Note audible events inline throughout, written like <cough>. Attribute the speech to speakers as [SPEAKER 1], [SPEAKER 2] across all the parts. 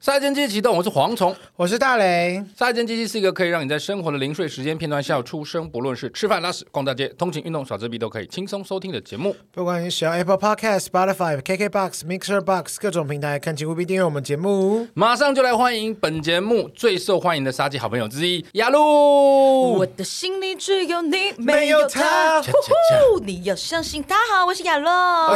[SPEAKER 1] 杀间机器启动，我是蝗虫。
[SPEAKER 2] 我是大雷，
[SPEAKER 1] 杀间机器是一个可以让你在生活的零碎时间片段下出声，不论是吃饭、拉屎、逛大街、通勤、运动、耍自闭，都可以轻松收听的节目。
[SPEAKER 2] 不管你使用 Apple Podcast、Spotify、KKBox、Mixer Box 各种平台，看请务必订阅我们节目。
[SPEAKER 1] 马上就来欢迎本节目最受欢迎的杀鸡好朋友之一雅露
[SPEAKER 3] 我。的心里只有你，
[SPEAKER 2] 没
[SPEAKER 3] 没
[SPEAKER 2] 有
[SPEAKER 3] 有
[SPEAKER 2] 他
[SPEAKER 3] 他。
[SPEAKER 1] 恰恰
[SPEAKER 3] 呼
[SPEAKER 1] 恰
[SPEAKER 3] 呼，你要相信他。好，我是亚
[SPEAKER 1] 为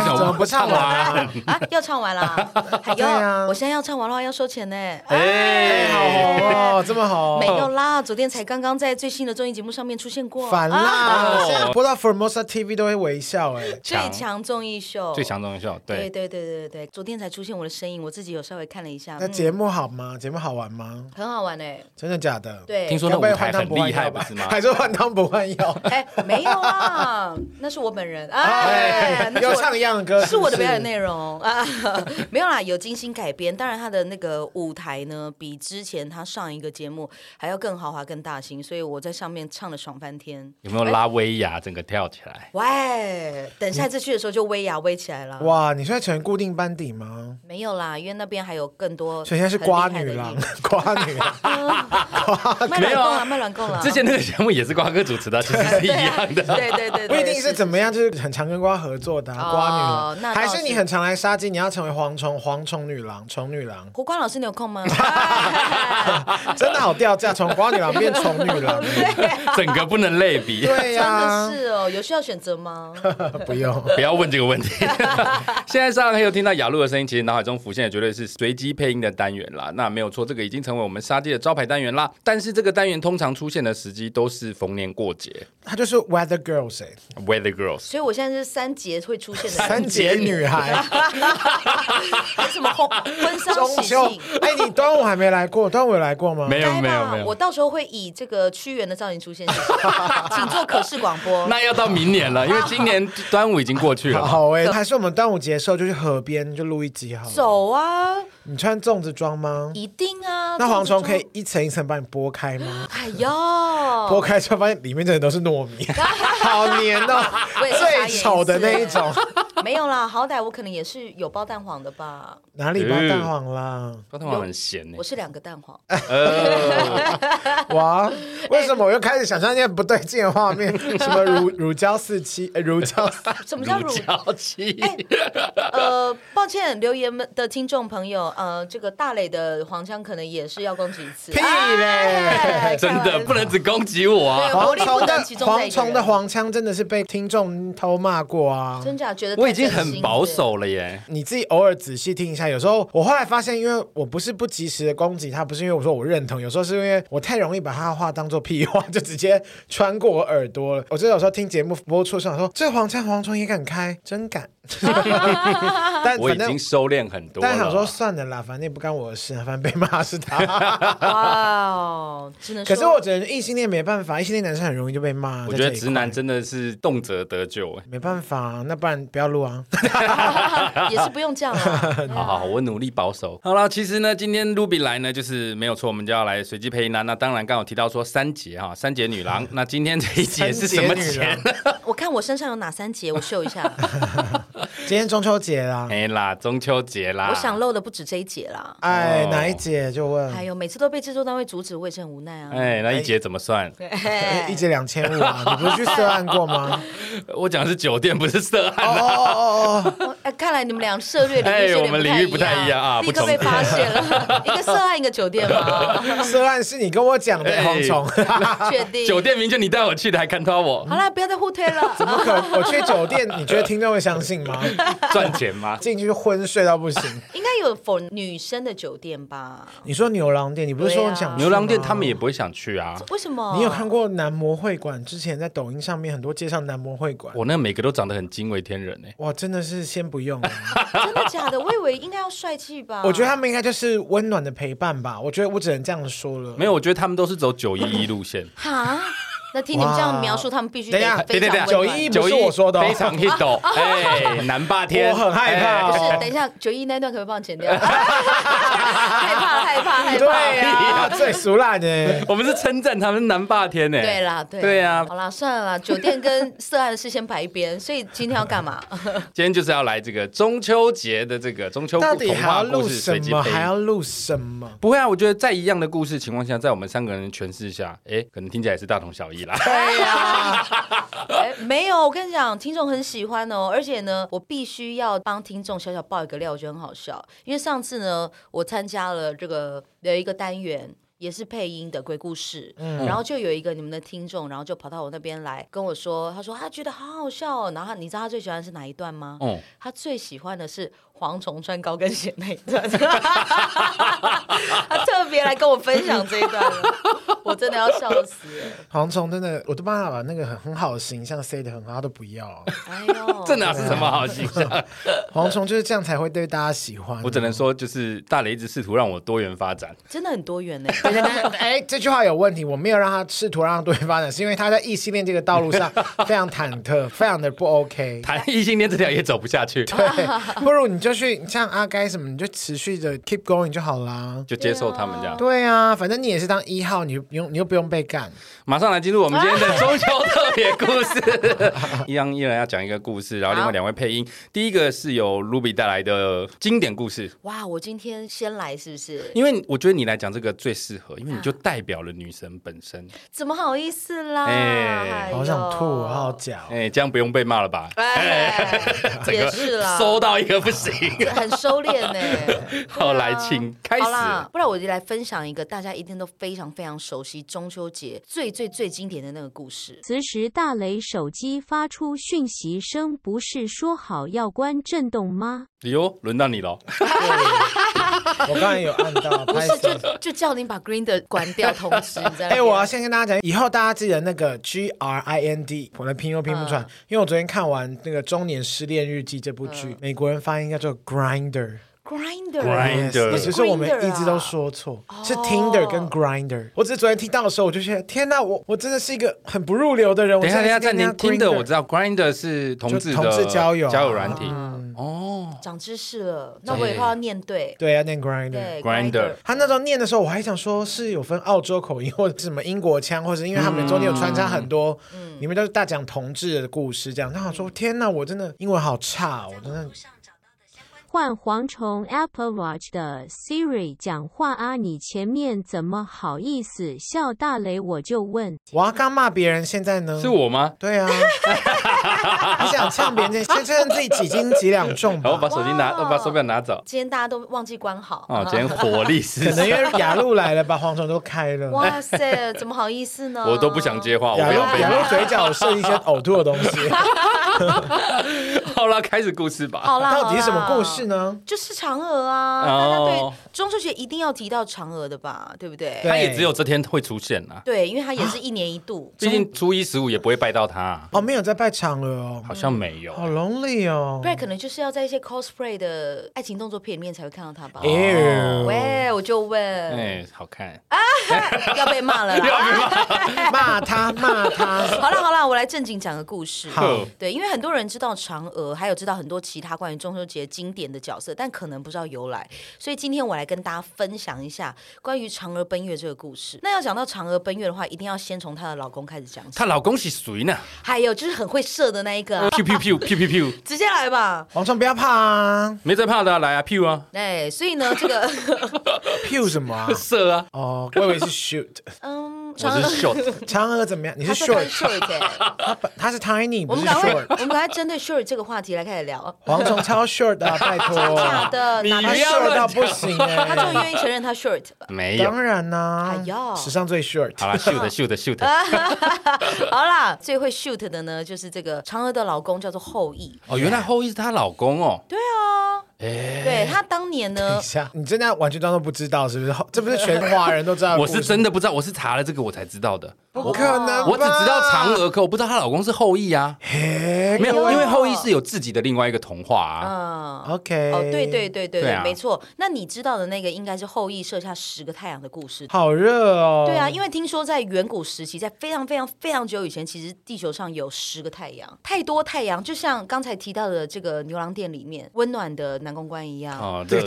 [SPEAKER 1] 什
[SPEAKER 3] 洛。
[SPEAKER 1] 么我们不唱完？
[SPEAKER 3] 啊啊！要唱完啦，还
[SPEAKER 2] 对啊
[SPEAKER 3] 有，我现在要唱完的话要收钱呢。
[SPEAKER 1] 哎
[SPEAKER 2] 好红哦，这么红，
[SPEAKER 3] 没有啦，昨天才刚刚在最新的综艺节目上面出现过。
[SPEAKER 2] 反啦！
[SPEAKER 1] 啊
[SPEAKER 2] 现在播到 Formosa TV 都会微笑哎，
[SPEAKER 3] 最强综艺秀，
[SPEAKER 1] 最强中秀，
[SPEAKER 3] 对
[SPEAKER 1] 对，
[SPEAKER 3] 对对对对，昨天才出现我的身影，我自己有稍微看了一下，嗯
[SPEAKER 2] 那节目好吗？节目好玩吗？
[SPEAKER 3] 很好玩哎。
[SPEAKER 2] 真的假的？，
[SPEAKER 3] 对，
[SPEAKER 1] 听说那舞台很厉害，不
[SPEAKER 2] 吧
[SPEAKER 1] 是？吗？
[SPEAKER 2] 还是换汤不换药？
[SPEAKER 3] 哎，没有啦，那是我本人。哎
[SPEAKER 2] 哎，，
[SPEAKER 3] 那是
[SPEAKER 2] 又
[SPEAKER 3] 我
[SPEAKER 2] 唱一样的歌，
[SPEAKER 3] 是我的表演
[SPEAKER 2] 容。
[SPEAKER 3] 内容啊， <laughs> 没有啦，有精心改编。当然，他的那个舞台呢，比之前他上一个节目还要更豪华、更大型，所以我在上面唱的爽翻天。
[SPEAKER 1] 有没有拉威亚整个跳起来？
[SPEAKER 3] 喂，等下次去的时候就威啊亚威起来了。
[SPEAKER 2] 哇，你现在成固定班底吗？
[SPEAKER 3] 没有啦，因为那边还有更多
[SPEAKER 2] 所
[SPEAKER 3] 很
[SPEAKER 2] 以
[SPEAKER 3] 厉
[SPEAKER 2] 现
[SPEAKER 3] 害
[SPEAKER 2] 在
[SPEAKER 3] 的
[SPEAKER 2] 是
[SPEAKER 3] 艺人。
[SPEAKER 2] 瓜女郎， <laughs> 瓜女啊郎，<laughs>
[SPEAKER 3] 卖
[SPEAKER 1] 没
[SPEAKER 3] 软
[SPEAKER 1] 有
[SPEAKER 3] 供
[SPEAKER 1] 啊
[SPEAKER 3] 啊，卖软供了。
[SPEAKER 1] 之前那个节目也是瓜哥主持的，其实是一
[SPEAKER 3] 对啊
[SPEAKER 1] 样的。
[SPEAKER 3] 对对对，
[SPEAKER 2] 不
[SPEAKER 3] 对
[SPEAKER 2] 一定是怎么样，就是很常跟瓜合作的啊瓜
[SPEAKER 3] 哦
[SPEAKER 2] 女郎，
[SPEAKER 3] 那
[SPEAKER 2] 还
[SPEAKER 3] 倒
[SPEAKER 2] 是
[SPEAKER 3] 是
[SPEAKER 2] 你很常来杀鸡，你要成为蝗虫蝗虫女郎、虫女郎，
[SPEAKER 3] 胡瓜老师，你有
[SPEAKER 2] <laughs>
[SPEAKER 3] 空吗？ <laughs>
[SPEAKER 2] 真的好掉价，从瓜女郎变虫女 <laughs> 郎，
[SPEAKER 1] 整个不能类比。
[SPEAKER 2] 对
[SPEAKER 3] 真
[SPEAKER 2] 呀
[SPEAKER 3] 的，是
[SPEAKER 2] 啊
[SPEAKER 3] 哦，有需要选择吗？
[SPEAKER 2] 不用。
[SPEAKER 1] <laughs> 不要问这个问题。现在上黑有听到雅露的声音，其实脑海中浮现的绝对是随机配音的单元啦。那没有错，这个已经成为我们杀鸡的招牌单元啦。但是这个单元通常出现的时机都是逢年过节
[SPEAKER 2] 她就是 Weather Girls 哎，
[SPEAKER 1] ，Weather Girls。
[SPEAKER 3] 所以我现在是三节会出现的
[SPEAKER 2] 三节女孩，
[SPEAKER 3] 有什么婚婚
[SPEAKER 2] <laughs>
[SPEAKER 3] 丧
[SPEAKER 2] 中
[SPEAKER 3] 喜
[SPEAKER 2] 秋
[SPEAKER 3] 庆？。
[SPEAKER 2] 哎，你端午还没来过，端午有来过吗？
[SPEAKER 1] 没有
[SPEAKER 3] 该吧
[SPEAKER 1] 没有没
[SPEAKER 3] 我
[SPEAKER 1] 有，
[SPEAKER 3] 到时候会以这个屈原的造型出现，谢谢 <laughs> 请做可视广
[SPEAKER 1] <laughs>
[SPEAKER 3] 播。
[SPEAKER 1] 那要到明年了，因为今年端午已经过去 <laughs> 了嘛。
[SPEAKER 2] 好哎，还是我们端午节的时候就去河边就录一集好了。
[SPEAKER 3] 走啊，
[SPEAKER 2] 你穿粽子装吗？
[SPEAKER 3] 一定啊。
[SPEAKER 2] 那蝗虫
[SPEAKER 3] 这种
[SPEAKER 2] 可以一层一层帮你剥开吗？
[SPEAKER 3] 哎
[SPEAKER 2] <laughs>
[SPEAKER 3] 呦，
[SPEAKER 2] 剥开之后发现里面真的都是糯 <laughs> 米，好黏哦
[SPEAKER 3] 我也，是
[SPEAKER 2] 最
[SPEAKER 3] 傻眼一次
[SPEAKER 2] 丑的那一种。
[SPEAKER 3] <laughs> 没有啦，好歹我可能也是有包蛋黄的吧，
[SPEAKER 2] <laughs> 哪里包蛋黄啦？
[SPEAKER 1] 高汤王很咸呢
[SPEAKER 3] 我，是两个
[SPEAKER 1] <laughs>
[SPEAKER 3] 蛋黄。
[SPEAKER 2] 哇，为什么我又开始想象一些不对劲的画面？什么乳乳胶四七，呃乳胶四
[SPEAKER 3] <laughs> 什么叫
[SPEAKER 1] 乳
[SPEAKER 3] 乳？
[SPEAKER 1] 胶漆。
[SPEAKER 3] 呃，抱歉，留言们的听众朋友，呃，这个大磊的黄腔可能也是要攻击一次。
[SPEAKER 2] 屁
[SPEAKER 3] 哎
[SPEAKER 2] 嘞！
[SPEAKER 1] 真的不能只攻击我啊！
[SPEAKER 3] 对
[SPEAKER 2] 哎蝗
[SPEAKER 3] 火力
[SPEAKER 2] 虫
[SPEAKER 3] 不
[SPEAKER 2] 的
[SPEAKER 3] 能集中在一
[SPEAKER 2] 蝗
[SPEAKER 3] 个人
[SPEAKER 2] 虫的黄腔真的是被听众偷骂过啊！
[SPEAKER 3] 真假觉得太
[SPEAKER 1] 我已经
[SPEAKER 3] 真心
[SPEAKER 1] 很保
[SPEAKER 3] 了
[SPEAKER 1] 守了耶。
[SPEAKER 2] 你自己偶尔仔细听一下，有时候我后来发现，因为我不是不及时的攻击他，不是因为我说我认同，有时候是因为我太容易把他的话当做屁话，就直接穿过我耳朵了。我就有时候听节目播出上说，这黄腔蝗虫也敢开，真敢。但
[SPEAKER 1] 我已
[SPEAKER 2] 反
[SPEAKER 1] 经
[SPEAKER 2] 正。
[SPEAKER 1] 收敛很多了。
[SPEAKER 2] 但想说算了啦，反正也不干我的事，反正被骂
[SPEAKER 1] <laughs>
[SPEAKER 2] 是他。
[SPEAKER 3] 哇哦，只能
[SPEAKER 2] 可
[SPEAKER 3] 说
[SPEAKER 2] 是我只能异性恋没办法，异性恋男生很容易就被骂。
[SPEAKER 1] 我觉得
[SPEAKER 2] 在这一
[SPEAKER 1] 直
[SPEAKER 2] 块
[SPEAKER 1] 男真的是动辄得咎哎。
[SPEAKER 2] 没办法，那不然不要录啊。
[SPEAKER 3] <laughs> 也是不用这样啊啦。
[SPEAKER 1] 好好，好我努力保守。嗯好了，其实呢，今天 Ruby 来呢，就是没有错，我们就要来随机配音啦。那当然，刚好提到说三节哈，三节女郎。 <laughs> 那今天这一
[SPEAKER 2] <laughs>
[SPEAKER 1] 节是什么
[SPEAKER 2] 三节
[SPEAKER 1] 节
[SPEAKER 2] 女？啊
[SPEAKER 3] 我看我身上有哪三节，我秀
[SPEAKER 2] <laughs>
[SPEAKER 3] 一下。
[SPEAKER 2] 今天中秋节啦，
[SPEAKER 1] 哎啦，中秋节啦。
[SPEAKER 3] 我想漏的不止这一节啦。
[SPEAKER 2] 哎，
[SPEAKER 1] 哦
[SPEAKER 2] 哪一节就问？
[SPEAKER 3] 哎呦，每次都被制作单位阻止，我也是很无奈 <laughs> 啊。哎
[SPEAKER 1] 哎，那一节怎么算？
[SPEAKER 2] 哎一 <laughs> 节两千五啊！你不是去涉案过吗？
[SPEAKER 1] 我讲的是酒店，不是涉案。
[SPEAKER 2] 哦哦哦哦，
[SPEAKER 3] 我哎，看来你们俩涉略领
[SPEAKER 1] 哎
[SPEAKER 3] 域是有点
[SPEAKER 1] 我们领域不太一样啊
[SPEAKER 3] 哎立刻被
[SPEAKER 1] 不同
[SPEAKER 3] 发
[SPEAKER 2] <laughs>
[SPEAKER 3] 现了，一个涉案，一个酒店嘛，
[SPEAKER 2] 哦 <laughs> 涉案是你跟我讲的
[SPEAKER 1] 哎
[SPEAKER 2] 蝗虫，
[SPEAKER 3] 确定。
[SPEAKER 1] 酒店名就你带我去的，还看到我
[SPEAKER 2] <laughs>
[SPEAKER 3] 好啦，不要再互推了。
[SPEAKER 2] 怎么可能？我去酒店，你觉得听众会相信 <laughs> 吗？
[SPEAKER 1] 赚钱吗？
[SPEAKER 2] 进去昏睡到不行。
[SPEAKER 3] 应该有否女生的酒店吧？
[SPEAKER 2] 你说牛郎店，你不是说你想去吗
[SPEAKER 1] 牛郎店他们也？不会想去啊。
[SPEAKER 3] 为什么？
[SPEAKER 2] 你有看？过男模会馆？之前在抖音上面很多介绍男模会馆，
[SPEAKER 1] 我那每个都长得很惊为天人哎。
[SPEAKER 2] 哇，真的是先不用了。啊 <laughs>
[SPEAKER 3] 真的假的？我以为应该要帅气吧。。
[SPEAKER 2] 我觉得他们应该就是温暖的陪伴吧。我觉得我只能这样说了。 <laughs>
[SPEAKER 1] 没有，我觉得他们都是走九一一路线
[SPEAKER 3] 哈，那听你们这样描述，他们必须得
[SPEAKER 2] 等一下
[SPEAKER 3] 非常
[SPEAKER 2] 等
[SPEAKER 3] 温
[SPEAKER 2] 一
[SPEAKER 3] 暖
[SPEAKER 2] 下。91不是我说的哦
[SPEAKER 1] 非常 hit
[SPEAKER 2] <laughs>
[SPEAKER 1] 哦，哎，南霸天，
[SPEAKER 2] 我很害怕
[SPEAKER 3] 不
[SPEAKER 2] 哦
[SPEAKER 3] 是，等一下，九一那段可不可以帮我剪掉？ <laughs> 害怕，害怕，害
[SPEAKER 1] <laughs>
[SPEAKER 3] 怕。
[SPEAKER 2] 对啊呀，最俗烂
[SPEAKER 1] 哎 <laughs>
[SPEAKER 2] 呢。
[SPEAKER 1] 我们是称赞他们是南霸天欸呢，
[SPEAKER 3] 对啦，对
[SPEAKER 1] 对啊
[SPEAKER 3] 好啦，算了啦，酒店跟涉案的事先排一边。所以今天要干嘛？
[SPEAKER 1] 今天就是要来这个中秋节的这个中秋
[SPEAKER 2] 到
[SPEAKER 1] 童
[SPEAKER 2] 底还
[SPEAKER 1] 话
[SPEAKER 2] 要
[SPEAKER 1] 故
[SPEAKER 2] 录
[SPEAKER 1] 事随
[SPEAKER 2] 什
[SPEAKER 1] 机
[SPEAKER 2] 么？
[SPEAKER 1] 配
[SPEAKER 2] 还要录什么？
[SPEAKER 1] 不会啊，我觉得在一样的故事情况下，在我们三个人的诠释下，哎，可能听起来也是大同小异
[SPEAKER 2] <laughs>
[SPEAKER 1] 啦。
[SPEAKER 3] 对呀、哎，没有，我跟你讲，听众很喜欢哦，而且呢，我必须要帮听众小小爆一个料，我觉得很好笑，因为上次呢，我参加了这个有一个单元。也是配音的鬼故事，然后就有一个你们的听众，然后就跑到我那边来跟我说，他说他觉得好好笑哦，然后他你知道他最喜欢是哪一段吗？
[SPEAKER 1] 嗯，
[SPEAKER 3] 他最喜欢的是蝗虫穿高跟鞋那一段， <laughs> 他特别来跟我分享这一段了，我真的要笑死了。
[SPEAKER 2] 蝗虫真的，我都帮他把那个很很好的形象塞得很好，他都
[SPEAKER 1] <laughs>
[SPEAKER 2] 不要。
[SPEAKER 3] 哎
[SPEAKER 2] <laughs>
[SPEAKER 3] 呦，
[SPEAKER 1] 这啊哪是什么好形
[SPEAKER 2] 哦啊
[SPEAKER 1] 象？
[SPEAKER 2] 蝗虫就是这样才会对大家喜欢。
[SPEAKER 1] 我只能说，就是大雷一直试图让我多元发展。
[SPEAKER 3] 真的很多元呢、 <laughs>
[SPEAKER 2] 等一下，等一下哎，这句话有问题。我没有让他试图让他对发展，是因为他在异性恋这个道路上非常忐忑，非常的不
[SPEAKER 1] <laughs>
[SPEAKER 2] OK。
[SPEAKER 1] 谈异性恋这条也走不下去，
[SPEAKER 2] <laughs> 对，啊不如你就去像阿该什么，你就持续的 keep going 就好啦。
[SPEAKER 1] 就接受他们这样。
[SPEAKER 2] 对啊，反正你也是当一号，你又不用你又不用被干。
[SPEAKER 1] 马上来进入我们今天的中秋特别故事，
[SPEAKER 2] <laughs>
[SPEAKER 1] 一样一人要讲一个故事，然后另外两位配音。第一个是由 Ruby 带来的经典故事，
[SPEAKER 3] 哇，我今天先来是不是？
[SPEAKER 1] 因为我觉得你来讲这个最适合，因为你就代表了女神本身。
[SPEAKER 3] 怎么好意思啦？
[SPEAKER 1] 哎
[SPEAKER 3] 哎呦
[SPEAKER 2] 好想吐，我好。假哦。
[SPEAKER 1] 哎，这样不用被骂了吧？
[SPEAKER 3] 哎，
[SPEAKER 1] 整
[SPEAKER 3] 也
[SPEAKER 1] 个
[SPEAKER 3] 是
[SPEAKER 1] <laughs>
[SPEAKER 3] 啦，
[SPEAKER 1] 收到一个不
[SPEAKER 3] <laughs>
[SPEAKER 1] 行。
[SPEAKER 3] 很收敛
[SPEAKER 1] <laughs>
[SPEAKER 3] 呢、
[SPEAKER 1] 好，来，
[SPEAKER 3] 对啊
[SPEAKER 1] 请开
[SPEAKER 3] 好
[SPEAKER 1] 始
[SPEAKER 3] 啦。，不然我就来分享一个大家一定都非常非常熟悉中秋节最最最经典的那个故事。
[SPEAKER 4] 此时，大雷手机发出讯息声：“不是说好要关震动吗？”
[SPEAKER 1] 哎呦，轮到你了。
[SPEAKER 2] <laughs> 我刚才有按到，不
[SPEAKER 3] 是就就叫你把 Green 的关掉通知，你知道吗？
[SPEAKER 2] <laughs> 哎、我要先跟大家讲，以后大家记得那个 G R I N D，我的拼音都拼不出来，
[SPEAKER 3] 嗯
[SPEAKER 2] 因为我昨天看完那个《中年失恋日记》这部剧，美国人发音叫做 Grinder，
[SPEAKER 3] Grinder
[SPEAKER 1] Grind- Grindr
[SPEAKER 2] 其实我们
[SPEAKER 3] Grinder 啊
[SPEAKER 2] 一直都说错，是 Tinder 跟 Grinder。我只是昨天听到的时候，我就觉得天哪，我我真的是一个很不入流的人。
[SPEAKER 1] 等一下，等一下，暂停。听的我知
[SPEAKER 2] 道。
[SPEAKER 1] 道，Grinder 是同志的
[SPEAKER 2] 就同志交友啊
[SPEAKER 1] 交友软体。哦，
[SPEAKER 3] 长知识了，那我以后要念对。
[SPEAKER 2] 对啊，念 Grinder。
[SPEAKER 3] 对
[SPEAKER 1] Grindr
[SPEAKER 2] 他那时候念的时候，我还想说是有分澳洲口音或者什么英国腔，或者是因为他们中间有穿插很多，
[SPEAKER 1] 嗯
[SPEAKER 2] 里面都是大讲同志的故事这样。他想说天哪，我真的英文好差哦，我真的
[SPEAKER 4] 换蝗虫 Apple Watch 的 Siri 讲话啊！你前面怎么好意思笑大雷？我就问，
[SPEAKER 2] 我要刚骂别人，现在呢？
[SPEAKER 1] 是我吗？
[SPEAKER 2] 对啊， <laughs> 你想呛别人，先趁自己几斤几两重
[SPEAKER 1] 然后把。
[SPEAKER 2] 吧
[SPEAKER 1] 手机拿，
[SPEAKER 3] 哇哦
[SPEAKER 1] 呃把手表拿走。
[SPEAKER 3] 今天大家都忘记关好啊
[SPEAKER 1] 哦，今天火
[SPEAKER 2] <laughs>
[SPEAKER 1] 力四
[SPEAKER 2] 可能
[SPEAKER 1] 射，
[SPEAKER 2] 因为雅露来了，把蝗虫都开了。
[SPEAKER 3] 哇塞，怎么好意思呢？
[SPEAKER 1] <laughs> 我都不想。接话，我
[SPEAKER 2] 雅
[SPEAKER 1] 不要
[SPEAKER 2] 露
[SPEAKER 1] 被
[SPEAKER 2] 雅
[SPEAKER 1] 骂。
[SPEAKER 2] 露嘴角是一些呕吐的东西，
[SPEAKER 1] <laughs> 好了，开始故事吧。
[SPEAKER 3] 好
[SPEAKER 2] <laughs>
[SPEAKER 3] 啦，
[SPEAKER 2] 到底是什么
[SPEAKER 3] 好啦
[SPEAKER 2] 故事？呢？
[SPEAKER 3] 就是嫦娥啊！大家
[SPEAKER 1] 哦
[SPEAKER 3] 对中秋节一定要提到嫦娥的吧，对不对？
[SPEAKER 2] 对
[SPEAKER 1] 它也只有这天会出现啊，。
[SPEAKER 3] 对，因为它也是一年一度
[SPEAKER 2] 啊
[SPEAKER 1] 毕竟初一十五也不会拜到它，
[SPEAKER 2] 哦，没有在拜嫦娥哦，
[SPEAKER 1] 好像没有。
[SPEAKER 2] 好 lonely 哦
[SPEAKER 3] 不。然可能就是要在一些 cosplay 的爱情动作片里面才会看到它吧。
[SPEAKER 2] 哎
[SPEAKER 3] 喂，我就问，
[SPEAKER 1] 哦哎，好看。
[SPEAKER 3] 要被骂
[SPEAKER 1] <laughs>
[SPEAKER 3] 了
[SPEAKER 1] 啊
[SPEAKER 3] 啊
[SPEAKER 2] <laughs>
[SPEAKER 3] 啦！
[SPEAKER 2] 骂他骂他，
[SPEAKER 3] <laughs> 好了好了，我来正经讲个故事。
[SPEAKER 2] 好
[SPEAKER 3] 对，因为很多人知道嫦娥，还有知道很多其他关于中秋节经典的角色，但可能不知道由来，所以今天我来跟大家分享一下关于嫦娥奔月这个故事。那要讲到嫦娥奔月的话，一定要先从她的老公开始讲起，
[SPEAKER 1] 她老公是谁呢
[SPEAKER 3] 还有就是很会射的那一个啊，
[SPEAKER 1] ？Pew pew pew pew pew pew，
[SPEAKER 3] 直接来吧。
[SPEAKER 2] 蝗虫不要怕啊
[SPEAKER 1] 没在怕的啊，来啊，pew 啊，
[SPEAKER 3] 哎，所以呢，这个，
[SPEAKER 2] ，pew 什
[SPEAKER 1] <laughs>
[SPEAKER 2] 么啊？
[SPEAKER 1] 射啊，
[SPEAKER 2] 哦，我以为是 shoot。
[SPEAKER 3] 嗯，嫦
[SPEAKER 1] 我是
[SPEAKER 2] <laughs>
[SPEAKER 3] 娥
[SPEAKER 1] shot。
[SPEAKER 2] 嫦娥怎么样？你
[SPEAKER 3] <laughs>
[SPEAKER 2] 是
[SPEAKER 3] 她说她
[SPEAKER 2] short，
[SPEAKER 3] 是 short，哎
[SPEAKER 2] 他本他是 tiny，
[SPEAKER 3] 我
[SPEAKER 2] 不
[SPEAKER 3] 们
[SPEAKER 2] 是
[SPEAKER 3] 赶快，我
[SPEAKER 2] short。
[SPEAKER 3] 们赶快针对 short 这个话题来开始聊。
[SPEAKER 2] 蝗虫超 short 的啊，拜托。
[SPEAKER 3] 假的，
[SPEAKER 1] 你
[SPEAKER 3] 哪
[SPEAKER 2] 他
[SPEAKER 3] 个
[SPEAKER 1] 不要
[SPEAKER 2] short
[SPEAKER 1] 乱
[SPEAKER 2] 到
[SPEAKER 1] 讲
[SPEAKER 2] 不行
[SPEAKER 3] <laughs> 他就
[SPEAKER 2] 哎。
[SPEAKER 3] 愿意承认他 short 了。
[SPEAKER 1] 没有。
[SPEAKER 2] 当然啦，
[SPEAKER 3] 哎呦
[SPEAKER 2] 史上最 short。
[SPEAKER 1] 好啦，shoot shoot shoot。
[SPEAKER 2] <laughs>
[SPEAKER 3] 好啦，最会 shoot 的呢，就是这个嫦娥的老公叫做后羿。
[SPEAKER 1] 哦，原来后羿是她老公哦。对啊，
[SPEAKER 3] 对他当年
[SPEAKER 2] 哎等
[SPEAKER 3] 呢
[SPEAKER 2] 一，下，你真的完全装作不知道是不是？这不是全华人都知道的
[SPEAKER 1] 我
[SPEAKER 2] 啊故事？
[SPEAKER 1] 是真的不知道，我是查了这个我才知道的。
[SPEAKER 2] 不可能，
[SPEAKER 1] 我只知道嫦。娥，可我不知道她老公是后羿啊，
[SPEAKER 2] 哎嘿
[SPEAKER 1] 没有，
[SPEAKER 3] 哎
[SPEAKER 1] 因为后羿是有自己的另外一个童话啊。
[SPEAKER 3] 嗯，
[SPEAKER 2] ，OK，
[SPEAKER 3] 哦，对对，对对
[SPEAKER 1] 对
[SPEAKER 3] 对，
[SPEAKER 1] 啊
[SPEAKER 3] 没错。那你知道的那个应该是后羿射下十个太阳的故事。
[SPEAKER 2] 好热哦。
[SPEAKER 3] 对啊，因为听说在远古时期，在非常非常非常久以前，其实地球上有十个太阳，太多太阳，就像刚才提到的这个牛郎店里面温暖的南公关一
[SPEAKER 2] 啊 <laughs>
[SPEAKER 3] 样，
[SPEAKER 1] 哦，热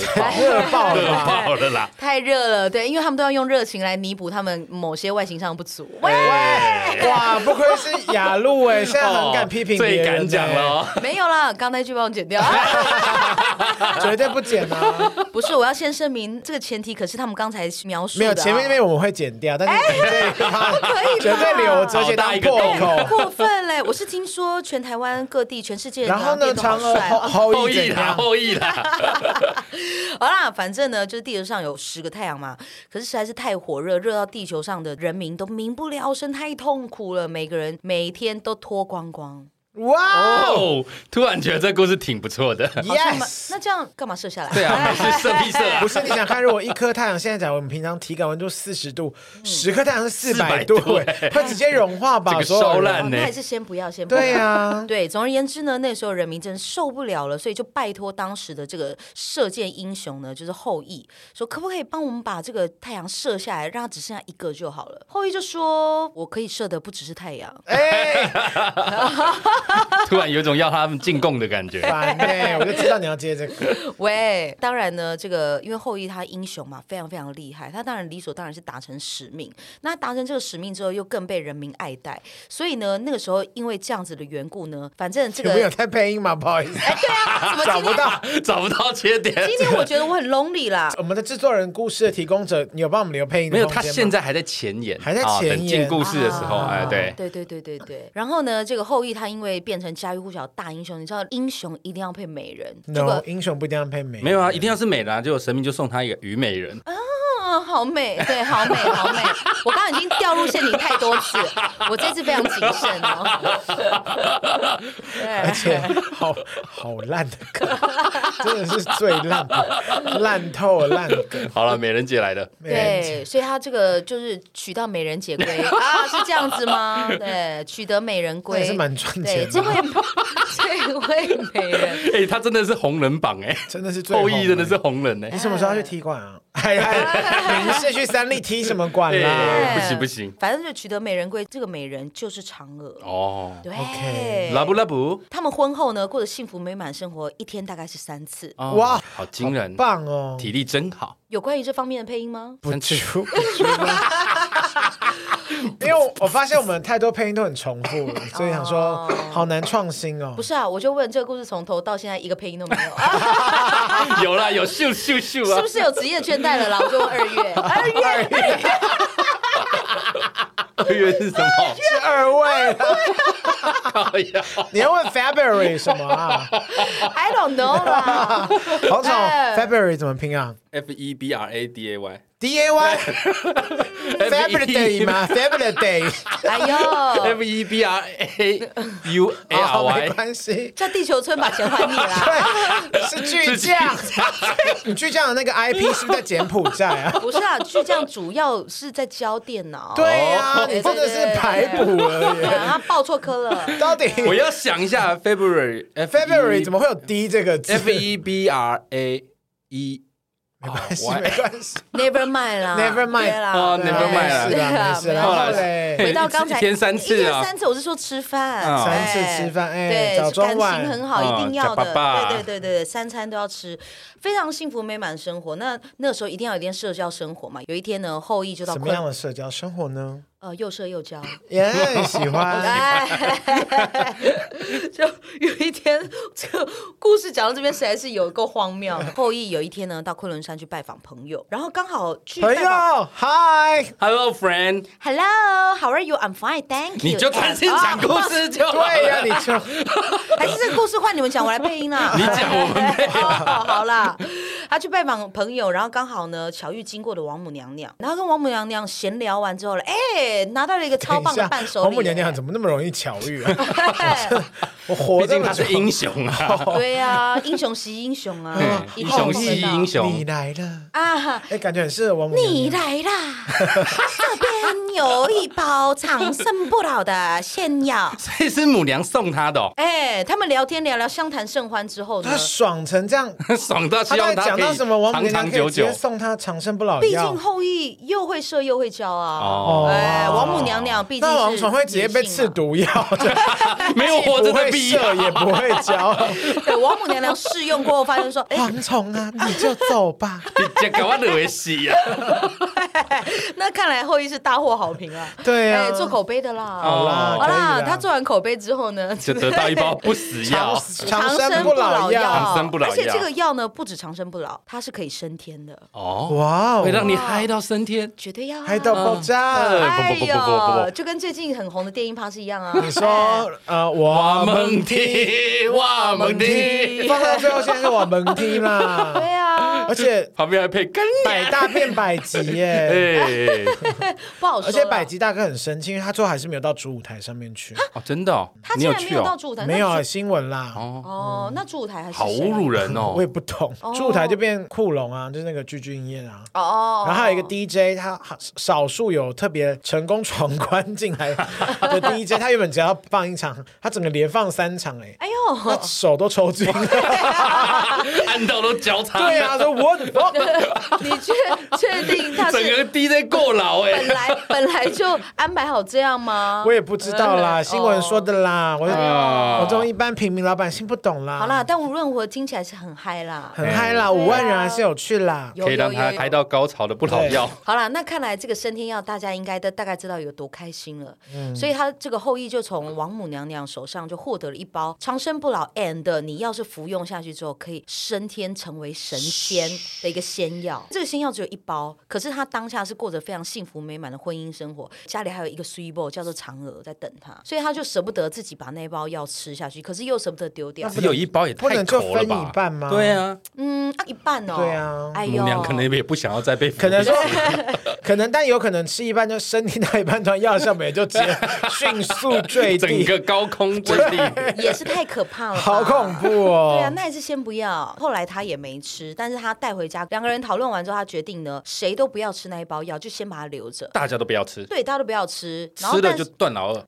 [SPEAKER 1] 爆
[SPEAKER 2] 热爆
[SPEAKER 1] 热
[SPEAKER 2] 了吧。
[SPEAKER 1] 爆了啦！
[SPEAKER 3] 太热了。对，因为他们都要用热情来弥补他们某些外形上的不足。喂
[SPEAKER 1] 对
[SPEAKER 2] 哇，不愧是雅鹿哎， <laughs> 现在很敢批评别
[SPEAKER 1] 最
[SPEAKER 2] 人，啊
[SPEAKER 1] 敢讲了哦，
[SPEAKER 3] 没有啦，刚那句帮我剪掉。
[SPEAKER 2] 哎，
[SPEAKER 3] <laughs>
[SPEAKER 2] 绝对不剪啊！
[SPEAKER 3] 不是，我要先声明，这个前提可是他们刚才描述的、
[SPEAKER 2] 没有，
[SPEAKER 3] 啊。
[SPEAKER 2] 前面那边我们会剪掉，但是这一趴
[SPEAKER 3] 可以吧
[SPEAKER 2] 绝对留着，而且当破
[SPEAKER 3] 很 <laughs>
[SPEAKER 2] 口。
[SPEAKER 3] 过分嘞！我是听说全台湾各地、全世界的
[SPEAKER 2] 然后呢，
[SPEAKER 3] 店都好
[SPEAKER 2] 嫦娥
[SPEAKER 3] 帅
[SPEAKER 2] 后
[SPEAKER 3] 啊
[SPEAKER 2] 后
[SPEAKER 1] 后
[SPEAKER 2] 羿
[SPEAKER 1] 羿
[SPEAKER 2] 怎
[SPEAKER 1] 啦，
[SPEAKER 2] 样？
[SPEAKER 1] 后羿啦，
[SPEAKER 3] 好啦，反正呢，就是地球上有十个太阳嘛，可是实在是太火热，热到地球上的人民都民不聊生，太痛苦了，每个人每天都脱光光。
[SPEAKER 2] 哇
[SPEAKER 1] 哦，突然觉得这故事挺不错的。
[SPEAKER 2] <laughs>
[SPEAKER 3] 好像蛮
[SPEAKER 2] ，yes。
[SPEAKER 3] 那这样干嘛射下来？
[SPEAKER 1] 对啊，是射屁射
[SPEAKER 2] 不
[SPEAKER 1] 啊，
[SPEAKER 2] 是你想看，如果一颗太阳现在假如我们平常体感温度四十度，十颗太阳是嗯四
[SPEAKER 1] 400
[SPEAKER 2] 百度，
[SPEAKER 1] 度
[SPEAKER 2] 哎会直接融化
[SPEAKER 1] 这
[SPEAKER 2] 吧？ <laughs>
[SPEAKER 1] 个
[SPEAKER 2] 所有人
[SPEAKER 1] 烧烂
[SPEAKER 3] 哦
[SPEAKER 1] 呢
[SPEAKER 3] 那还是先不要，先不要。
[SPEAKER 2] 对啊，
[SPEAKER 3] 对，总而言之呢，那时候人民真的受不了了，所以就拜托当时的这个射箭英雄呢，就是后羿，说可不可以帮我们把这个太阳射下来，让它只剩下一个就好了。后羿就说：“我可以射的不只是太阳。
[SPEAKER 2] 哎，
[SPEAKER 1] 突然有种要他们进贡的感觉。
[SPEAKER 2] 烦哎，我就知道你要接这
[SPEAKER 3] <laughs>
[SPEAKER 2] 个。”
[SPEAKER 3] 喂，当然呢，这个因为后羿他英雄嘛，非常非常厉害，他当然理所当然是达成使命。那达成这个使命之后，又更被人民爱戴，所以呢，那个时候因为这样子的缘故呢，反正这
[SPEAKER 2] 有
[SPEAKER 3] 个哎啊
[SPEAKER 2] 没有在配音吗？不好意思， <laughs> 找不到。
[SPEAKER 1] 找不到缺点。
[SPEAKER 3] 今天我觉得我很
[SPEAKER 2] <laughs>
[SPEAKER 3] lonely 啦。
[SPEAKER 2] 我们的制作人、故事的提供者，你有帮我们留配音的
[SPEAKER 1] 没有，
[SPEAKER 2] 空
[SPEAKER 1] 他
[SPEAKER 2] 间吗
[SPEAKER 1] 现在还在前演，
[SPEAKER 2] 还在前
[SPEAKER 1] 啊
[SPEAKER 2] 演
[SPEAKER 1] 等进故事的时候，
[SPEAKER 3] 啊
[SPEAKER 1] 哎，对，
[SPEAKER 3] 对对对对对。然后呢，这个后羿他因为变成家喻户晓的大英雄，你知道英雄一定要配美人，这
[SPEAKER 2] no
[SPEAKER 3] 个
[SPEAKER 2] 英雄不一定要配美，
[SPEAKER 1] 没有啊，一定要是美人啊，结果神明就送他一个虞美人，
[SPEAKER 3] 嗯，好美，对，好美，好美。我刚刚已经掉入陷阱太多次，我这次非常谨慎哦。
[SPEAKER 2] 而
[SPEAKER 1] <laughs>
[SPEAKER 3] 对。
[SPEAKER 2] 且好好烂的梗，真的是最烂的，烂透烂梗。哎
[SPEAKER 1] 好了，美人姐来的，
[SPEAKER 2] 美人
[SPEAKER 3] 对，所以他这个就是娶到美人姐归啊，是这样子吗？对，取得美人
[SPEAKER 2] 那也
[SPEAKER 3] 归
[SPEAKER 2] 是蛮赚
[SPEAKER 3] 对
[SPEAKER 2] 钱
[SPEAKER 3] 这
[SPEAKER 2] 的，
[SPEAKER 3] 位这位美人，
[SPEAKER 1] 哎，他真的是红人榜哎，
[SPEAKER 2] 真的是最
[SPEAKER 1] 后羿真的
[SPEAKER 2] 红
[SPEAKER 1] 是。红人哎
[SPEAKER 2] 你，什么时候要去踢馆啊？哎哎，你是去三立踢什么馆啦？
[SPEAKER 1] 哎不行不行，
[SPEAKER 3] 反正就取得美人归，这个美人就是嫦娥。
[SPEAKER 1] 哦，
[SPEAKER 3] 对
[SPEAKER 2] OK
[SPEAKER 1] 拉布拉布，
[SPEAKER 3] 他们婚后呢，过着幸福美满生活，一天大概是三次。
[SPEAKER 1] 哦
[SPEAKER 2] 哇
[SPEAKER 1] 好惊人，
[SPEAKER 2] 棒哦！
[SPEAKER 1] 体力真好，
[SPEAKER 3] 有关于这方面的配音吗？
[SPEAKER 2] 不
[SPEAKER 1] 三次
[SPEAKER 2] 出不出吗？因为我我发现我们太多配音都很重复了，所以想说好难创新哦
[SPEAKER 3] 哦不。是啊，我就问这个故事从头到现在一个配音都没
[SPEAKER 2] <laughs>
[SPEAKER 3] 有，啊、
[SPEAKER 1] <laughs> 有啦，有咻咻咻
[SPEAKER 3] 是
[SPEAKER 1] 啊
[SPEAKER 3] 不，是有职业倦怠了啦？我就问二
[SPEAKER 2] <laughs>
[SPEAKER 3] 月，哎二月
[SPEAKER 2] 哎
[SPEAKER 1] 二月哎是什么？
[SPEAKER 2] 是二位，
[SPEAKER 1] 靠呀，
[SPEAKER 2] <laughs> 你要问 February 什么 <laughs> 啊？
[SPEAKER 3] I don't know
[SPEAKER 2] <laughs>
[SPEAKER 3] 啦。
[SPEAKER 2] 黄总
[SPEAKER 3] 哎
[SPEAKER 2] ，February 怎么拼啊
[SPEAKER 1] <laughs> F E B R A D A Y
[SPEAKER 2] ？D A <laughs> Y E February <laughs> 吗？February Day
[SPEAKER 3] 哎呦，
[SPEAKER 1] F E B R A U A R
[SPEAKER 2] <laughs> 好，没
[SPEAKER 1] Y，
[SPEAKER 2] 关 <laughs> 系。
[SPEAKER 3] 叫地球村把钱还你啦。
[SPEAKER 2] 对，是巨匠。你巨匠的那个 IP 是不是在柬埔寨啊？ <laughs>
[SPEAKER 3] 不是啊，巨匠主要是在教电脑，
[SPEAKER 2] 对啊，你
[SPEAKER 3] 对
[SPEAKER 2] 真的是排补
[SPEAKER 3] 对
[SPEAKER 2] <laughs> 而
[SPEAKER 3] 他报错科了。
[SPEAKER 2] 已。到底
[SPEAKER 1] 我要想一下 February F
[SPEAKER 2] 哎
[SPEAKER 1] E
[SPEAKER 2] February 怎么会有 D 这个字？
[SPEAKER 1] F E B R A E
[SPEAKER 2] 没关系，
[SPEAKER 1] 我
[SPEAKER 2] 没关系。
[SPEAKER 3] Never mind 啦
[SPEAKER 2] Never mind
[SPEAKER 3] 对啦
[SPEAKER 1] 哦
[SPEAKER 3] 对
[SPEAKER 1] never mind 啦
[SPEAKER 2] 是啦，没事
[SPEAKER 3] 对啊
[SPEAKER 2] 啦。然
[SPEAKER 3] 啦
[SPEAKER 2] 后
[SPEAKER 1] 好啦
[SPEAKER 2] 嘞，
[SPEAKER 3] 回到刚
[SPEAKER 1] 一
[SPEAKER 3] 才，
[SPEAKER 1] 天三次啊
[SPEAKER 3] 一天三次，我是说吃饭，
[SPEAKER 1] 嗯
[SPEAKER 2] 啊三
[SPEAKER 3] 哎
[SPEAKER 2] 次吃饭哎
[SPEAKER 3] 对，
[SPEAKER 2] 早中晚
[SPEAKER 3] 感情很好，
[SPEAKER 1] 嗯
[SPEAKER 3] 一定要
[SPEAKER 1] 假爸
[SPEAKER 3] 的，
[SPEAKER 1] 爸
[SPEAKER 3] 对对对对，对三餐都要吃，非常幸福美满生活。那那时候一定要有一点社交生活嘛。有一天呢，后羿就到
[SPEAKER 2] <laughs> 什么样啊
[SPEAKER 3] 昆
[SPEAKER 2] 的社交生活呢？
[SPEAKER 3] 呃又社又交，
[SPEAKER 2] <laughs> 也很喜 <laughs> 欢。
[SPEAKER 3] 哎， <laughs> 就有一天，这个故事讲到这边实在是有够荒谬。后羿有一天呢，到昆仑山去拜访朋友，然后刚好去
[SPEAKER 2] 朋
[SPEAKER 3] 拜
[SPEAKER 1] 啊
[SPEAKER 3] 访
[SPEAKER 2] 友，嗨，
[SPEAKER 1] Hello friend，
[SPEAKER 3] Hello，How are you? I'm fine, thank
[SPEAKER 1] 你
[SPEAKER 3] you. 哎哦
[SPEAKER 1] 就专心讲故事就好
[SPEAKER 2] <laughs> 对啊呀，你就
[SPEAKER 3] <laughs> 还是这个故事换你们讲，我来配音啦。啊 <laughs>
[SPEAKER 1] 你讲我们配
[SPEAKER 3] 哦，好啦。他去拜访朋友，然后刚好呢巧遇经过的王母娘娘，然后跟王母娘娘闲聊完之后了，哎，拿到了一个超棒的伴手礼。哎
[SPEAKER 2] 王母娘娘怎么那么容易巧遇啊？
[SPEAKER 3] <laughs>
[SPEAKER 2] 我活
[SPEAKER 1] 毕
[SPEAKER 2] 这
[SPEAKER 1] 竟
[SPEAKER 2] 么
[SPEAKER 1] 他
[SPEAKER 2] 久
[SPEAKER 1] 是英雄
[SPEAKER 2] <laughs>
[SPEAKER 1] 啊，
[SPEAKER 3] 对呀、英雄惜英雄啊，
[SPEAKER 1] 嗯英
[SPEAKER 3] 一定
[SPEAKER 1] 雄
[SPEAKER 3] 碰得
[SPEAKER 1] 惜
[SPEAKER 3] 到
[SPEAKER 1] 英
[SPEAKER 2] 你
[SPEAKER 1] 雄。
[SPEAKER 2] 来了，
[SPEAKER 3] 啊。
[SPEAKER 2] 哎，感觉很适合王母娘
[SPEAKER 3] 你
[SPEAKER 2] 娘。
[SPEAKER 3] 来啦！这边有一包长生不老的
[SPEAKER 1] <laughs>
[SPEAKER 3] 仙药。
[SPEAKER 1] 这是母娘送他的、哦， <laughs>
[SPEAKER 3] 哎、他们聊天聊聊，相谈甚欢之后呢
[SPEAKER 2] 她，爽成这样，
[SPEAKER 1] 爽到
[SPEAKER 2] 她
[SPEAKER 1] 希
[SPEAKER 2] 到
[SPEAKER 1] 望
[SPEAKER 2] 底讲
[SPEAKER 1] 可
[SPEAKER 2] 到
[SPEAKER 1] 以
[SPEAKER 2] 什么？王母
[SPEAKER 1] 长
[SPEAKER 2] 娘娘
[SPEAKER 1] 长
[SPEAKER 2] 可以
[SPEAKER 1] 久
[SPEAKER 2] 直
[SPEAKER 1] 久
[SPEAKER 2] 接。送她长生不老
[SPEAKER 3] 毕
[SPEAKER 2] 药
[SPEAKER 3] 竟。后羿又会射又会教啊。
[SPEAKER 1] 哦
[SPEAKER 3] 哎、王母娘娘毕竟
[SPEAKER 2] 那
[SPEAKER 3] 是
[SPEAKER 2] 王纯会直接被
[SPEAKER 3] 女性
[SPEAKER 2] 刺
[SPEAKER 3] 嘛。
[SPEAKER 2] 毒药，
[SPEAKER 3] <laughs>
[SPEAKER 2] 就
[SPEAKER 1] 没有活着
[SPEAKER 2] 不
[SPEAKER 1] 的
[SPEAKER 2] 会
[SPEAKER 1] 必要
[SPEAKER 2] 射，也不会教。
[SPEAKER 3] <laughs> 对，王母娘娘试用过后发
[SPEAKER 2] <laughs>
[SPEAKER 3] 现说，哎、
[SPEAKER 2] 蝗虫啊，你就走
[SPEAKER 3] <laughs>
[SPEAKER 2] 吧。
[SPEAKER 1] 这搞我惹死
[SPEAKER 2] <laughs>
[SPEAKER 1] 啊！
[SPEAKER 3] 那看来后羿是大获好评啊。
[SPEAKER 2] 对啊
[SPEAKER 3] 哎做口碑的啦。
[SPEAKER 1] 哦
[SPEAKER 2] 好啦，
[SPEAKER 3] 好
[SPEAKER 2] 可以
[SPEAKER 3] 啦，
[SPEAKER 2] 啦，
[SPEAKER 3] 他做完口碑之后呢，
[SPEAKER 1] 就得到一包不死药
[SPEAKER 2] <laughs> 长，长生不老药。
[SPEAKER 1] 长生不老药
[SPEAKER 3] 而且这个药呢，不止长生不老，它是可以升天的，
[SPEAKER 1] 哦，
[SPEAKER 2] 哇
[SPEAKER 1] 会
[SPEAKER 2] 哦，
[SPEAKER 1] 让你嗨到升天。
[SPEAKER 3] 绝对要、啊。
[SPEAKER 2] 嗨到爆炸！
[SPEAKER 1] 嗯
[SPEAKER 3] 哎
[SPEAKER 1] 不不不不不不不
[SPEAKER 3] 呦，就跟最近很红的电音趴是一样啊。
[SPEAKER 1] <laughs>
[SPEAKER 2] 你说呃，我
[SPEAKER 1] 我
[SPEAKER 2] 们
[SPEAKER 1] 们
[SPEAKER 2] 听，
[SPEAKER 1] 听，我们听，
[SPEAKER 2] 放到最后现在是我们听
[SPEAKER 3] <laughs> 对 <laughs>
[SPEAKER 2] 啦，
[SPEAKER 3] 啊，
[SPEAKER 2] 而且
[SPEAKER 1] 旁边还配干
[SPEAKER 2] <laughs> 百大变百集
[SPEAKER 3] <laughs>
[SPEAKER 2] 耶。
[SPEAKER 1] 哎，
[SPEAKER 3] 不好说啦。
[SPEAKER 2] 而且百吉大哥很生气，因为他最后还是没有到主舞台上面
[SPEAKER 3] 啊
[SPEAKER 2] 去，
[SPEAKER 1] 哦，真的哦，
[SPEAKER 3] 他
[SPEAKER 1] 你
[SPEAKER 3] 竟然没
[SPEAKER 1] 去
[SPEAKER 3] 有到
[SPEAKER 1] 哦，
[SPEAKER 3] 主舞台，
[SPEAKER 2] 没有
[SPEAKER 3] 那
[SPEAKER 2] 啊
[SPEAKER 3] 主
[SPEAKER 2] 新闻啦，
[SPEAKER 1] 哦，
[SPEAKER 3] 哦，那主舞台还是
[SPEAKER 1] 好侮辱
[SPEAKER 3] 人
[SPEAKER 1] 人哦
[SPEAKER 2] 我也，不懂
[SPEAKER 3] 哦。
[SPEAKER 2] 主舞台就变库龙啊，就是那个聚俊彦啊，
[SPEAKER 3] 哦哦。
[SPEAKER 2] 然后还有一个
[SPEAKER 3] 第
[SPEAKER 2] DJ，他少数有特别成功闯关进来
[SPEAKER 3] <laughs>
[SPEAKER 2] 的 DJ，他原本只要放一场，他整个连放三场、欸，
[SPEAKER 3] 哎
[SPEAKER 2] 他
[SPEAKER 3] 呦，
[SPEAKER 2] 手都抽筋了。
[SPEAKER 3] <laughs>
[SPEAKER 1] 按到都交叉，
[SPEAKER 2] 对啊，说我的妈，
[SPEAKER 3] 你确确定他
[SPEAKER 1] 整
[SPEAKER 3] 是
[SPEAKER 1] 个 DJ 够老
[SPEAKER 3] 本
[SPEAKER 1] 哎，
[SPEAKER 3] 来本来就安排好这样吗？
[SPEAKER 2] 我也不知道啦，
[SPEAKER 3] 嗯
[SPEAKER 2] 新闻说的啦，我
[SPEAKER 1] 啊
[SPEAKER 2] 我这种一般平民老百姓不懂啦。
[SPEAKER 3] 哦好啦，，啊但无论如何听起来是很嗨啦，
[SPEAKER 2] 很嗨啦，五万人还是有去啦。
[SPEAKER 3] 有
[SPEAKER 1] 可以让
[SPEAKER 3] 有
[SPEAKER 1] 他
[SPEAKER 3] 有
[SPEAKER 1] 嗨到高潮的不老药，
[SPEAKER 3] 好啦，那看来这个升天药大家应该都大概知道有多开心了，
[SPEAKER 2] 嗯
[SPEAKER 3] 所以他这个后羿就从王母娘娘手上就获得了一包长生不老 and 你要是服用下去之后可以升天成为神仙的一个仙药。这个仙药只有一包，可是他当下是过着非常幸福美满的婚姻生活，家里还有一个 s w e e b o 叫做嫦娥在等他，所以他就舍不得自己把那包药吃下去，可是又舍不得丢掉。
[SPEAKER 1] 只有一包也
[SPEAKER 2] 不
[SPEAKER 1] 太
[SPEAKER 2] 能就
[SPEAKER 1] 口了
[SPEAKER 2] 分
[SPEAKER 1] 吧
[SPEAKER 2] 一？半吗？
[SPEAKER 1] 对，啊，
[SPEAKER 3] 嗯，啊一半哦。
[SPEAKER 2] 对啊
[SPEAKER 3] 哎呦
[SPEAKER 1] 母，娘可能也不想要再被，<laughs>
[SPEAKER 2] 可能说，可能但有可能吃一半就身体到一半，突然药效没，就直接迅速坠
[SPEAKER 1] 整
[SPEAKER 2] 地，
[SPEAKER 1] 个高空坠地，
[SPEAKER 3] 也是太可怕了，
[SPEAKER 2] 好恐。怖哦！
[SPEAKER 3] 对啊，那还是先不要。后来他也没吃，但是他带回家，两个人讨论完之后，他决定呢，谁都不要吃那一包药，就先把它留着。
[SPEAKER 1] 大家都不要吃，
[SPEAKER 3] 对，大家都不要吃，然后
[SPEAKER 1] 吃了
[SPEAKER 3] 但。
[SPEAKER 1] 就是断老二。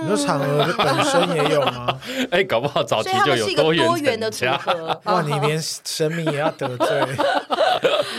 [SPEAKER 2] 你说嫦娥本身也有
[SPEAKER 3] <laughs>
[SPEAKER 2] 吗？
[SPEAKER 1] 哎，搞不好早期
[SPEAKER 3] 所以他
[SPEAKER 1] 就
[SPEAKER 3] 们是一
[SPEAKER 1] 有
[SPEAKER 3] 个多元
[SPEAKER 1] 元
[SPEAKER 3] 的
[SPEAKER 1] 成家。 <laughs>
[SPEAKER 3] 组合，
[SPEAKER 2] 哇，你连神明也要得
[SPEAKER 3] <laughs>
[SPEAKER 2] 罪，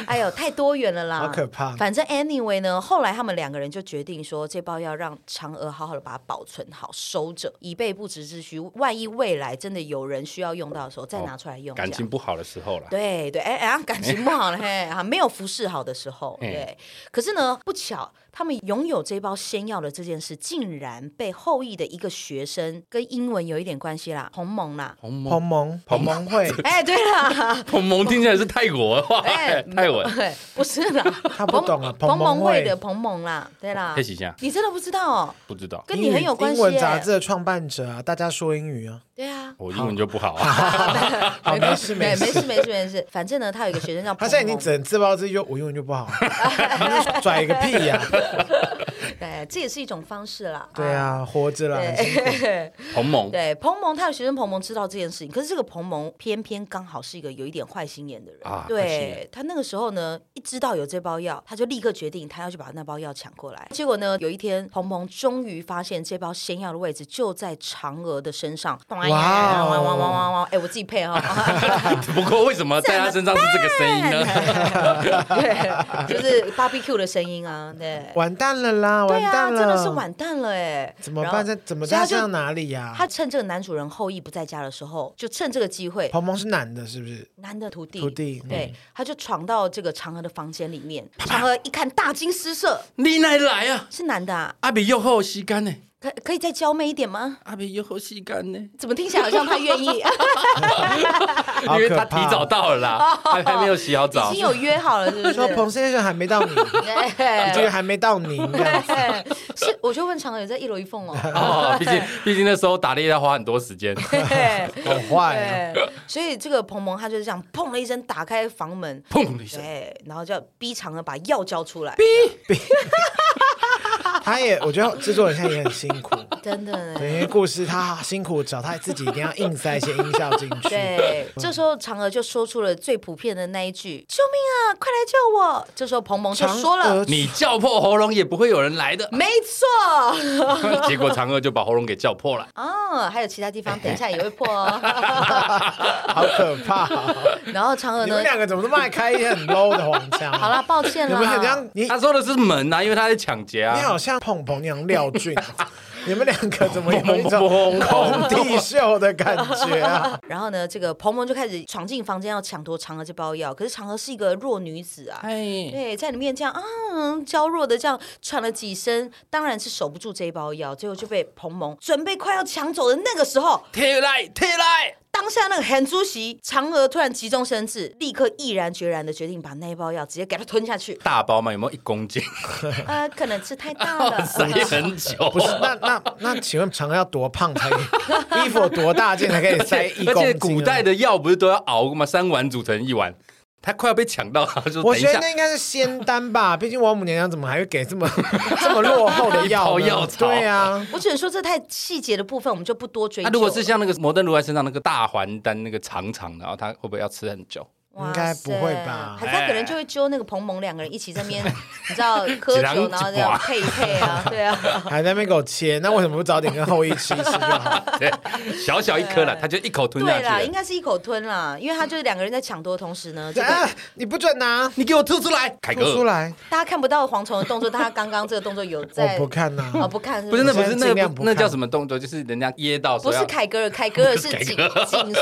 [SPEAKER 3] 哎呦，太多元了啦，
[SPEAKER 2] 好可怕
[SPEAKER 3] 反正 anyway 呢，后来他们两个人就决定说，这包要让嫦娥好好的把它保存好，收着，以备不时之需。万一未来真的有人需要用到的时候，
[SPEAKER 1] 哦
[SPEAKER 3] 再拿出来用。这
[SPEAKER 1] 感
[SPEAKER 3] 样
[SPEAKER 1] 情不好的时候啦，
[SPEAKER 3] 对对，哎哎啊，感情不好了嘿啊，没有服侍好的时候，
[SPEAKER 1] 嘿
[SPEAKER 3] 对。可是呢，不巧，他们拥有这包仙药的这件事，竟然被后羿的一个学生跟英文有一点关系啦，鸿蒙啦。
[SPEAKER 1] 鸿蒙
[SPEAKER 2] 蓬蒙蓬蒙会，
[SPEAKER 3] 哎，对
[SPEAKER 1] <laughs>
[SPEAKER 3] 啦，
[SPEAKER 1] 蓬蒙听起来是泰国的话，
[SPEAKER 3] 哎，
[SPEAKER 1] 泰文。
[SPEAKER 3] 哎不是
[SPEAKER 1] <laughs>
[SPEAKER 3] 啦，
[SPEAKER 2] 他不懂啊
[SPEAKER 3] 彭
[SPEAKER 2] 彭
[SPEAKER 3] 蒙
[SPEAKER 2] 蒙
[SPEAKER 3] 会
[SPEAKER 2] 会
[SPEAKER 3] 的彭蒙啦，对啦
[SPEAKER 1] 配，几下？
[SPEAKER 3] 你真的不知道哦，
[SPEAKER 1] 不知道，
[SPEAKER 3] 跟你很有关系
[SPEAKER 2] 英
[SPEAKER 3] 耶。
[SPEAKER 2] 文杂志的创办者啊，大家说英语啊，
[SPEAKER 3] 对啊，
[SPEAKER 1] 我英文就不好 <laughs> 啊。
[SPEAKER 2] 好没事
[SPEAKER 3] 对，
[SPEAKER 2] 没
[SPEAKER 3] 没
[SPEAKER 2] 事。
[SPEAKER 3] 事没事没事，反正呢，他有一个学生
[SPEAKER 2] <laughs>
[SPEAKER 3] 叫
[SPEAKER 2] 他
[SPEAKER 3] 彭
[SPEAKER 2] 现在已经
[SPEAKER 3] 蒙
[SPEAKER 2] 只能自暴自弃，就我英文就不
[SPEAKER 3] <laughs>
[SPEAKER 2] 好，你拽个屁呀！
[SPEAKER 3] 对，这也是一种方式啦。
[SPEAKER 2] 对啊，活着啦，很辛苦
[SPEAKER 3] 对。
[SPEAKER 1] 蓬蒙
[SPEAKER 3] 对，彭蒙他的学生彭蒙知道这件事情，可是这个彭蒙偏偏刚好是一个有一点坏心眼的人。
[SPEAKER 1] 啊坏心
[SPEAKER 3] 对
[SPEAKER 1] 眼
[SPEAKER 3] 他那个时候呢，一知道有这包药，他就立刻决定他要去把那包药抢过来。结果呢，有一天彭蒙终于发现这包仙药的位置就在嫦娥的身上。哇
[SPEAKER 2] 哦
[SPEAKER 3] 哇哇哇哇哇！哎，我自己配哈、
[SPEAKER 1] <laughs>
[SPEAKER 2] <laughs>
[SPEAKER 1] 不过为什么在
[SPEAKER 3] 啊
[SPEAKER 1] 他身上是这个声音呢？
[SPEAKER 3] <laughs> 对，就是 barbecue 的声音啊，对。
[SPEAKER 2] 完蛋了啦，
[SPEAKER 3] 对
[SPEAKER 2] 完
[SPEAKER 3] 啊，
[SPEAKER 2] 蛋了，
[SPEAKER 3] 真的是完蛋了哎！
[SPEAKER 2] 怎么
[SPEAKER 3] 然后
[SPEAKER 2] 办？这怎么
[SPEAKER 3] 所以
[SPEAKER 2] 他
[SPEAKER 3] 他就
[SPEAKER 2] 上哪里呀？
[SPEAKER 3] 他趁这个男主人后羿不在家的时候，就趁这个机会，
[SPEAKER 2] 蓬蒙是男的，是不是？
[SPEAKER 3] 男的徒弟，
[SPEAKER 2] 徒弟
[SPEAKER 3] 对，他就闯到这个嫦娥的房间里面。嫦娥一看，大惊失色，
[SPEAKER 1] <laughs> 你哪里来啊？
[SPEAKER 3] 是男的啊，
[SPEAKER 1] 阿比又厚吸干呢？
[SPEAKER 3] 可可以再娇媚一点吗？
[SPEAKER 1] 阿北有好戏干呢，
[SPEAKER 3] 怎么听起来好像他愿意？
[SPEAKER 1] 因为他提早到了
[SPEAKER 3] <laughs>
[SPEAKER 1] 啦，还还没有洗好澡
[SPEAKER 3] 已经。有约好了，是不
[SPEAKER 2] 说
[SPEAKER 3] 是？
[SPEAKER 2] 彭先生还没到
[SPEAKER 3] <laughs>
[SPEAKER 2] 你，
[SPEAKER 3] 对
[SPEAKER 2] 这个还没到你，这样子
[SPEAKER 3] 对是，我就问常有在一楼一凤哦。
[SPEAKER 1] 哦，毕竟毕竟那时候打猎要花很多时
[SPEAKER 3] <laughs>
[SPEAKER 1] 间。
[SPEAKER 3] 对
[SPEAKER 2] 好坏哦。
[SPEAKER 3] 对，所以这个彭蒙他就是这样，砰的一声打开房门，
[SPEAKER 1] 砰的一声，
[SPEAKER 3] 对，然后就逼嫦娥把药交出来，
[SPEAKER 2] 他也，我觉得制作人现在也很辛苦，
[SPEAKER 3] 真的
[SPEAKER 2] 对，
[SPEAKER 3] 呢。
[SPEAKER 2] 因为故事他辛苦找他自己一定要硬塞一些音效进去。嗯
[SPEAKER 3] 对，这时候嫦娥就说出了最普遍的那一句：“救命啊，快来救我！”这时候彭蒙就说
[SPEAKER 2] 嫦
[SPEAKER 3] 了
[SPEAKER 2] 娥
[SPEAKER 1] 你叫破喉咙也不会有人来
[SPEAKER 3] <laughs>
[SPEAKER 1] 的：“。
[SPEAKER 3] 没错。
[SPEAKER 1] 结果嫦娥就把喉咙给叫破了”。
[SPEAKER 3] 哦，还有其他地方，等一下也会
[SPEAKER 2] <laughs>
[SPEAKER 3] 破哦。
[SPEAKER 2] 好可怕哦、
[SPEAKER 3] 然后嫦娥
[SPEAKER 2] 你
[SPEAKER 3] 呢
[SPEAKER 2] 们？两个怎么都么爱开一些很 low 的黄腔？啊
[SPEAKER 3] 好啦，，抱歉
[SPEAKER 2] 你
[SPEAKER 3] 啦。
[SPEAKER 2] 们很像你，
[SPEAKER 1] 他说的是门啊，因为他在抢劫
[SPEAKER 2] 你
[SPEAKER 1] 啊。
[SPEAKER 2] 好像碰碰，你好像廖俊哦，
[SPEAKER 1] <laughs>
[SPEAKER 2] 你们两个怎么有一种
[SPEAKER 1] 砰砰砰
[SPEAKER 2] 空地秀的感觉啊？
[SPEAKER 3] 然后呢，这个彭蒙就开始闯进房间要抢夺嫦娥这包药，可是嫦娥是一个弱女子啊。
[SPEAKER 1] 哎，
[SPEAKER 3] 对，在里面这样啊，娇弱的这样喘了几声，当然是守不住这一包药，最后就被彭蒙准备快要抢走的那个时候，
[SPEAKER 1] 贴来贴来，。
[SPEAKER 3] 当下那个韩主席嫦娥突然急中生智，立刻毅然决然的决定把那一包药直接给它 <laughs> 吞下去
[SPEAKER 1] 大包嘛，有没有一公
[SPEAKER 3] <laughs>
[SPEAKER 1] 斤？
[SPEAKER 3] 呃，可能吃太大了。
[SPEAKER 1] 塞很久，
[SPEAKER 2] 不是，那那那，请问嫦娥要多胖才可以？衣服有多大件才可以 <laughs> 塞一
[SPEAKER 1] 而
[SPEAKER 2] 公斤啊
[SPEAKER 1] 且
[SPEAKER 2] 呢？
[SPEAKER 1] 古代的药不是都要熬吗？三碗煮成一碗，他快要被抢到，他就
[SPEAKER 2] 我
[SPEAKER 1] 等一
[SPEAKER 2] 觉得
[SPEAKER 1] 下
[SPEAKER 2] 那应该是仙丹吧，毕竟王母娘娘怎么还会给这么这么落后的
[SPEAKER 1] <laughs> 一
[SPEAKER 2] 药
[SPEAKER 1] 泡
[SPEAKER 2] 呢？
[SPEAKER 1] 药草
[SPEAKER 2] 对啊，
[SPEAKER 3] 我只能说这太细节的部分，我们就不多追
[SPEAKER 1] 他啊
[SPEAKER 3] 究。
[SPEAKER 1] 如果是像那个摩登如来身上那个大环丹那个长长的，然后哦他会不会要吃很久？
[SPEAKER 3] 哇
[SPEAKER 2] 应该不会
[SPEAKER 3] 塞
[SPEAKER 2] 吧
[SPEAKER 3] 还是他可能就会揪那个彭蒙两个人一起在那边，你知道喝
[SPEAKER 1] 一人一
[SPEAKER 3] 酒，然后这
[SPEAKER 1] 半
[SPEAKER 3] 样配一配啊，对啊。
[SPEAKER 2] 还在那边给我切，那为什么不早点跟后羿吃一吃就好？
[SPEAKER 1] 对，小小一颗了，他就一口吞下
[SPEAKER 3] 对啦，
[SPEAKER 1] 去
[SPEAKER 3] 应
[SPEAKER 1] 了。
[SPEAKER 3] 该是一口吞啦，因为他就是两个人在抢夺的同
[SPEAKER 2] <laughs>
[SPEAKER 3] 时呢，这个
[SPEAKER 2] 啊，你不准拿，
[SPEAKER 1] <laughs> 你给我吐出来，凯
[SPEAKER 2] 吐出
[SPEAKER 1] 哥！
[SPEAKER 2] 来，
[SPEAKER 3] 大家看不到蝗虫的动作，但他刚刚这个动作有
[SPEAKER 2] 我 <laughs>
[SPEAKER 3] 在
[SPEAKER 2] 不看呐、
[SPEAKER 3] 哦，不看是
[SPEAKER 1] 不是那不是
[SPEAKER 2] 我现在
[SPEAKER 1] 那
[SPEAKER 2] 尽
[SPEAKER 1] 个
[SPEAKER 2] 量
[SPEAKER 1] 不
[SPEAKER 2] 不
[SPEAKER 1] 那
[SPEAKER 2] 看
[SPEAKER 1] 叫什么动作？就是人家噎到
[SPEAKER 3] 不
[SPEAKER 1] 说要，
[SPEAKER 3] 是凯格尔，凯格尔是紧紧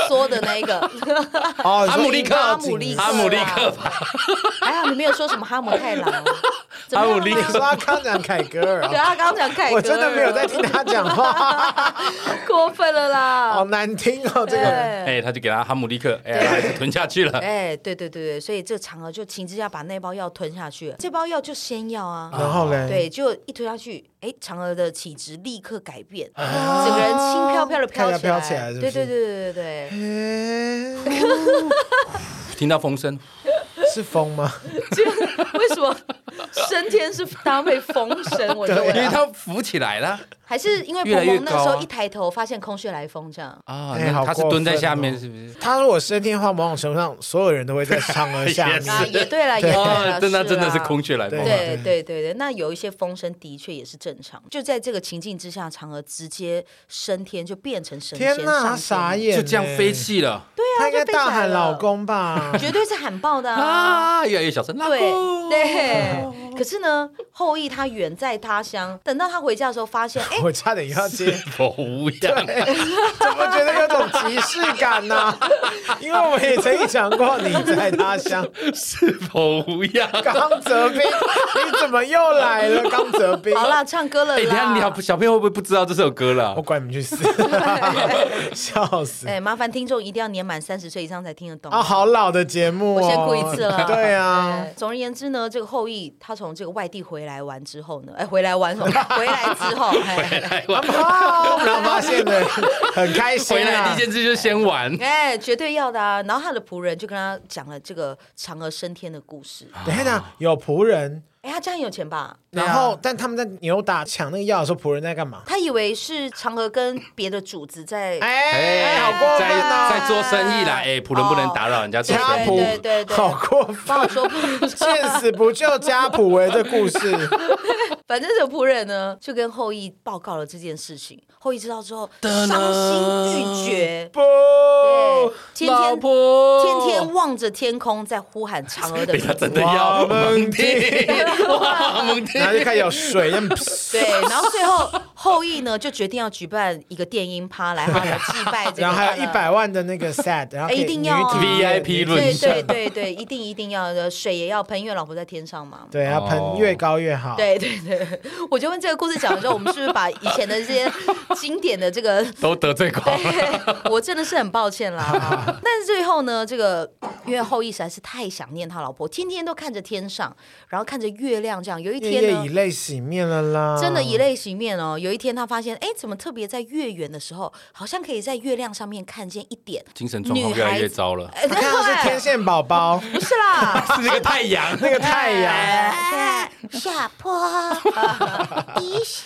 [SPEAKER 3] 缩的那一个，
[SPEAKER 2] 哦，你说
[SPEAKER 1] 哈姆立克
[SPEAKER 3] 哈姆立克
[SPEAKER 1] 哈姆立克吧，
[SPEAKER 3] 还好你没有说什么哈姆太郎，啊怎么
[SPEAKER 1] <laughs>
[SPEAKER 3] 样
[SPEAKER 1] 哈姆立
[SPEAKER 2] 你
[SPEAKER 1] 克
[SPEAKER 2] 说他刚讲凯格尔
[SPEAKER 3] <laughs> 对
[SPEAKER 2] 啊、
[SPEAKER 3] 他刚刚讲凯格尔，
[SPEAKER 2] 我真的没有在听他讲话，
[SPEAKER 3] <laughs> 过分了啦
[SPEAKER 2] 好。难听哦，这个人。
[SPEAKER 3] 对
[SPEAKER 1] 哎，他就给他哈姆立克，哎，他还是吞下去
[SPEAKER 2] <laughs>
[SPEAKER 1] 了。
[SPEAKER 3] 哎，对对对对，所以这个嫦娥就情之下把那包药吞下去了。这包药就仙药啊，
[SPEAKER 1] 哎
[SPEAKER 2] 然后嘞，
[SPEAKER 3] 对，就一吞下去，哎，嫦娥的体质立刻改变，
[SPEAKER 1] 啊
[SPEAKER 3] 整个人轻飘飘的飘
[SPEAKER 2] 看起来飘起来是不
[SPEAKER 3] 对
[SPEAKER 2] 是
[SPEAKER 3] 对对对对对，
[SPEAKER 2] 诶
[SPEAKER 1] 听到风
[SPEAKER 2] <laughs>
[SPEAKER 1] 声，
[SPEAKER 2] 是风吗？
[SPEAKER 3] 为什么 <laughs> 升天是搭配风神？我就
[SPEAKER 1] 因
[SPEAKER 3] 问
[SPEAKER 2] 啊
[SPEAKER 1] 为他浮起来了
[SPEAKER 3] 还是因为
[SPEAKER 1] 越来
[SPEAKER 3] 彭
[SPEAKER 1] 越
[SPEAKER 3] 蒙那时
[SPEAKER 1] 高
[SPEAKER 3] 候
[SPEAKER 1] 啊
[SPEAKER 3] 一抬头发现空穴来风这样。
[SPEAKER 1] 啊，
[SPEAKER 2] 哎
[SPEAKER 1] 那
[SPEAKER 2] 好
[SPEAKER 1] 他是
[SPEAKER 2] 过
[SPEAKER 1] 蹲在
[SPEAKER 2] 分
[SPEAKER 1] 下
[SPEAKER 2] 哦
[SPEAKER 1] 面，是不是？
[SPEAKER 2] 他如果升天的话，某种程度上，所有人都会在嫦娥下
[SPEAKER 1] 也是 <laughs>
[SPEAKER 3] 啊，
[SPEAKER 2] 面。
[SPEAKER 3] 也对了，也对
[SPEAKER 1] 哦
[SPEAKER 3] 了，，
[SPEAKER 2] 哎
[SPEAKER 1] 真的真的是
[SPEAKER 2] 啊
[SPEAKER 3] 啦
[SPEAKER 1] 空穴来风。啊
[SPEAKER 3] 对对对对，那有一些风声的确也是正常。就在这个情境之下，嫦娥直接升天，就变成神仙
[SPEAKER 2] 天
[SPEAKER 3] 上
[SPEAKER 2] 哪，
[SPEAKER 3] 天
[SPEAKER 2] 他
[SPEAKER 3] 了
[SPEAKER 2] 傻，眼，欸
[SPEAKER 1] 就这样飞，气了
[SPEAKER 2] 他应该
[SPEAKER 3] 啊就飞起来
[SPEAKER 2] 大喊
[SPEAKER 3] 了
[SPEAKER 2] 老公吧？，
[SPEAKER 3] 绝对是喊爆的啊！
[SPEAKER 1] 啊！越来越小声，拉
[SPEAKER 3] 对
[SPEAKER 1] 钩
[SPEAKER 3] 对，可是呢，后羿他远在他乡，等到他回家的时候，发现哎
[SPEAKER 2] <laughs> 我差点要接，
[SPEAKER 1] 我无恙。
[SPEAKER 2] 怎么觉得有种即视感呢、
[SPEAKER 3] <laughs>
[SPEAKER 2] 因为我也曾经讲过你在他乡，
[SPEAKER 1] 是否无恙？
[SPEAKER 2] 刚泽
[SPEAKER 3] <laughs>
[SPEAKER 2] 斌，你怎么又来了？刚泽斌，
[SPEAKER 3] 好啦，唱歌了
[SPEAKER 1] 哎、等一下你
[SPEAKER 3] 啦
[SPEAKER 1] 好，。小朋友会不会不知道这首歌了
[SPEAKER 2] 我？管你们
[SPEAKER 3] <laughs>
[SPEAKER 2] 去死，笑死！
[SPEAKER 3] 哎，麻烦听众一定要年满三十岁以上才听得懂
[SPEAKER 2] 啊，好老的节目、哦，
[SPEAKER 3] 我先哭一次了。
[SPEAKER 2] 对啊，
[SPEAKER 3] 对总而言之呢，这个后羿他从这个外地回来完之后呢，哎，回来完什么？回来之后，哎
[SPEAKER 1] 来玩，
[SPEAKER 2] 哦，然后发现了，很开心、啊。
[SPEAKER 1] 回来第一件事就先玩。
[SPEAKER 3] <laughs> 哎，绝对要的啊！然后他的仆人就跟他讲了这个嫦娥升天的故事。
[SPEAKER 2] 等一下，有仆人，
[SPEAKER 3] 哎，他家很有钱吧？
[SPEAKER 2] 然后、但他们在扭打抢那个药的时候，仆人在干嘛？
[SPEAKER 3] 他以为是嫦娥跟别的主子在。
[SPEAKER 2] 哎、好过
[SPEAKER 1] 在
[SPEAKER 2] 分啊！哦
[SPEAKER 1] 在做生意啦！哎、仆人不能打扰人家做
[SPEAKER 2] <laughs> 家
[SPEAKER 1] 生
[SPEAKER 2] 仆
[SPEAKER 1] 意。
[SPEAKER 3] 对对对
[SPEAKER 2] 好过
[SPEAKER 3] <laughs> 帮我
[SPEAKER 2] 分，
[SPEAKER 3] 说不，
[SPEAKER 2] 见死不救家谱哎、这故
[SPEAKER 3] <laughs>
[SPEAKER 2] 事。
[SPEAKER 3] 反正这个仆人呢，就跟后羿报告了这件事情。后羿知道之后，伤心欲绝，
[SPEAKER 2] 不，
[SPEAKER 3] 对，天
[SPEAKER 1] 老
[SPEAKER 3] 天
[SPEAKER 1] 婆，
[SPEAKER 3] 天天望着天空，在呼喊嫦
[SPEAKER 2] <laughs>
[SPEAKER 3] 娥的
[SPEAKER 1] 哎，
[SPEAKER 3] 名
[SPEAKER 1] 他
[SPEAKER 3] 字
[SPEAKER 1] 真。的要 <laughs>
[SPEAKER 2] 我
[SPEAKER 1] 蒙
[SPEAKER 2] 们
[SPEAKER 1] 听，哇，蒙听
[SPEAKER 2] <laughs> 然，后就开始有水，
[SPEAKER 3] <laughs>
[SPEAKER 2] 那
[SPEAKER 3] 对，然后最后后羿呢，就决定要举办一个电音趴来好好地祭拜这个。
[SPEAKER 2] 然后还有一。百万的那
[SPEAKER 3] <laughs>
[SPEAKER 2] 个 sad，然后
[SPEAKER 3] 哎一定要啊
[SPEAKER 2] 可以女体验 <laughs>
[SPEAKER 1] VIP 论
[SPEAKER 3] 对
[SPEAKER 1] 坛
[SPEAKER 3] 对对对，一定一定要的，水也要喷，因为老婆在天上嘛。
[SPEAKER 2] <laughs> 对，要喷越高越好。
[SPEAKER 3] 对对对我就问这个故事讲的时候，我们是不是把以前的这些经典的这
[SPEAKER 2] <laughs>
[SPEAKER 3] 个 <laughs>
[SPEAKER 1] 都得罪光
[SPEAKER 3] 哎
[SPEAKER 1] 了。
[SPEAKER 3] 对，我真的是很抱歉啦。但是最后呢，这个因为后羿实在是太想念他老婆，天天都看着天上，然后看着月亮，这样有一
[SPEAKER 2] 夜
[SPEAKER 3] 天
[SPEAKER 2] 夜
[SPEAKER 3] 呢
[SPEAKER 2] 以。泪啊洗面了啦，
[SPEAKER 3] 真的以泪洗面哦！有一天他发现，哎，怎么特别在月圆的时候，好像可以在月亮上面看见一点
[SPEAKER 1] 精神状况越来越糟了，
[SPEAKER 3] 哎，
[SPEAKER 2] 我看到是天线宝宝
[SPEAKER 3] <laughs> 不是啦，
[SPEAKER 1] 是那个太阳，
[SPEAKER 2] 那个太阳，
[SPEAKER 3] 哎下
[SPEAKER 1] <laughs>
[SPEAKER 3] 坡，迪西，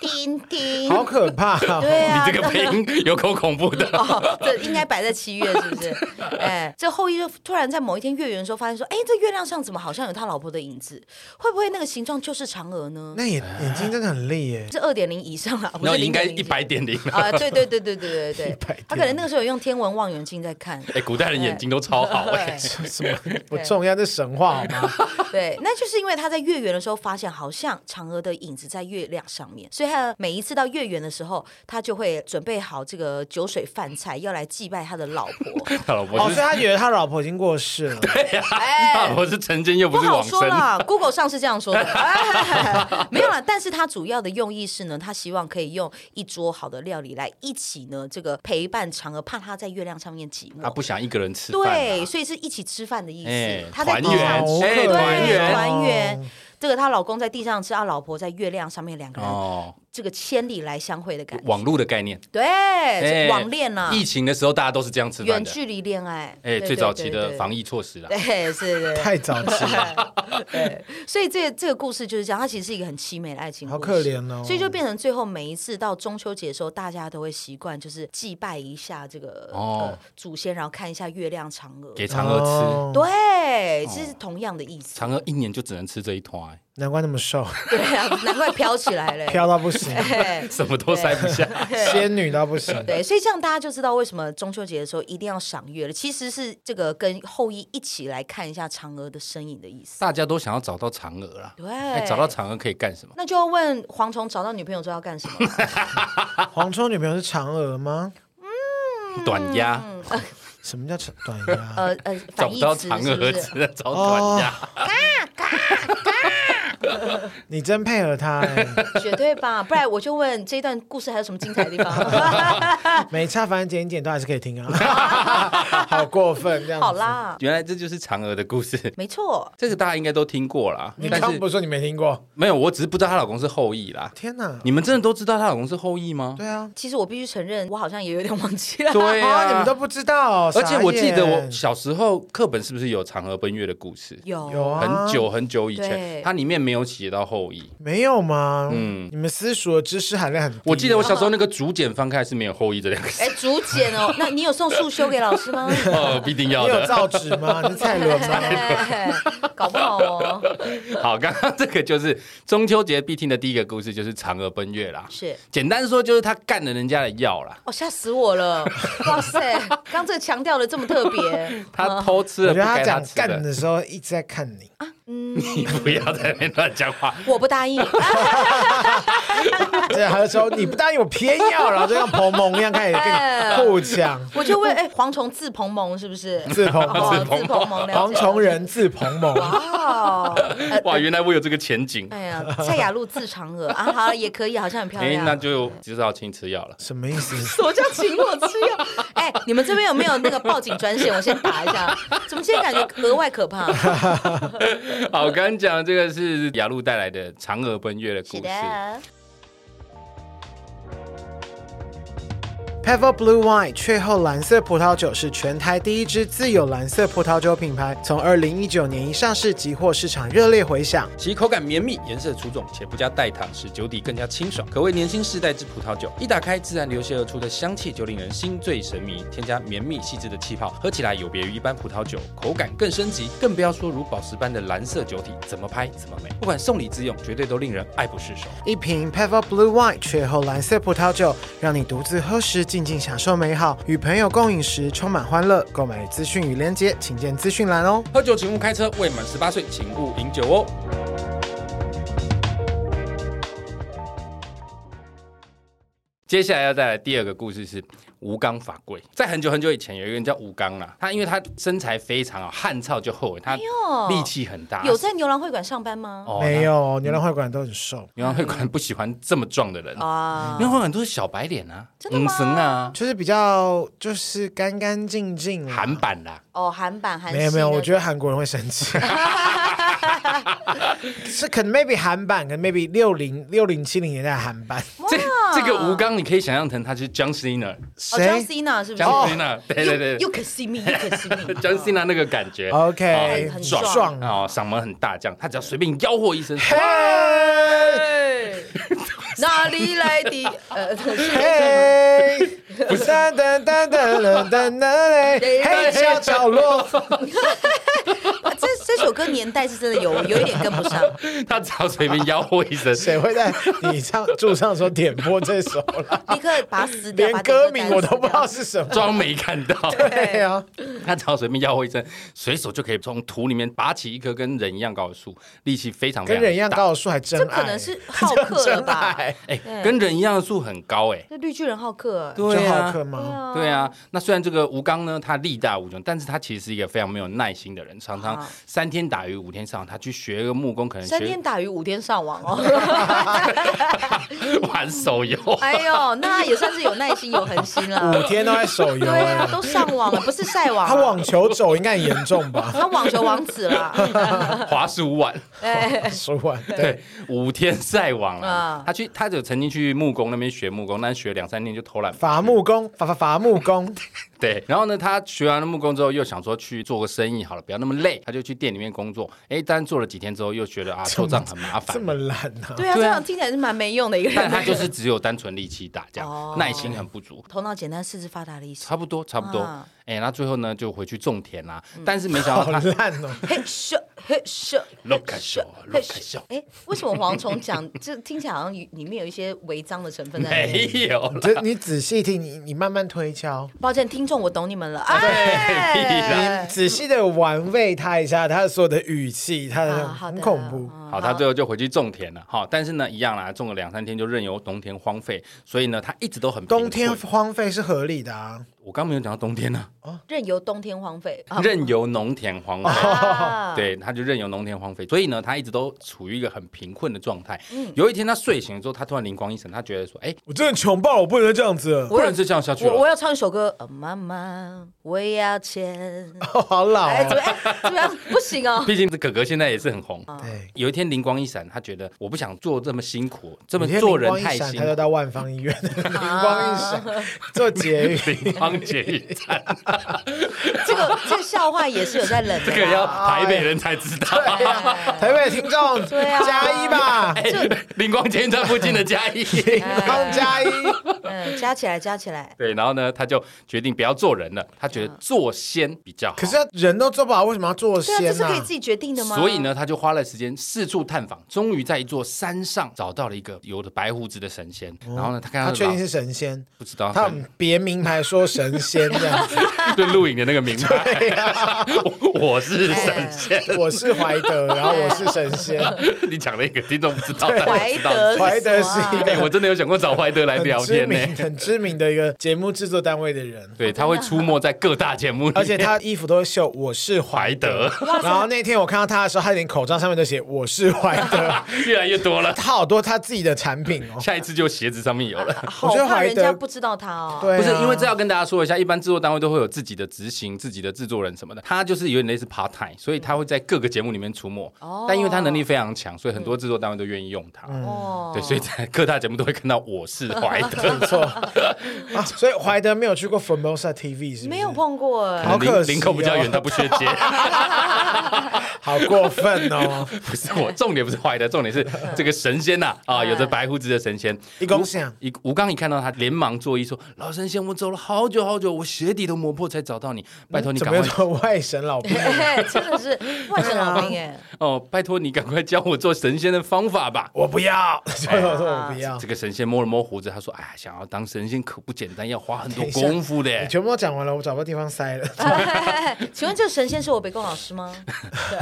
[SPEAKER 3] 丁丁，
[SPEAKER 2] 好可怕哦、
[SPEAKER 3] 对啊，
[SPEAKER 1] 你这个配音有够恐怖的。
[SPEAKER 3] 哦，这应该摆在七月是不
[SPEAKER 1] <laughs>
[SPEAKER 3] 是？哎，这后羿就突然在某一天月圆的时候，发现说，哎，这月亮上怎么好像有他老婆的影子？会不会那个形状就是嫦娥呢？
[SPEAKER 2] 那眼眼睛真的很
[SPEAKER 1] <laughs>
[SPEAKER 2] 利耶，
[SPEAKER 3] 是二点零以上啦，不
[SPEAKER 1] 那
[SPEAKER 3] 是
[SPEAKER 1] 应该
[SPEAKER 3] 0.01
[SPEAKER 1] 一百点零了。
[SPEAKER 3] 啊！对对对对对
[SPEAKER 1] <laughs>
[SPEAKER 3] 对对
[SPEAKER 2] 100
[SPEAKER 3] 对，他可能那个时候有用天文望远镜在看。
[SPEAKER 1] 哎，古代人眼睛都超好哎
[SPEAKER 3] 对。
[SPEAKER 2] 这什么不重要？这神话好吗？
[SPEAKER 1] <laughs>
[SPEAKER 3] 对，那就是因为他在月圆的时候发现，好像嫦娥的影子在月亮上面，所以他每一次到月圆的时候，他就会准备好这个酒水饭菜，要来祭拜他的老
[SPEAKER 1] <laughs>
[SPEAKER 3] 婆。
[SPEAKER 1] 他老
[SPEAKER 2] 哦，
[SPEAKER 1] 婆
[SPEAKER 2] 所以
[SPEAKER 1] 是，
[SPEAKER 2] 他以为他老婆已经过世
[SPEAKER 1] <laughs>
[SPEAKER 2] 了，
[SPEAKER 1] 他
[SPEAKER 3] 哎
[SPEAKER 1] 老婆是成精又
[SPEAKER 3] 不
[SPEAKER 1] 不是
[SPEAKER 3] 好
[SPEAKER 1] 往
[SPEAKER 3] 说
[SPEAKER 1] 生。
[SPEAKER 3] 啦 Google 上是这样说的，哎 <laughs> 没有啦。但是它主要的用意是呢，他希望可以用一桌好的料理来一起呢，这个陪伴嫦娥，怕她在月亮上面寂寞。
[SPEAKER 1] 他不想一个人吃饭啊。
[SPEAKER 3] 对，所以是一起吃饭的意
[SPEAKER 1] 哎
[SPEAKER 3] 思。她在
[SPEAKER 1] 团
[SPEAKER 3] 地上
[SPEAKER 1] 圆
[SPEAKER 2] 哦
[SPEAKER 3] 吃，
[SPEAKER 1] 哎
[SPEAKER 3] 对，
[SPEAKER 1] 团圆
[SPEAKER 3] 团圆。这个她老公在地上吃，她啊老婆在月亮上面，两个人
[SPEAKER 1] 哦，
[SPEAKER 3] 这个千里来相会的感觉。
[SPEAKER 1] 网络的概念，
[SPEAKER 3] 对，
[SPEAKER 1] 哎
[SPEAKER 3] 网恋啊，
[SPEAKER 1] 疫情的时候大家都是这样吃饭
[SPEAKER 3] 远
[SPEAKER 1] 的。
[SPEAKER 3] 距离恋爱。
[SPEAKER 1] 哎，
[SPEAKER 3] 对
[SPEAKER 1] 最早期的防
[SPEAKER 3] 疫，
[SPEAKER 1] 疫措施啦
[SPEAKER 3] 对，对 <laughs> 是的。对
[SPEAKER 2] 太早期了，
[SPEAKER 3] 对，所以这个这个故事就是这样，它其实是一个很凄美的爱情故
[SPEAKER 2] 好
[SPEAKER 3] 事，
[SPEAKER 2] 可怜哦。
[SPEAKER 3] 所以就变成最后每一次到中秋节的时候，大家都会习惯就是祭拜一下这个、
[SPEAKER 1] 哦
[SPEAKER 3] 呃祖先，然后看一下月亮嫦娥。
[SPEAKER 1] 给嫦娥吃。
[SPEAKER 2] 哦，
[SPEAKER 3] 对，这是同样的意思。
[SPEAKER 1] 嫦娥一年就只能吃这一团， <laughs> 哎
[SPEAKER 2] 难怪那么瘦，
[SPEAKER 3] 对啊，难怪飘起来 <laughs> 了。
[SPEAKER 2] 飘到不行，
[SPEAKER 3] 嘿
[SPEAKER 1] 什么都塞不下。
[SPEAKER 2] 仙女到不行。
[SPEAKER 3] 对，所以这样大家就知道为什么中秋节的时候一定要赏月了。其实是这个跟后羿一起来看一下嫦娥的身影的意
[SPEAKER 1] <laughs>
[SPEAKER 3] 思。
[SPEAKER 1] 大家都想要找到嫦娥啦。
[SPEAKER 3] 对
[SPEAKER 1] 哎，找到嫦娥可以干什么？
[SPEAKER 3] 那就要问蝗虫找到女朋友之后要干什么？
[SPEAKER 2] 黄忠女朋友是嫦娥吗？
[SPEAKER 3] 嗯
[SPEAKER 1] 短鸭，
[SPEAKER 2] 什么叫长短鸭？
[SPEAKER 3] 呃
[SPEAKER 1] <laughs>
[SPEAKER 3] 呃，
[SPEAKER 1] 找
[SPEAKER 3] 反
[SPEAKER 1] 不
[SPEAKER 3] 义
[SPEAKER 1] 到
[SPEAKER 3] 词
[SPEAKER 1] 嫦
[SPEAKER 3] 是不
[SPEAKER 1] 娥，
[SPEAKER 3] 是？
[SPEAKER 1] 只能找短
[SPEAKER 2] 哦
[SPEAKER 1] 鸭。
[SPEAKER 2] 你真配合她
[SPEAKER 3] <laughs>
[SPEAKER 2] 欸，
[SPEAKER 3] 绝对吧，不然我就问这一段故事还有什么精彩的
[SPEAKER 1] <laughs>
[SPEAKER 3] 地方？
[SPEAKER 2] 没差，反正剪一剪都还是可以听
[SPEAKER 3] <laughs>
[SPEAKER 2] 啊。好过分，这样子
[SPEAKER 3] 好。啦，
[SPEAKER 1] <laughs> 原来这就是嫦娥的故事， <laughs>
[SPEAKER 3] 没错，
[SPEAKER 1] 这个大家应该都听过啦。
[SPEAKER 3] 嗯
[SPEAKER 2] 你刚
[SPEAKER 1] 但
[SPEAKER 2] 刚
[SPEAKER 1] 是
[SPEAKER 2] 不是说你没听过？
[SPEAKER 1] 没有，我只是不知道她老公是后羿啦。
[SPEAKER 2] 天哪！
[SPEAKER 1] 你们真的都知道她老公是后羿吗？
[SPEAKER 2] 对啊，
[SPEAKER 3] 其实我必须承认，我好像也有点忘
[SPEAKER 1] <laughs>
[SPEAKER 3] 记了。
[SPEAKER 1] 对
[SPEAKER 2] 啊，你
[SPEAKER 1] 啊
[SPEAKER 2] 们都。不知道。
[SPEAKER 1] 而且我记得
[SPEAKER 2] 傻
[SPEAKER 1] 我
[SPEAKER 2] 眼
[SPEAKER 1] 小时候课本是不是有嫦娥奔月的故事？
[SPEAKER 3] 有
[SPEAKER 2] 有啊，
[SPEAKER 1] 很久很久以前
[SPEAKER 3] 对，
[SPEAKER 1] 它里面没有写到后羿。
[SPEAKER 2] 没有吗？嗯
[SPEAKER 1] 嗯，
[SPEAKER 2] 你们私塾的知识含量很低。啊
[SPEAKER 1] 我记得我小时候那个竹简翻开是没有后羿这两个字
[SPEAKER 3] 哦哎，，竹简哦，那你有送速修给老
[SPEAKER 1] <laughs>
[SPEAKER 3] 师吗？
[SPEAKER 1] 哦，必定要
[SPEAKER 2] 你有
[SPEAKER 1] 的。啊
[SPEAKER 2] 造
[SPEAKER 1] <laughs>
[SPEAKER 2] 纸吗？你是蔡伦
[SPEAKER 3] <laughs>
[SPEAKER 2] 吗？
[SPEAKER 3] 搞不好哦，
[SPEAKER 1] 好，刚刚这个就是中秋节必听的第一个故事，就是嫦娥奔月啦。
[SPEAKER 3] 是
[SPEAKER 1] 简单说就是他干了人家的药啦，
[SPEAKER 3] 哦，吓死
[SPEAKER 2] <laughs>
[SPEAKER 3] 我了！哇塞，刚这个强调的这么特别，
[SPEAKER 1] 他偷吃
[SPEAKER 2] 我
[SPEAKER 1] 了
[SPEAKER 2] 觉
[SPEAKER 1] 不
[SPEAKER 2] 得他
[SPEAKER 1] 该
[SPEAKER 2] 讲
[SPEAKER 1] 吃
[SPEAKER 2] 干
[SPEAKER 1] 的。
[SPEAKER 2] 的时候一直在看你，
[SPEAKER 1] 你不要在那边乱讲话。
[SPEAKER 3] 我不答应。
[SPEAKER 2] <laughs> 对，还有时候你不答应我偏要，然后就像彭蒙一样开始跟
[SPEAKER 3] 哎
[SPEAKER 2] 你互抢，
[SPEAKER 3] 我就问，哎，蝗虫自蓬蒙是不是？
[SPEAKER 2] 自彭
[SPEAKER 3] 哦
[SPEAKER 2] 蒙，
[SPEAKER 3] 自蓬蒙，了解
[SPEAKER 2] 蝗虫。人自彭蒙，
[SPEAKER 3] 哦，呃
[SPEAKER 1] 哇，原来我有这个前景。
[SPEAKER 3] 哎呀，蔡雅露自嫦娥啊，好也可以，好像很漂
[SPEAKER 1] 哎，
[SPEAKER 3] 亮。
[SPEAKER 1] 那就知道请吃药了。
[SPEAKER 2] 什么意思？
[SPEAKER 3] 什么叫请我吃药？哎、你们这边有没有那个报警专线？我先打一下。怎么今天感觉额外可怕？
[SPEAKER 1] 好，刚刚讲的这个是雅露带来的嫦娥奔月的故事。，
[SPEAKER 2] Pebble Blue Wine 雀后蓝色葡萄酒是全台第一支自有蓝色葡萄酒品牌，从二零一九年一上市即获市场热烈回响。
[SPEAKER 5] 其口感绵密，颜色出众，且不加代糖，使酒底更加清爽，可谓年轻世代之葡萄酒。一打开，自然流泻而出的香气就令人心醉神迷。添加绵密细致的气泡，喝起来有别于一般葡萄酒，口感更升级。更不要说如宝石般的蓝色酒体，怎么拍怎么美。不管送礼自用，绝对都令人爱不释手。
[SPEAKER 2] 一瓶 Pebble Blue Wine 雀后蓝色葡萄酒，让你独自喝时静静享受美好，与朋友共饮时充满欢乐。购买资讯与链接，请见资讯栏哦。
[SPEAKER 5] 喝酒请勿开车，未满十八岁请勿饮酒哦。
[SPEAKER 1] 接下来要带来第二个故事是吴刚法贵。在很久很久以前，有一个人叫吴刚啦，他因为他身材非常好，汗臭就厚，他
[SPEAKER 3] 哎呦
[SPEAKER 1] 力气很大。
[SPEAKER 3] 有在牛郎会馆上班吗？
[SPEAKER 1] 哦
[SPEAKER 2] 没，有，牛郎会馆都很瘦，
[SPEAKER 1] 那牛郎会馆不喜欢这么壮的人，
[SPEAKER 3] 啊
[SPEAKER 1] 牛，郎会馆都是小白脸啊，
[SPEAKER 3] 真的吗
[SPEAKER 1] 嗯神啊，
[SPEAKER 2] 就是比较就是干干净净啦。
[SPEAKER 1] 韩版啦。
[SPEAKER 3] 哦，韩版韩
[SPEAKER 2] 没有没有，我觉
[SPEAKER 3] 得
[SPEAKER 2] 得韩国人会生气。是可能 maybe 韩版，可能 maybe 六零六零七零年代的韩版。
[SPEAKER 1] 这这个吴刚，你可以想象成他是 John Cena，John
[SPEAKER 3] 哦，John
[SPEAKER 2] 谁
[SPEAKER 3] Cena 是不是
[SPEAKER 1] Cena，对对对
[SPEAKER 3] You can see me, you can see <laughs> me.
[SPEAKER 1] <laughs> ，John Cena 那个感觉
[SPEAKER 2] ？OK，
[SPEAKER 1] 哦
[SPEAKER 3] 很
[SPEAKER 1] 壮
[SPEAKER 2] 壮啊！
[SPEAKER 1] 哦，嗓门很大，这样他只要随便吆喝一声，
[SPEAKER 2] 嘿
[SPEAKER 3] <laughs> 哎哪里来的？ <laughs> 呃，
[SPEAKER 2] 嘿，噔噔噔噔噔噔噔噔，嘿，小角落。
[SPEAKER 3] 这这首歌年代是真的有有一点跟不上。 <laughs>
[SPEAKER 1] 他只要随便吆喝一声，
[SPEAKER 2] 谁会在你唱驻唱的时候点播这首
[SPEAKER 3] <laughs>
[SPEAKER 2] 啦？
[SPEAKER 3] 立刻把它撕掉，
[SPEAKER 2] 连
[SPEAKER 3] 把整
[SPEAKER 2] 歌
[SPEAKER 3] 个
[SPEAKER 2] 名
[SPEAKER 3] 单
[SPEAKER 2] 我
[SPEAKER 3] 撕
[SPEAKER 2] 都不知道
[SPEAKER 3] 掉。
[SPEAKER 2] 是什么。
[SPEAKER 1] 装没看到。
[SPEAKER 2] 对啊，
[SPEAKER 1] 他只要随便吆喝一声，随手就可以从土里面拔起一棵跟人一样高的树，力气非常非
[SPEAKER 2] 跟
[SPEAKER 1] 常
[SPEAKER 2] 人一样
[SPEAKER 1] 大。
[SPEAKER 2] 高的树还真
[SPEAKER 3] 这
[SPEAKER 2] 爱，
[SPEAKER 3] 可能是好客了 <laughs> 吧？
[SPEAKER 2] 真爱
[SPEAKER 1] 哎、
[SPEAKER 3] 对
[SPEAKER 1] 跟人一样的树很高哎、
[SPEAKER 3] 这绿巨人好客，
[SPEAKER 1] 对
[SPEAKER 2] 就好
[SPEAKER 1] 啊
[SPEAKER 2] 客，吗？
[SPEAKER 1] 对啊。那虽然这个吴刚呢，他力大无穷，但是他其实是一个非常没有耐心的人，常常
[SPEAKER 3] 啊
[SPEAKER 1] 三天打鱼五天晒网。他去学个木工，可能
[SPEAKER 3] 三
[SPEAKER 1] 学
[SPEAKER 3] 天打鱼五天上网哦。
[SPEAKER 1] <laughs> 玩手游。
[SPEAKER 3] <laughs> 哎呦，那也算是有耐心有恒心
[SPEAKER 2] 五
[SPEAKER 3] 啦。
[SPEAKER 2] 天都在手游
[SPEAKER 3] 对啊，
[SPEAKER 2] 哎，
[SPEAKER 3] 都上网了，不是晒网
[SPEAKER 2] 他
[SPEAKER 3] 啊。
[SPEAKER 2] 网球肘应该很严重
[SPEAKER 3] <laughs>
[SPEAKER 2] 吧？
[SPEAKER 3] 他网球王子 <laughs> 啦，
[SPEAKER 1] 华数碗，
[SPEAKER 3] 哎，
[SPEAKER 2] 手腕对，
[SPEAKER 1] 对，五天晒网啊
[SPEAKER 3] 啊。
[SPEAKER 1] 他去，他就曾经去木工那边学木工，但是学两三天就偷懒。
[SPEAKER 2] 伐木工，伐伐伐木工，
[SPEAKER 1] 对，然后呢，他学完了木工之后，又想说去做个生意好了，不要那么累，他就去店里面工作。哎，但做了几天之后，又觉得啊，
[SPEAKER 2] 这
[SPEAKER 1] 做
[SPEAKER 2] 么
[SPEAKER 1] 账很麻烦
[SPEAKER 2] 这。么懒呢？
[SPEAKER 3] 对啊，这
[SPEAKER 1] 对啊
[SPEAKER 3] 样听起来是蛮没用的一个
[SPEAKER 1] 但
[SPEAKER 3] 人，啊
[SPEAKER 1] 他就是只有单纯力气大，这
[SPEAKER 3] 哦
[SPEAKER 1] 样耐心很不足。
[SPEAKER 3] 头脑简单，四肢发达的意思。
[SPEAKER 1] 差不多，差不多
[SPEAKER 3] 啊。
[SPEAKER 1] 哎，那最后呢，就回去种田啦。但是没想
[SPEAKER 2] 嗯 <laughs> 好
[SPEAKER 1] 到他
[SPEAKER 2] 烂哦！
[SPEAKER 3] 嘿咻嘿咻
[SPEAKER 1] look at show，look at
[SPEAKER 2] <laughs>
[SPEAKER 1] show，
[SPEAKER 3] 哎，为什么蝗虫讲这听起来好像里面有一些违章的成分在
[SPEAKER 1] <laughs>
[SPEAKER 3] 里面？
[SPEAKER 1] 没有啦。
[SPEAKER 2] 这你仔细听，你你慢慢推敲，
[SPEAKER 3] 抱歉，听众，我懂你们了。
[SPEAKER 1] <laughs> 对
[SPEAKER 3] 哎，
[SPEAKER 2] 仔细的玩味他一下，他的所有的语气，他的
[SPEAKER 3] 好啊好
[SPEAKER 2] 很
[SPEAKER 3] 的，
[SPEAKER 2] 恐怖。
[SPEAKER 3] 嗯
[SPEAKER 1] 好，他最后就回去种田了。好，但是呢，一样啦，种了两三天就任由冬天荒废，所以呢，他一直都很贫
[SPEAKER 2] 冬天
[SPEAKER 1] 困
[SPEAKER 2] 荒废是合理的啊，
[SPEAKER 1] 我刚没有讲到冬天呢，
[SPEAKER 3] 任由冬天荒废，
[SPEAKER 2] 哦
[SPEAKER 1] <laughs>
[SPEAKER 3] 啊
[SPEAKER 1] 任由农田荒废。
[SPEAKER 3] 啊
[SPEAKER 1] <laughs> 对，他就任由农田荒废，所以呢，他一直都处于一个很贫困的状态。
[SPEAKER 2] 嗯
[SPEAKER 1] 有一天他睡醒了之后，他突然灵光一闪，他觉得说：“哎、
[SPEAKER 2] 我真的穷爆了，我不能再这样子了，
[SPEAKER 1] 不能再这样下去
[SPEAKER 3] 我我
[SPEAKER 1] 了。
[SPEAKER 3] 要唱一首歌，呃妈妈，我也要钱。
[SPEAKER 2] <laughs> 好老
[SPEAKER 1] 啊
[SPEAKER 3] 哎，
[SPEAKER 2] 哦。
[SPEAKER 3] 怎么哎怎么
[SPEAKER 1] <laughs>
[SPEAKER 3] 样？不行哦。
[SPEAKER 1] 毕竟这哥哥现在也是很红。
[SPEAKER 2] 对，
[SPEAKER 1] 有一天灵光一闪，他觉得我不想做这么辛苦，这么
[SPEAKER 2] 每天
[SPEAKER 1] 做人
[SPEAKER 2] 灵光一
[SPEAKER 1] 太
[SPEAKER 2] 闪
[SPEAKER 1] 辛
[SPEAKER 2] 他就
[SPEAKER 1] 苦。
[SPEAKER 2] 到万方医院，灵光一闪
[SPEAKER 3] 啊
[SPEAKER 2] 做捷
[SPEAKER 1] <laughs>
[SPEAKER 2] 运。
[SPEAKER 1] 灵光捷运站，
[SPEAKER 3] 这个这个笑话也是有在冷的
[SPEAKER 1] <laughs>
[SPEAKER 3] 啊
[SPEAKER 1] 这
[SPEAKER 3] 啦。
[SPEAKER 1] 个要台北人才
[SPEAKER 2] <laughs>
[SPEAKER 1] 知道。
[SPEAKER 2] 台北的听众，
[SPEAKER 3] 对啊
[SPEAKER 2] 加一吧，
[SPEAKER 1] 哎，灵光捷运站附近的嘉
[SPEAKER 2] <laughs>
[SPEAKER 1] 义。
[SPEAKER 2] 帮加一。
[SPEAKER 3] 嗯，加起来加起来，
[SPEAKER 1] 对，然后呢，他就决定不要做人了，他
[SPEAKER 3] 嗯
[SPEAKER 1] 觉得做仙比较好。
[SPEAKER 2] 可是人都做不好，为什么要做
[SPEAKER 3] 对啊，这
[SPEAKER 2] 仙
[SPEAKER 3] 是
[SPEAKER 2] 呢
[SPEAKER 3] 可以？自己决定的吗？
[SPEAKER 1] 所以呢，他就花了时间四处探访，终于在一座山上找到了一个有着白胡子的神仙。然后呢，他看
[SPEAKER 2] 哦他
[SPEAKER 1] 到
[SPEAKER 2] 确定
[SPEAKER 1] 老
[SPEAKER 2] 是神仙，
[SPEAKER 1] 不知道
[SPEAKER 2] 他
[SPEAKER 1] 他
[SPEAKER 2] 很别名牌说神仙这样
[SPEAKER 3] <laughs>
[SPEAKER 2] 子。
[SPEAKER 1] 对录影的那个
[SPEAKER 2] <laughs>
[SPEAKER 1] 名牌，我我是神仙。
[SPEAKER 3] <laughs>
[SPEAKER 2] 我是怀德，然后我是神仙，
[SPEAKER 1] 你讲了一个听众不知道，但我
[SPEAKER 3] 怀
[SPEAKER 1] 知道
[SPEAKER 3] 德
[SPEAKER 2] 怀德
[SPEAKER 3] 什么啊
[SPEAKER 2] 是一
[SPEAKER 1] 哎、我真的有想过找怀德来
[SPEAKER 2] 很
[SPEAKER 1] 聊
[SPEAKER 2] 知
[SPEAKER 1] 天呢、
[SPEAKER 2] 名、很知名的一个节目制作单位
[SPEAKER 1] <laughs>
[SPEAKER 2] 的人。
[SPEAKER 1] 对，他会出没在各大节目里面，
[SPEAKER 2] 而且他衣服都会绣我是怀
[SPEAKER 1] 怀德
[SPEAKER 2] 然后那天我看到他的时候，他连口罩上面都写我是怀
[SPEAKER 1] <laughs>
[SPEAKER 2] 德，
[SPEAKER 1] 越来越多了。
[SPEAKER 2] 他好多他自己的产品哦。
[SPEAKER 1] 下一次就鞋子上面有了。
[SPEAKER 3] 好
[SPEAKER 2] 我觉得
[SPEAKER 3] 怕
[SPEAKER 2] 怀
[SPEAKER 3] 人家
[SPEAKER 2] 德
[SPEAKER 3] 不知道他哦。
[SPEAKER 2] 对
[SPEAKER 1] <laughs>
[SPEAKER 2] 啊，
[SPEAKER 1] 不是，因为这要跟大家说一下，一般制作单位都会有自己的执行、自己的制作人什么的，他就是有点类似 part time，所以他会在各个节目里面出没。
[SPEAKER 3] 哦
[SPEAKER 1] 但因为他能力非常强，所以很多制作单位都愿意用他。
[SPEAKER 2] 嗯
[SPEAKER 3] 哦，
[SPEAKER 1] 对，所以在各大节目都会看到我是怀德，
[SPEAKER 2] <laughs> 没错啊，所以怀德没有去过 Formosa TV 是不是
[SPEAKER 3] 没有，
[SPEAKER 1] <laughs>
[SPEAKER 3] 碰过哎、 <laughs>
[SPEAKER 2] 好可
[SPEAKER 1] 嗯林
[SPEAKER 2] 惜
[SPEAKER 1] 林口比较
[SPEAKER 2] 哦
[SPEAKER 1] 远，他不学
[SPEAKER 2] <laughs>
[SPEAKER 1] 接。
[SPEAKER 2] 好过分
[SPEAKER 1] <laughs>
[SPEAKER 2] 哦！
[SPEAKER 1] 不是我，重点不是怀德，重点是这个神仙呐
[SPEAKER 2] 哎
[SPEAKER 1] 啊，有着白胡子的神仙。
[SPEAKER 2] 一公想
[SPEAKER 1] 一吴刚一看到他，连忙作揖说：“老神仙，我走了好久好久，我鞋底都磨破才找到你， <laughs> 拜托你
[SPEAKER 2] 嗯怎
[SPEAKER 1] 赶
[SPEAKER 2] 么有
[SPEAKER 1] 快
[SPEAKER 2] 种外省
[SPEAKER 1] <laughs>
[SPEAKER 2] 老兵？
[SPEAKER 3] 哎真的是外省老
[SPEAKER 2] 啊
[SPEAKER 3] 兵哎、
[SPEAKER 1] 哦，拜托你赶快教我做神仙的方法吧。”
[SPEAKER 2] 我不要， <laughs> 所以我说
[SPEAKER 3] 哎
[SPEAKER 2] 我不要
[SPEAKER 1] 这。个神仙摸了摸胡子，他说：“哎，想要当神仙可不简单，要花很多
[SPEAKER 2] <laughs> 等一下
[SPEAKER 1] 功夫的
[SPEAKER 2] 你
[SPEAKER 1] 耶。
[SPEAKER 2] 全部都讲完了，我找不到地方塞了。
[SPEAKER 3] 哎 <laughs> 请问这个神仙是我北贡老
[SPEAKER 1] <laughs>
[SPEAKER 3] 师吗？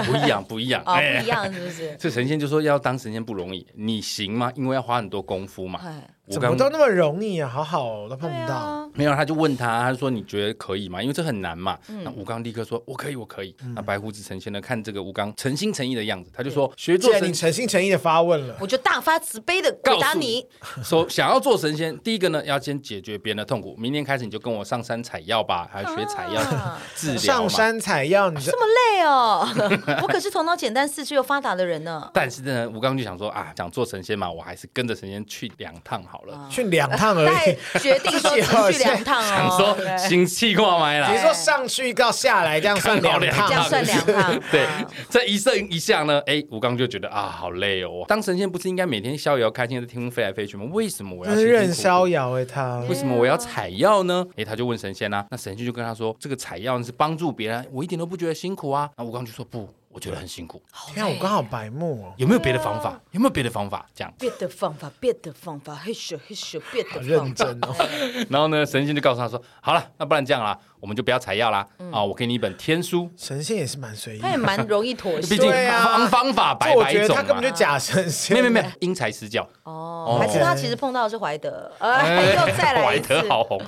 [SPEAKER 1] 不一样，不一样，
[SPEAKER 3] 哦，
[SPEAKER 1] 哎
[SPEAKER 3] 不一样是不是？
[SPEAKER 1] 这神仙就说要当神仙不容易，你行吗？因为要花很多功夫嘛。
[SPEAKER 3] 哎，
[SPEAKER 5] 我
[SPEAKER 2] 啊 <laughs> 怎
[SPEAKER 5] 刚
[SPEAKER 2] 么都那么容易啊？好好哦都碰
[SPEAKER 3] 对
[SPEAKER 2] 不到。
[SPEAKER 3] 啊，
[SPEAKER 1] 没有，他就问他，他说你觉得可以吗？因为这很难嘛。
[SPEAKER 2] 嗯
[SPEAKER 1] 那吴刚立刻说我可以，我可以。那白胡子呈现了看这个吴刚诚心诚意的样子，他就说
[SPEAKER 3] 啊
[SPEAKER 1] 学
[SPEAKER 2] 既
[SPEAKER 1] 做
[SPEAKER 2] 然
[SPEAKER 1] 神
[SPEAKER 2] 你诚心诚意的发问了，
[SPEAKER 3] 我就大发慈悲的
[SPEAKER 1] 告
[SPEAKER 3] 回答
[SPEAKER 1] 诉
[SPEAKER 3] 你，
[SPEAKER 1] 说想要做神仙，第一个呢要先解决别人的痛苦，明天开始你就跟我上山采药吧，还要学采药
[SPEAKER 3] 啊
[SPEAKER 1] 治疗
[SPEAKER 2] 上
[SPEAKER 1] 嘛。
[SPEAKER 2] 山采药，你这
[SPEAKER 3] 这么累哦！ <laughs> 我可是头脑简单、四肢又发达的人呢。
[SPEAKER 1] 但是呢，吴刚就想说啊，想做神仙嘛，我还是跟着神仙去两趟好
[SPEAKER 3] 哦
[SPEAKER 1] 了。
[SPEAKER 2] 去两趟而
[SPEAKER 3] 但
[SPEAKER 2] 已。
[SPEAKER 3] 决定说只去两
[SPEAKER 1] <laughs>
[SPEAKER 3] 趟
[SPEAKER 1] 想
[SPEAKER 3] 哦，
[SPEAKER 1] 说
[SPEAKER 3] 对
[SPEAKER 1] 行气挂麦啦
[SPEAKER 3] <laughs>
[SPEAKER 2] 你，说上去到下来这样算两
[SPEAKER 1] 刚好
[SPEAKER 3] 这样
[SPEAKER 2] 趟，
[SPEAKER 3] 算两趟。
[SPEAKER 1] 对
[SPEAKER 3] 啊，
[SPEAKER 1] 这一上一下呢，哎，吴刚就觉得啊，好累哦。当神仙不是应该每天逍遥开心的天空飞来飞去吗？为什么我要
[SPEAKER 2] 真是任
[SPEAKER 1] 辛辛苦苦
[SPEAKER 2] 逍遥哎他。
[SPEAKER 1] 为什么我要采药呢？诶，他就问神仙啦、那神仙就跟他说，这个采药是帮助别人，我一点都不觉得辛苦啊。那吴刚就说不，我觉得很辛苦，
[SPEAKER 2] 天啊，我刚好白目哦。
[SPEAKER 1] 有没有别的方法？有没有别的方法？这样，
[SPEAKER 3] 别的方法，别的方法，嘿咻嘿咻，别的
[SPEAKER 2] 好
[SPEAKER 3] 方
[SPEAKER 2] 认
[SPEAKER 3] 法。哎
[SPEAKER 2] 真哦，
[SPEAKER 1] 然后呢，神仙就告诉他说，好了，那不然这样啦，我们就不要采药啦，
[SPEAKER 2] 嗯
[SPEAKER 1] 啊，我给你一本天书，
[SPEAKER 2] 神仙也是蛮随意的
[SPEAKER 3] 他。也蛮容易妥
[SPEAKER 1] 毕
[SPEAKER 3] 协
[SPEAKER 1] 竟
[SPEAKER 2] 对啊
[SPEAKER 1] 方方法百
[SPEAKER 2] 这我
[SPEAKER 1] 百
[SPEAKER 2] 觉得
[SPEAKER 1] 种
[SPEAKER 2] 他根本就
[SPEAKER 1] 嘛。
[SPEAKER 2] 假神仙。
[SPEAKER 1] 没有没有没有，因材施教。
[SPEAKER 3] 哦，还是他其实碰到的是怀德，哎，
[SPEAKER 2] <laughs>
[SPEAKER 1] 哎
[SPEAKER 3] <laughs> 又再来
[SPEAKER 1] 怀 <laughs>
[SPEAKER 3] 一次，
[SPEAKER 1] 特好红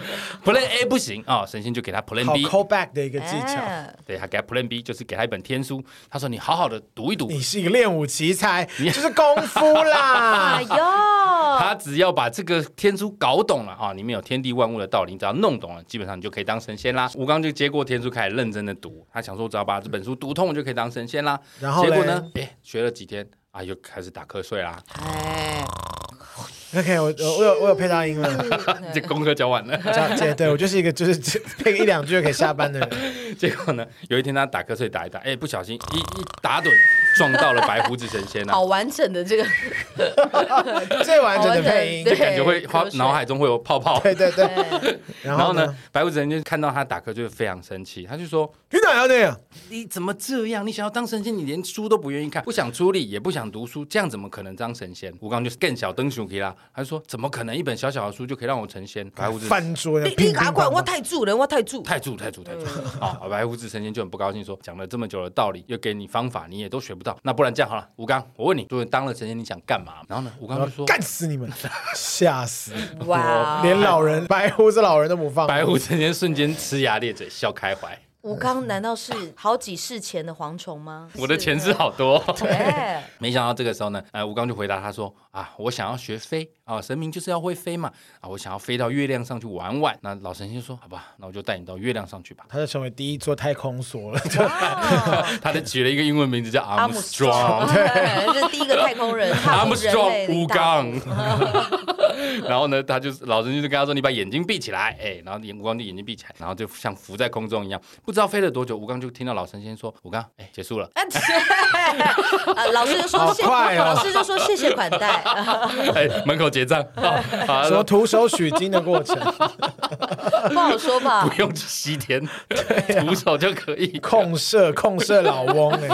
[SPEAKER 1] ，Plan A 不行啊、神仙就给他 Plan
[SPEAKER 2] 好
[SPEAKER 1] B，
[SPEAKER 2] callback 的一个技巧。
[SPEAKER 3] 哎，
[SPEAKER 1] 对他给他 Plan B 就是给他一本天书，他说你好好的读一读，
[SPEAKER 2] 你是一个练武奇才，就是功夫啦
[SPEAKER 3] 哎。呦，
[SPEAKER 1] 他只要把这个天书搞懂了啊，里面有天地万物的道理，你只要弄懂了，基本上你就可以当神仙啦。吴刚就接过天书，开始认真的读，他想说只要把这本书读通，我就可以当神仙啦。
[SPEAKER 2] 然后
[SPEAKER 1] 结
[SPEAKER 2] 嘞
[SPEAKER 1] 果呢，哎，学了几天啊，又开始打瞌睡 <laughs> 啦，
[SPEAKER 3] 哎，
[SPEAKER 2] OK，我我我有我有配到音了。
[SPEAKER 1] 这功课教完 <laughs> 了。
[SPEAKER 2] 这这对我就是一个就是只配一两句就可以下班的人。
[SPEAKER 1] 结果呢，有一天他打瞌睡打一打，哎，不小心一一打盹撞到了白胡子神仙啊
[SPEAKER 3] 好。完整的
[SPEAKER 1] <laughs>
[SPEAKER 3] 这个，
[SPEAKER 2] 最完整的配
[SPEAKER 3] 好完整
[SPEAKER 1] 就
[SPEAKER 2] 音
[SPEAKER 3] 对。
[SPEAKER 1] 感觉会
[SPEAKER 3] 瞌
[SPEAKER 1] 花
[SPEAKER 3] 睡
[SPEAKER 1] 脑海中会有泡泡，
[SPEAKER 2] 对对对。然
[SPEAKER 1] 然后
[SPEAKER 2] 后
[SPEAKER 1] 呢
[SPEAKER 2] 呢？，
[SPEAKER 1] 白胡子神仙看到他打瞌睡，非常生气，他就说：“
[SPEAKER 2] 你哪要那样？
[SPEAKER 1] 你怎么这样？你想要当神仙，你连书都不愿意看，不想出力，也不想读书，这样怎么可能当神仙？吴刚就是更小登熊皮啦，他就说：“怎么可能一本小小的书就可以让我成仙？”白胡子
[SPEAKER 2] 翻桌呀！
[SPEAKER 3] 你
[SPEAKER 2] 乒
[SPEAKER 3] 你阿
[SPEAKER 2] 乒
[SPEAKER 3] 管
[SPEAKER 2] 乓
[SPEAKER 3] 我
[SPEAKER 2] 乓。
[SPEAKER 3] 太住人，我太住，
[SPEAKER 1] 太住太住太住啊！白胡子神仙就很不高兴，说：“讲了这么久的道理，又给你方法，你也都学不到，那不然这样好了，吴刚，我问你，如果你当了神仙，你想干嘛？”然后呢，吴刚就说：“啊
[SPEAKER 2] 干死你们！
[SPEAKER 1] <laughs>
[SPEAKER 2] 吓死！
[SPEAKER 3] 哇，
[SPEAKER 2] 连老人白胡子老人都不放。
[SPEAKER 1] 白胡子神仙瞬间呲牙咧嘴，笑开怀。
[SPEAKER 3] 吴刚难道是好几世前的蝗虫吗？
[SPEAKER 1] 我的前世好多、 <laughs>
[SPEAKER 3] 哎，
[SPEAKER 1] 没想到这个时候呢，呃，吴刚就回答他说：“啊，我想要学飞啊，神明就是要会飞嘛，啊，我想要飞到月亮上去玩玩。”那老神仙就说：“好吧，那我就带你到月亮上去吧。
[SPEAKER 2] 他就成为第一座太空所了。
[SPEAKER 3] 哇”
[SPEAKER 1] 他就取了一个英文名字叫
[SPEAKER 3] 哦阿姆
[SPEAKER 1] Armstrong，
[SPEAKER 3] <laughs> 这是第一个太空
[SPEAKER 1] <laughs>
[SPEAKER 3] 人，踏入人类
[SPEAKER 1] Armstrong
[SPEAKER 3] 的一
[SPEAKER 1] 吴
[SPEAKER 3] 大步
[SPEAKER 1] 刚。 <laughs> 然后呢，他就是老神仙就跟他说：“你把眼睛闭起来。”哎，然后吴刚就眼睛闭起来，然后就像浮在空中一样，不知道飞了多久。吴刚就听到老神仙说：“吴刚，哎，结束了。” <laughs>
[SPEAKER 3] 啊对啊，老师就说
[SPEAKER 2] 好
[SPEAKER 3] 谢，
[SPEAKER 2] 快哦
[SPEAKER 3] 老师就说谢谢款待，呃
[SPEAKER 1] 哎，门口结
[SPEAKER 3] <laughs>
[SPEAKER 1] 账。啊 <laughs> 好，
[SPEAKER 2] 什么徒手取经的过程，
[SPEAKER 3] 不好说
[SPEAKER 1] <laughs>
[SPEAKER 3] 吧
[SPEAKER 1] 不？用去西天，
[SPEAKER 3] 啊
[SPEAKER 1] 徒手就可以。
[SPEAKER 2] 控射控射老翁哎、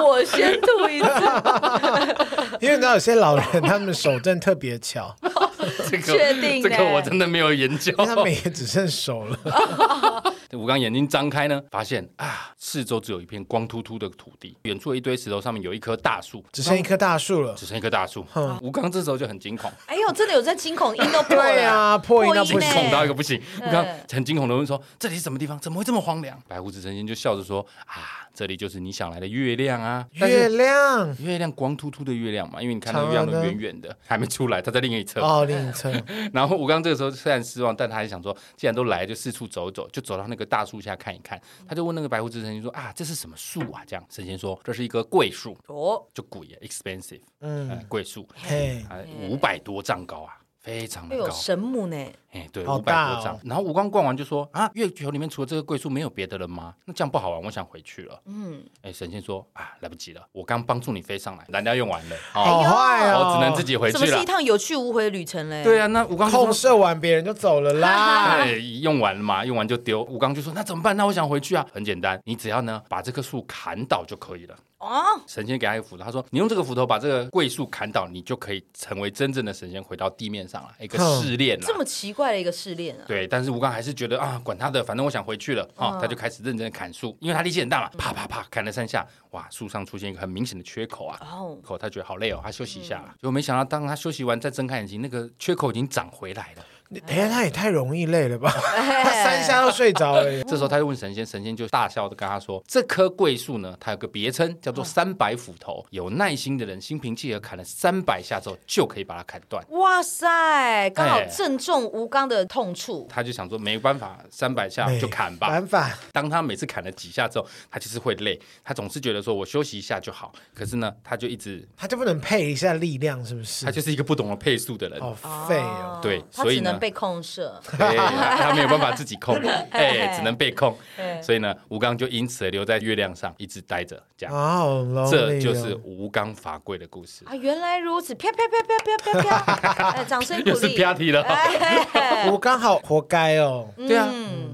[SPEAKER 3] 我先吐一次，
[SPEAKER 2] 因为你知道有些老人他们手真的特别巧，
[SPEAKER 1] 哦这个
[SPEAKER 3] 确定欸
[SPEAKER 1] 这
[SPEAKER 3] 呢
[SPEAKER 1] 个我真的没有研究
[SPEAKER 2] 因。为他们也只剩手
[SPEAKER 1] 哦
[SPEAKER 2] 了。
[SPEAKER 1] 吴刚眼睛张开呢，发现啊，四周只有一片光秃秃的土地，远处一堆石头上面有一棵大树，
[SPEAKER 2] 只剩一棵大树了。
[SPEAKER 1] 只剩一棵大树。吴刚这时候就很惊恐，
[SPEAKER 3] 哎呦，真的有在惊恐，音都破了，
[SPEAKER 2] 对啊破音到
[SPEAKER 1] 惊
[SPEAKER 2] 不行
[SPEAKER 1] 恐到一
[SPEAKER 3] 呢。
[SPEAKER 1] 个不行。吴刚很惊恐的问说：“这里是什么地方？怎么会这么荒凉？”白胡子神仙就笑着说：“啊，这里就是你想来的月亮啊。”但
[SPEAKER 2] 月
[SPEAKER 1] 是
[SPEAKER 2] 亮
[SPEAKER 1] 月亮光秃秃的月亮嘛，因为你看到月亮都
[SPEAKER 2] 长啊
[SPEAKER 1] 圆圆的，还没出来，它在另一侧。
[SPEAKER 2] 哦，另一侧
[SPEAKER 1] 然后吴刚这个时候虽然失望，但他还想说，既然都来，就四处走走，就走到那个大树下看一看。他就问那个白胡子神仙说：“啊，这是什么树啊？”这样，神仙说：“这是一棵桂树，
[SPEAKER 3] 哦，
[SPEAKER 1] 就贵耶，expensive，嗯、
[SPEAKER 2] 嗯，
[SPEAKER 1] 桂树，
[SPEAKER 2] 嘿，
[SPEAKER 1] 啊，五百多丈高啊，非常
[SPEAKER 3] 哎
[SPEAKER 1] 的
[SPEAKER 3] 呦，
[SPEAKER 1] 高。”
[SPEAKER 3] 神母呢？
[SPEAKER 1] 哎，对，
[SPEAKER 2] 好
[SPEAKER 1] 五百
[SPEAKER 2] 大
[SPEAKER 1] 多丈。
[SPEAKER 2] 哦
[SPEAKER 1] 然后吴刚逛完就说：“啊，月球里面除了这个桂树，没有别的了吗？那这样不好玩，我想回去了。”
[SPEAKER 3] 嗯，
[SPEAKER 1] 哎，神仙说：“啊，来不及了，我刚帮助你飞上来，燃料用完了，
[SPEAKER 2] 好
[SPEAKER 1] 哦，
[SPEAKER 2] 坏
[SPEAKER 1] 我、
[SPEAKER 2] 哦，
[SPEAKER 1] 只能自己回
[SPEAKER 3] 哎怎么
[SPEAKER 1] 去
[SPEAKER 3] 是
[SPEAKER 1] 了
[SPEAKER 3] 一。趟有去无回的旅程嘞？
[SPEAKER 1] 对
[SPEAKER 3] 啊，
[SPEAKER 1] 啊，那吴刚就说
[SPEAKER 2] 控射完别人就走了
[SPEAKER 1] <laughs>
[SPEAKER 2] 啦。
[SPEAKER 1] 哎，用完了嘛，用完就丢。吴刚就说：“那怎么办？那我想回去啊。很简单，你只要呢把这棵树砍倒就可以了。
[SPEAKER 3] 哦，
[SPEAKER 1] 神仙给他一个斧头，他说：“你用这个斧头把这个桂树砍倒，你就可以成为真正的神仙，回到地面上了。”一个
[SPEAKER 2] 哼
[SPEAKER 1] 试炼啦
[SPEAKER 3] 哦这么奇怪的一个试炼啊！
[SPEAKER 1] 对，但是吴刚还是觉得啊，管他的，反正我想回去了啊、
[SPEAKER 3] 嗯
[SPEAKER 1] 他就开始认真的砍树，因为他力气很大嘛，啪啪啪砍了三下，哇，树上出现一个很明显的缺口啊，
[SPEAKER 3] 哦，
[SPEAKER 1] 口他觉得好累哦，他休息一下啦。结果没想到，当他休息完再睁开眼睛，那个缺口已经长回来了。
[SPEAKER 2] 你等一下，他也太容易累了吧？
[SPEAKER 3] 哎
[SPEAKER 2] 他 <laughs> 三下都睡着
[SPEAKER 1] <laughs>
[SPEAKER 2] 了耶。
[SPEAKER 1] 这时候他就问神仙，神仙就大笑的跟他说：“这棵桂树呢，它有个别称叫
[SPEAKER 2] 嗯
[SPEAKER 1] 做三百斧头，有耐心的人心平气和砍了三百下之后，就可以把它砍断。”
[SPEAKER 3] 哇塞，刚好
[SPEAKER 1] 哎
[SPEAKER 3] 正中吴刚的痛处。
[SPEAKER 1] 他就想说没办法，三百下
[SPEAKER 2] 哎
[SPEAKER 1] 就砍吧。
[SPEAKER 2] 反反，
[SPEAKER 1] 当他每次砍了几下之后，他就是会累，他总是觉得说我休息一下就好。可是呢，他就一直，
[SPEAKER 2] 他就不能配一下力量，是不是？
[SPEAKER 1] 他就是一个不懂得配速的人。
[SPEAKER 2] 好废哦。
[SPEAKER 1] 对
[SPEAKER 3] 啊他
[SPEAKER 1] 所以
[SPEAKER 3] 只能
[SPEAKER 1] 呢
[SPEAKER 3] 被
[SPEAKER 1] <laughs>
[SPEAKER 3] 控射。
[SPEAKER 1] 对，他没有办法自己
[SPEAKER 2] <laughs>
[SPEAKER 1] 控，哎、只能被控，
[SPEAKER 3] 哎
[SPEAKER 1] 所以呢，吴刚就因此留在月亮上一直待着，这样，
[SPEAKER 2] 啊，好 lonely 哦
[SPEAKER 1] 这就是吴刚伐桂的故事，
[SPEAKER 3] 啊，原来如此！啪啪啪啪啪啪
[SPEAKER 1] <laughs>
[SPEAKER 3] 啪！哎，掌声鼓
[SPEAKER 1] 又是
[SPEAKER 3] 励。
[SPEAKER 1] 啪题
[SPEAKER 2] <laughs>
[SPEAKER 1] 了， <laughs>
[SPEAKER 3] 哎
[SPEAKER 2] 我刚好活该哦。
[SPEAKER 1] 对啊，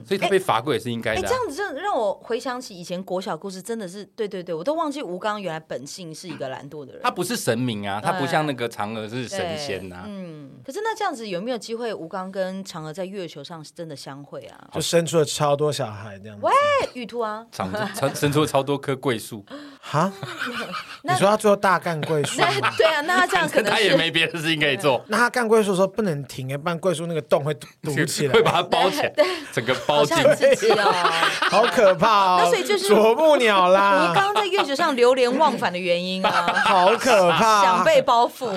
[SPEAKER 1] 所以他被罚跪也是应该
[SPEAKER 3] 嗯哎，
[SPEAKER 1] 的
[SPEAKER 3] 这
[SPEAKER 1] 啊、
[SPEAKER 3] 样子真的让我回想起以前国小故事，真的是对对对，我都忘记吴刚原来本性是一个懒惰的人
[SPEAKER 1] 他。不是神明啊，他不像那个嫦娥是神仙呐、啊，
[SPEAKER 3] 嗯，可是那这样子有没有机会吴刚跟嫦娥在月球上是真的相会啊？
[SPEAKER 2] 就生出了超多小孩这样子
[SPEAKER 3] 喂，玉兔 <laughs> 啊，
[SPEAKER 1] 长长生出超多棵桂树，
[SPEAKER 2] 哈，你说他最后大干桂树吗，
[SPEAKER 3] 那对啊，那他 <laughs> 这样可
[SPEAKER 1] 但
[SPEAKER 3] 能
[SPEAKER 1] 他也
[SPEAKER 3] 是
[SPEAKER 1] 没别的事情可以
[SPEAKER 2] <laughs>
[SPEAKER 1] 做。
[SPEAKER 2] 那他干桂树的时候不能停哎，不然桂树那个洞会堵起来
[SPEAKER 1] 会，把它包起来，整个包
[SPEAKER 3] <laughs> 好
[SPEAKER 1] 进
[SPEAKER 3] 像。很刺激哦。
[SPEAKER 2] 好可怕哦。
[SPEAKER 3] 那所以就是
[SPEAKER 2] 啄木鸟
[SPEAKER 3] 吴
[SPEAKER 2] 啦，
[SPEAKER 3] 刚在月球上流连忘返的原
[SPEAKER 2] <laughs>
[SPEAKER 3] 因啊，
[SPEAKER 2] 好可怕。
[SPEAKER 3] 想被包覆。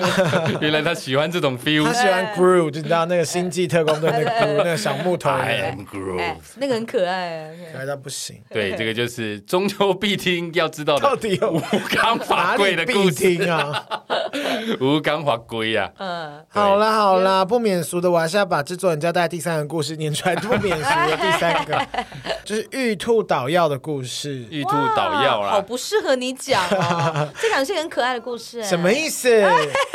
[SPEAKER 1] 原来他喜欢这种 feel
[SPEAKER 2] 他。喜欢 Groove，就你知道那个星际特工队那个 Groove 那个小木头人，
[SPEAKER 1] I am
[SPEAKER 3] 哎
[SPEAKER 1] Groove。，
[SPEAKER 3] 那个很可爱啊。
[SPEAKER 2] 可爱到不行。
[SPEAKER 1] 对，这个就是终究必听要知道
[SPEAKER 2] 到
[SPEAKER 1] 的
[SPEAKER 2] 底有
[SPEAKER 1] 吴刚
[SPEAKER 2] 哪
[SPEAKER 1] 法
[SPEAKER 2] 里
[SPEAKER 1] 贵的
[SPEAKER 2] 必
[SPEAKER 1] 故事。
[SPEAKER 2] 听啊？
[SPEAKER 1] 吴刚法贵啊，
[SPEAKER 3] 嗯，
[SPEAKER 2] 好啦好啦，不免俗的，我还是要把制作人交代第三个故事念出来。不免俗的第
[SPEAKER 1] <laughs>
[SPEAKER 2] 三个就是玉兔捣药的故事，
[SPEAKER 1] 玉兔捣药啊
[SPEAKER 3] 哇好
[SPEAKER 1] 啦。
[SPEAKER 3] 不适合你讲哦。这感觉是很可爱的故事，哎
[SPEAKER 2] 什么？意思？
[SPEAKER 1] <laughs>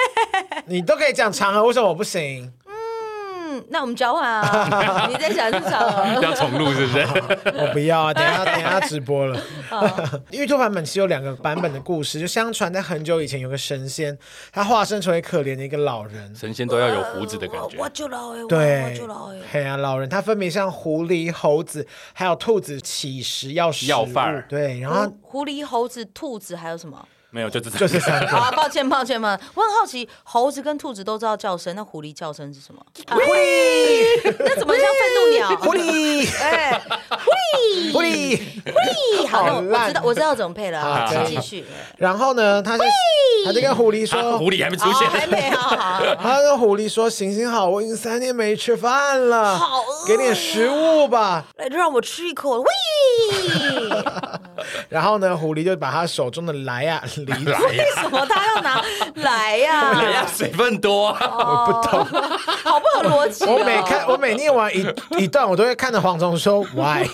[SPEAKER 2] 你都可以讲嫦娥，为什么我不行？
[SPEAKER 3] 嗯，那我们交换啊。你在想是什么？
[SPEAKER 1] 要重录是不
[SPEAKER 2] <laughs>
[SPEAKER 1] 是？
[SPEAKER 2] 我不要啊！等一下等一下直播了。
[SPEAKER 1] 哦
[SPEAKER 2] <laughs> 玉兔版本其实有两个版本的故事，就相传在很久以前有个神仙，他化身成为可怜的一个老人。
[SPEAKER 1] 神仙都要有胡子的感觉
[SPEAKER 3] 我。就老哎，我我
[SPEAKER 2] 对
[SPEAKER 3] 就老
[SPEAKER 1] 欸
[SPEAKER 3] 哎，。
[SPEAKER 2] 嘿啊，老人他分别向狐狸、猴子还有兔子乞食要食
[SPEAKER 1] 要
[SPEAKER 2] 物
[SPEAKER 1] 饭儿
[SPEAKER 2] 对，然后
[SPEAKER 3] 狐狐狸、猴子、兔子还有什么？
[SPEAKER 1] 没有，就这
[SPEAKER 2] 就是三个。
[SPEAKER 3] 啊，抱歉抱歉嘛，我很好奇，猴子跟兔子都知道叫声，那狐狸叫声是什么？
[SPEAKER 2] 啊狐狸，
[SPEAKER 3] 那怎么像愤怒鸟？
[SPEAKER 2] 狐狸，
[SPEAKER 3] 哎，
[SPEAKER 2] 狐狸。
[SPEAKER 3] 屁！好，那
[SPEAKER 2] 好
[SPEAKER 3] 我我
[SPEAKER 2] 烂
[SPEAKER 3] 知道我知道怎么配了啊，
[SPEAKER 2] 好
[SPEAKER 3] 请
[SPEAKER 2] 好
[SPEAKER 3] 继续。
[SPEAKER 2] 然后呢，他就他就跟狐狸
[SPEAKER 1] 啊，
[SPEAKER 2] 说，
[SPEAKER 1] 狐狸还没出
[SPEAKER 3] 哦，
[SPEAKER 1] 现。
[SPEAKER 3] 还没好好。
[SPEAKER 2] 他跟狐狸说，行行好，我已经三天没吃饭了，
[SPEAKER 3] 好饿
[SPEAKER 2] 给点食物吧。
[SPEAKER 3] 来让我吃一口，喂！
[SPEAKER 2] 然后呢，狐狸就把他手中的莱呀、梨子，
[SPEAKER 1] 来啊呀
[SPEAKER 3] 为，什么他要拿来
[SPEAKER 1] <laughs>
[SPEAKER 3] 呀、
[SPEAKER 1] 来哎呀，水分多啊。
[SPEAKER 2] 我不懂。
[SPEAKER 3] 好不合逻辑、哦。
[SPEAKER 2] 我每看我每念完
[SPEAKER 1] <laughs>
[SPEAKER 2] 一一段，我都会看着蝗虫说 why。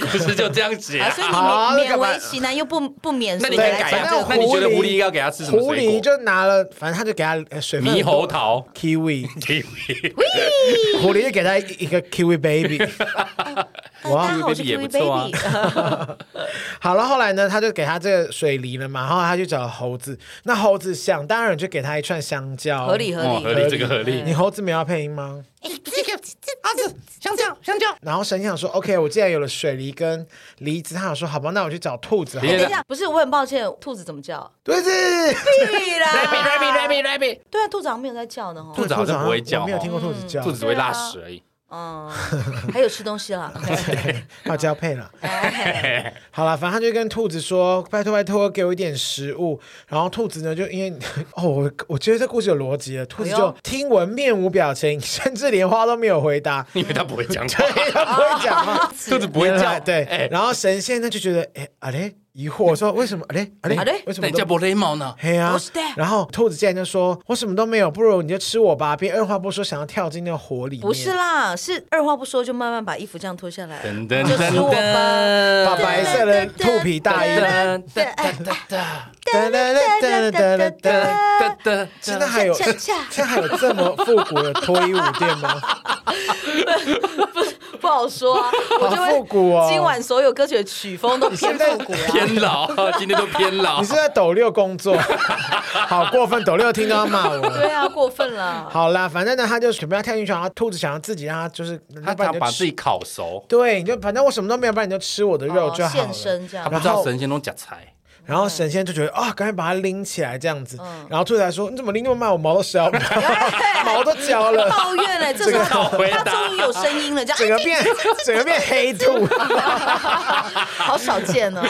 [SPEAKER 1] 故事就这样写
[SPEAKER 3] 啊，
[SPEAKER 1] 啊。
[SPEAKER 3] 所以你
[SPEAKER 2] 好
[SPEAKER 3] 勉
[SPEAKER 2] 那
[SPEAKER 3] 勉
[SPEAKER 2] 干嘛
[SPEAKER 3] 为其难，又不不免
[SPEAKER 1] 那
[SPEAKER 3] 俗
[SPEAKER 1] 你
[SPEAKER 3] 地
[SPEAKER 1] 可以
[SPEAKER 3] 来
[SPEAKER 1] 改
[SPEAKER 3] 讲
[SPEAKER 1] 啊
[SPEAKER 3] 这
[SPEAKER 2] 反
[SPEAKER 1] 那
[SPEAKER 2] 正
[SPEAKER 3] 个
[SPEAKER 1] 你觉得
[SPEAKER 2] 狐狸
[SPEAKER 1] 狐狸要给它吃什么
[SPEAKER 2] 狐
[SPEAKER 1] 水果
[SPEAKER 2] 狸就拿了，反正他就给他呃水分很
[SPEAKER 1] 猕猴
[SPEAKER 2] 多
[SPEAKER 1] 桃、
[SPEAKER 2] kiwi，
[SPEAKER 1] kiwi，
[SPEAKER 2] 狐狸就给他一一个 kiwi <laughs> baby。
[SPEAKER 3] 大家好，我是
[SPEAKER 1] Baby 也
[SPEAKER 3] Kiwi
[SPEAKER 1] 不错啊
[SPEAKER 3] Baby，
[SPEAKER 2] 好了，后来呢，他就给他这个水梨了嘛，然后他去找猴子，那猴子想当然就给他一串香蕉，
[SPEAKER 3] 合理合
[SPEAKER 1] 哦，
[SPEAKER 3] 理。
[SPEAKER 1] 合理这个合理。
[SPEAKER 2] 你猴子没有要配音吗？这个这阿紫香蕉香蕉，然后神仙想说，OK，我既然有了水梨跟梨子，他想说，好吧，那我去找兔子好了，
[SPEAKER 1] 等
[SPEAKER 3] 等一下，不是，我很抱歉，兔子怎么叫？
[SPEAKER 2] 对子，
[SPEAKER 3] 对啦
[SPEAKER 1] rabbit rabbit，
[SPEAKER 3] 对啊，兔子好像没有在叫呢。吼
[SPEAKER 1] 兔子好像不会叫
[SPEAKER 2] 我没有听过兔子叫， <laughs>
[SPEAKER 1] 兔子只会拉屎而已。
[SPEAKER 3] 嗯，还有吃东西啦。
[SPEAKER 2] 还有交配了。
[SPEAKER 3] 哎
[SPEAKER 2] 好了，反正他就跟兔子说：“拜托拜托，给我一点食物。”然后兔子呢，就因为哦，我我觉得这故事有逻辑了。兔子
[SPEAKER 3] 哎
[SPEAKER 2] 就
[SPEAKER 3] 呦
[SPEAKER 2] 听闻面无表情，甚至连话都没有
[SPEAKER 1] <laughs>
[SPEAKER 2] 回答，
[SPEAKER 1] 因为它不会讲话，
[SPEAKER 2] 啊 <laughs> 对，他不会讲话，
[SPEAKER 1] 兔子不会叫。
[SPEAKER 2] 对。
[SPEAKER 1] 哎，
[SPEAKER 2] 然后神仙呢就觉得，哎，啊嘞，疑惑说为什么啊嘞啊
[SPEAKER 3] 啊嘞
[SPEAKER 2] 嘞，为什
[SPEAKER 1] 那
[SPEAKER 2] 么
[SPEAKER 1] 你叫
[SPEAKER 2] 都
[SPEAKER 1] 博雷猫呢？
[SPEAKER 2] 黑啊
[SPEAKER 3] 不是的？
[SPEAKER 2] 然后兔子竟然就说：“我什么都没有，不如你就吃我吧。”便二话不说，想要跳进那个火里面。
[SPEAKER 3] 不是啦，是二话不说就慢慢把衣服这样脱下来，
[SPEAKER 1] 噔
[SPEAKER 3] 就
[SPEAKER 1] 噔噔
[SPEAKER 3] 是我吧。
[SPEAKER 2] 把
[SPEAKER 1] 噔，
[SPEAKER 2] 白色的兔皮大衣。哒哒哒哒哒哒哒
[SPEAKER 1] 噔噔
[SPEAKER 2] 现在还有
[SPEAKER 3] 恰
[SPEAKER 2] 现
[SPEAKER 3] 恰
[SPEAKER 2] 在还有这么复古的脱衣舞店吗？
[SPEAKER 3] 不好说啊，我
[SPEAKER 2] <laughs>
[SPEAKER 3] 就
[SPEAKER 2] 好复古哦
[SPEAKER 3] 会今晚所有歌曲的曲
[SPEAKER 2] <laughs>
[SPEAKER 3] 风都偏复古啊。
[SPEAKER 5] 偏
[SPEAKER 1] <laughs>
[SPEAKER 5] 老，今天都偏老
[SPEAKER 2] 你。是在抖六工作，好过分！抖六听到要骂我。
[SPEAKER 3] 对啊，过分了。
[SPEAKER 2] 好啦，反正呢，他就准备要看晕船，然后兔子想要自己让他就是，
[SPEAKER 5] 他
[SPEAKER 2] 要不然
[SPEAKER 5] 他
[SPEAKER 2] 你就
[SPEAKER 5] 把
[SPEAKER 2] 吃
[SPEAKER 5] 自己烤熟，
[SPEAKER 2] 对，你就反正我什么都没有，不然你就吃我的肉就
[SPEAKER 3] 哦
[SPEAKER 2] 好了。
[SPEAKER 3] 现身这样
[SPEAKER 5] 他不知道神仙都假菜。
[SPEAKER 2] 然后神仙就觉得啊，赶、紧把它拎起来这样子。
[SPEAKER 3] 嗯
[SPEAKER 2] 然后兔子还说：“你怎么拎那么慢？我毛都削不
[SPEAKER 3] <laughs>
[SPEAKER 2] 了，毛都焦了，
[SPEAKER 3] 哎抱怨嘞，这时候
[SPEAKER 5] 好回
[SPEAKER 3] 他
[SPEAKER 5] 答
[SPEAKER 3] 终于有声音了，这
[SPEAKER 2] 整个
[SPEAKER 3] 样哎 <laughs>
[SPEAKER 2] 变整个变黑
[SPEAKER 5] <laughs>
[SPEAKER 2] 兔，
[SPEAKER 3] 好
[SPEAKER 2] <laughs>
[SPEAKER 3] 少见哦。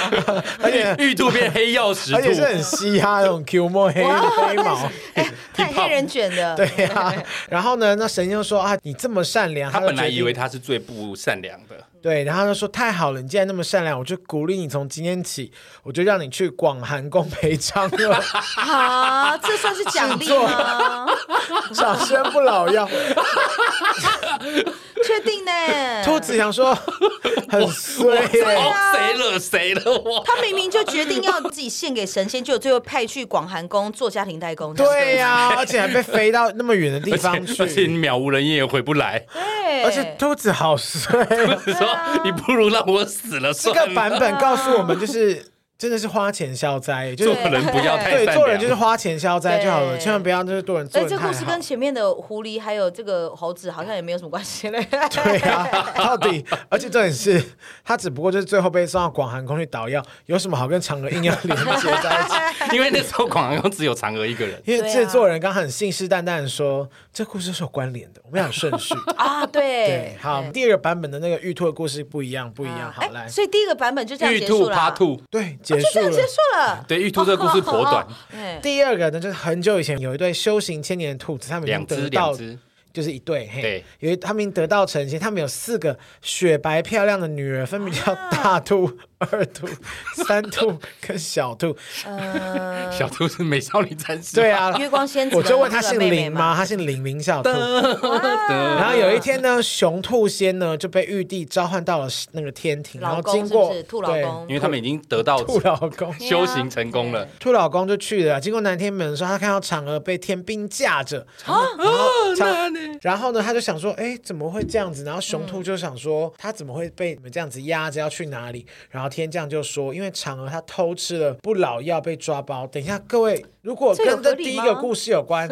[SPEAKER 2] 而且
[SPEAKER 5] 玉兔变黑曜石
[SPEAKER 2] 而且是
[SPEAKER 5] 兔，
[SPEAKER 2] 很嘻哈那种 Q 墨黑黑
[SPEAKER 3] <laughs>
[SPEAKER 2] 毛。”
[SPEAKER 3] 哎，太黑人卷的，
[SPEAKER 2] 对呀、然后呢，那神仙就说啊，你这么善良，
[SPEAKER 5] 他
[SPEAKER 2] 就
[SPEAKER 5] 本来
[SPEAKER 2] 决定
[SPEAKER 5] 以为他是最不善良的，
[SPEAKER 2] 对，然后他就说太好了，你既然那么善良，我就鼓励你从今天起，我就让你去广寒宫陪唱
[SPEAKER 3] <laughs>
[SPEAKER 2] 了，
[SPEAKER 3] 啊，这算是奖
[SPEAKER 2] <laughs>
[SPEAKER 3] 励吗？
[SPEAKER 2] 长生不老药。
[SPEAKER 3] 确定呢？
[SPEAKER 2] <laughs> 兔子想说很衰、欸，
[SPEAKER 5] 哦，谁惹谁了我？
[SPEAKER 3] 他明明就决定要自己献给神仙，就最后派去广寒宫做家庭代工。
[SPEAKER 2] <laughs> 对呀、而且还被飞到那么远的地
[SPEAKER 5] 而且
[SPEAKER 2] 方
[SPEAKER 5] 而且你
[SPEAKER 2] 去，
[SPEAKER 5] 渺无人烟也回不来，
[SPEAKER 3] 对，哎
[SPEAKER 2] 而且兔子好衰哦、
[SPEAKER 5] 你 <laughs>
[SPEAKER 3] 啊
[SPEAKER 5] 说你不如让我死
[SPEAKER 2] <laughs>
[SPEAKER 5] 了
[SPEAKER 2] 这
[SPEAKER 5] 算
[SPEAKER 2] 个
[SPEAKER 5] 了。
[SPEAKER 2] 版本告诉我们，就是真的是花钱消灾，就
[SPEAKER 5] 做
[SPEAKER 2] 是
[SPEAKER 5] 人不要太
[SPEAKER 2] 对
[SPEAKER 5] 善
[SPEAKER 2] 做人就是
[SPEAKER 5] 良，
[SPEAKER 2] 花钱消灾就好了，
[SPEAKER 3] 对
[SPEAKER 2] 千万不要就是做人做
[SPEAKER 3] 哎，
[SPEAKER 2] 人太
[SPEAKER 3] 这
[SPEAKER 2] 好。
[SPEAKER 3] 故事跟前面的狐狸还有这个猴子好像也没有什么关系嘞。
[SPEAKER 2] <laughs> 对啊，到
[SPEAKER 3] <laughs>
[SPEAKER 2] 底，而且重点是，他只不过就是最后被送到广寒宫去捣药，有什么好跟嫦娥硬要连接在
[SPEAKER 3] <laughs>
[SPEAKER 2] 一起？
[SPEAKER 5] 因为那时候广寒宫只有嫦娥一个人。
[SPEAKER 2] 因为
[SPEAKER 3] 对啊
[SPEAKER 2] 制作人刚很信誓旦旦地说，这故事是有关联的，我们要有顺序。
[SPEAKER 3] <laughs> 啊，对
[SPEAKER 2] 对，，好，第二个版本的那个玉兔的故事不一样，不一样。好，
[SPEAKER 3] 哎
[SPEAKER 2] 来，
[SPEAKER 3] 所以第一个版本 <laughs> 就这样
[SPEAKER 5] 玉
[SPEAKER 3] 结
[SPEAKER 5] 兔
[SPEAKER 3] 束了
[SPEAKER 5] 趴
[SPEAKER 3] 啊，
[SPEAKER 5] 兔，
[SPEAKER 2] 对，结
[SPEAKER 3] 就
[SPEAKER 2] 束
[SPEAKER 3] 这样
[SPEAKER 2] 了
[SPEAKER 3] 结。束了。
[SPEAKER 5] 对玉兔这个故事颇短，
[SPEAKER 3] 哎，
[SPEAKER 2] 第二个呢，就是很久以前有一对修行千年的兔子，他 <laughs> 们已经
[SPEAKER 5] 两只
[SPEAKER 2] 得
[SPEAKER 5] 两
[SPEAKER 2] 到
[SPEAKER 5] 只，
[SPEAKER 2] 就是一对，嘿
[SPEAKER 5] 对，
[SPEAKER 2] 有一他们已经得到成仙，他们有四个雪白漂亮的女儿，分别叫大兔、
[SPEAKER 3] <laughs>
[SPEAKER 2] 二兔、三兔跟小兔。
[SPEAKER 3] 呃，
[SPEAKER 5] 小兔是美少女战士，
[SPEAKER 2] 对，啊，
[SPEAKER 3] <laughs> 月光仙子
[SPEAKER 2] 我
[SPEAKER 3] 的
[SPEAKER 2] 就问他
[SPEAKER 3] 那个
[SPEAKER 2] 姓
[SPEAKER 3] 妹妹
[SPEAKER 2] 林
[SPEAKER 3] 嘛啊
[SPEAKER 2] 吗？他姓林，林小兔。
[SPEAKER 3] 哇
[SPEAKER 2] 然后有一天呢，雄兔仙呢就被玉帝召唤到了那个天庭，然
[SPEAKER 3] 老
[SPEAKER 2] 后
[SPEAKER 3] 公
[SPEAKER 2] 经过
[SPEAKER 3] 是不是兔老
[SPEAKER 2] 对
[SPEAKER 3] 公
[SPEAKER 5] 因为他们已经得到
[SPEAKER 2] 兔老公。
[SPEAKER 5] 修行成功了，
[SPEAKER 3] 啊
[SPEAKER 2] 兔老公就去了，经过南天门的时候，他看到嫦娥被天兵架着，然后嫦然后呢，他就想说，哎，怎么会这样子？然后雄兔就想说，他怎么会被你们这样子压着要去哪里？然后天将就说，因为嫦娥她偷吃了不老药被抓包。等一下，各位，如果
[SPEAKER 3] 这有
[SPEAKER 2] 跟这
[SPEAKER 3] 合理
[SPEAKER 2] 第一
[SPEAKER 3] 吗
[SPEAKER 2] 个故事有关，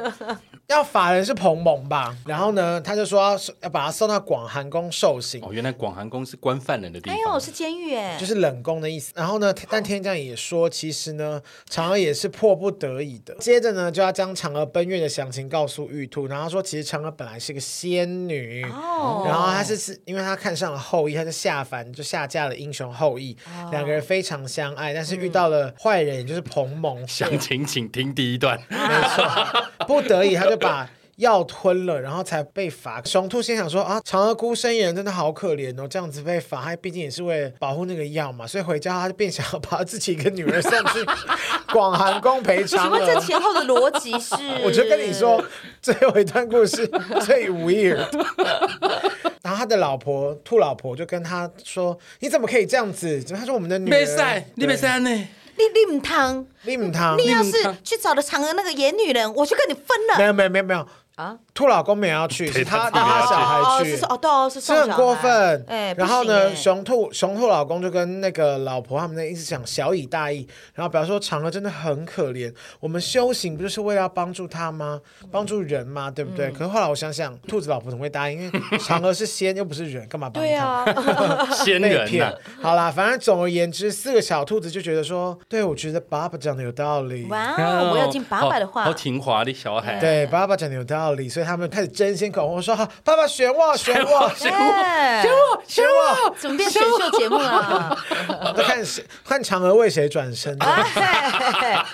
[SPEAKER 2] 要法人是彭蒙吧？然后呢，他就说要要把他送到广寒宫受刑。
[SPEAKER 5] 哦，原来广寒宫是关犯人的地
[SPEAKER 3] 哎
[SPEAKER 5] 方。
[SPEAKER 3] 呦，是监狱哎，
[SPEAKER 2] 就是冷宫的意思。然后呢，但天将也说，其实呢，嫦娥也是迫不得已的。接着呢，就要将嫦娥奔月的详情告诉玉兔，然后说，其实嫦娥本来是个仙女。
[SPEAKER 3] 哦
[SPEAKER 2] 然后她是是因为她看上了后羿，她就下凡就下嫁了英雄后羿，两个人非常相爱，但是
[SPEAKER 3] 嗯
[SPEAKER 2] 遇到了坏人，也就是彭蒙，
[SPEAKER 5] 详情请听第
[SPEAKER 3] <laughs>
[SPEAKER 5] 一段。
[SPEAKER 2] 不得已，他就把药吞了，然后才被罚。雄兔心想说啊，嫦娥孤身一人真的好可怜哦，这样子被罚，他毕竟也是为了保护那个药嘛，所以回家他就便想要把自己一个女儿送去广寒宫陪
[SPEAKER 3] 请
[SPEAKER 2] 嫦
[SPEAKER 3] 问这
[SPEAKER 2] 娥。？
[SPEAKER 3] 前后的逻辑是
[SPEAKER 2] 我就跟你说，最后一段故事 <laughs> 最 weird。然后他的老婆兔老婆就跟他说：“你怎么可以这样子？”他说：“我们的女儿，
[SPEAKER 5] 没赛，你没赛呢？
[SPEAKER 3] 你你唔通，
[SPEAKER 2] 你母汤，
[SPEAKER 3] 你要
[SPEAKER 5] 你唔
[SPEAKER 3] 是去找了嫦娥那个野女人，我就跟你分
[SPEAKER 2] 没
[SPEAKER 3] 了
[SPEAKER 2] 有没有没有没有
[SPEAKER 3] 啊！
[SPEAKER 2] 兔老公没有要去，是他
[SPEAKER 5] 他自己没有
[SPEAKER 2] 他
[SPEAKER 5] 要去
[SPEAKER 2] 小
[SPEAKER 3] 哦
[SPEAKER 2] 孩
[SPEAKER 3] 哦
[SPEAKER 2] 去，
[SPEAKER 3] 是说哦对哦是
[SPEAKER 2] 是
[SPEAKER 3] 送小
[SPEAKER 2] 很
[SPEAKER 3] 孩
[SPEAKER 2] 过分。
[SPEAKER 3] 哎，
[SPEAKER 2] 然后
[SPEAKER 3] 不行
[SPEAKER 2] 呢，
[SPEAKER 3] 哎
[SPEAKER 2] 雄兔雄兔老公就跟那个老婆他们那一直讲小以大义，然后比方说嫦娥真的很可怜，我们修行不就是为了要帮助她吗？帮助人吗？对不对？
[SPEAKER 3] 嗯
[SPEAKER 2] 可是后来我想想，兔子老婆怎么会答应？因为 <laughs> 嫦娥是仙又不是人，干嘛帮
[SPEAKER 3] 对
[SPEAKER 2] 她？
[SPEAKER 3] <laughs> 啊，
[SPEAKER 5] <laughs> 仙
[SPEAKER 2] 被
[SPEAKER 5] 人呐、啊
[SPEAKER 2] 骗。好啦，反正总而言之，四个小兔子就觉得说，对我觉得爸爸讲的有道理。
[SPEAKER 3] 哇哦，我要听爸爸的话
[SPEAKER 5] 好，好挺华的小 <laughs> 孩。
[SPEAKER 2] 对，爸爸讲的有道理，所以他们开始争先恐后说：“好爸爸选我，选
[SPEAKER 3] <laughs>
[SPEAKER 2] 我，选
[SPEAKER 3] 哎
[SPEAKER 2] 我，选我
[SPEAKER 3] 怎么变选秀节目
[SPEAKER 2] <laughs>
[SPEAKER 3] 了？！”
[SPEAKER 2] 就看谁看嫦娥为谁转身。
[SPEAKER 3] 哎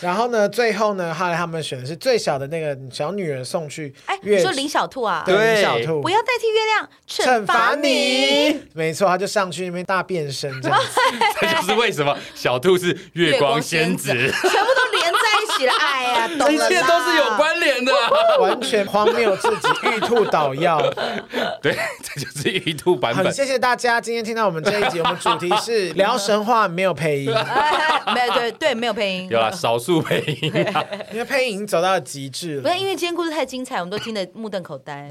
[SPEAKER 2] 然后呢，最后呢，后来他们选的是最小的那个小女人送去
[SPEAKER 3] 哎，你
[SPEAKER 2] 月
[SPEAKER 3] 说林小兔啊，
[SPEAKER 2] 对
[SPEAKER 5] 对
[SPEAKER 2] 林小兔，
[SPEAKER 3] 不要代替月亮
[SPEAKER 2] 惩
[SPEAKER 3] 惩
[SPEAKER 2] 罚
[SPEAKER 3] 罚你。
[SPEAKER 2] 你。没错，他就上去那边大变
[SPEAKER 3] <laughs>
[SPEAKER 2] 身这样子。
[SPEAKER 5] 这就是为什么小兔是月光仙子，
[SPEAKER 3] 全部都连在一起己的爱呀、懂了啦
[SPEAKER 5] 一切都是有 <laughs> 关联的
[SPEAKER 2] <laughs>
[SPEAKER 5] 啊、
[SPEAKER 2] 完全荒谬至极，玉兔
[SPEAKER 1] <laughs>
[SPEAKER 2] 捣药。
[SPEAKER 1] 对，这就是玉兔版
[SPEAKER 2] 很
[SPEAKER 1] 本。
[SPEAKER 2] 谢谢大家今天听到我们这一集，我们主题是聊神话，没有配
[SPEAKER 1] <laughs>
[SPEAKER 2] 音，
[SPEAKER 3] 哎，没有对对，没有配音
[SPEAKER 1] 有。
[SPEAKER 3] <laughs>
[SPEAKER 1] 啦，少数配音啊，
[SPEAKER 2] 因为配音已经走到了极致
[SPEAKER 3] 不
[SPEAKER 2] 了，
[SPEAKER 3] 是因为今天故事太精彩，我们都听得目瞪口
[SPEAKER 2] <laughs>
[SPEAKER 3] 呆。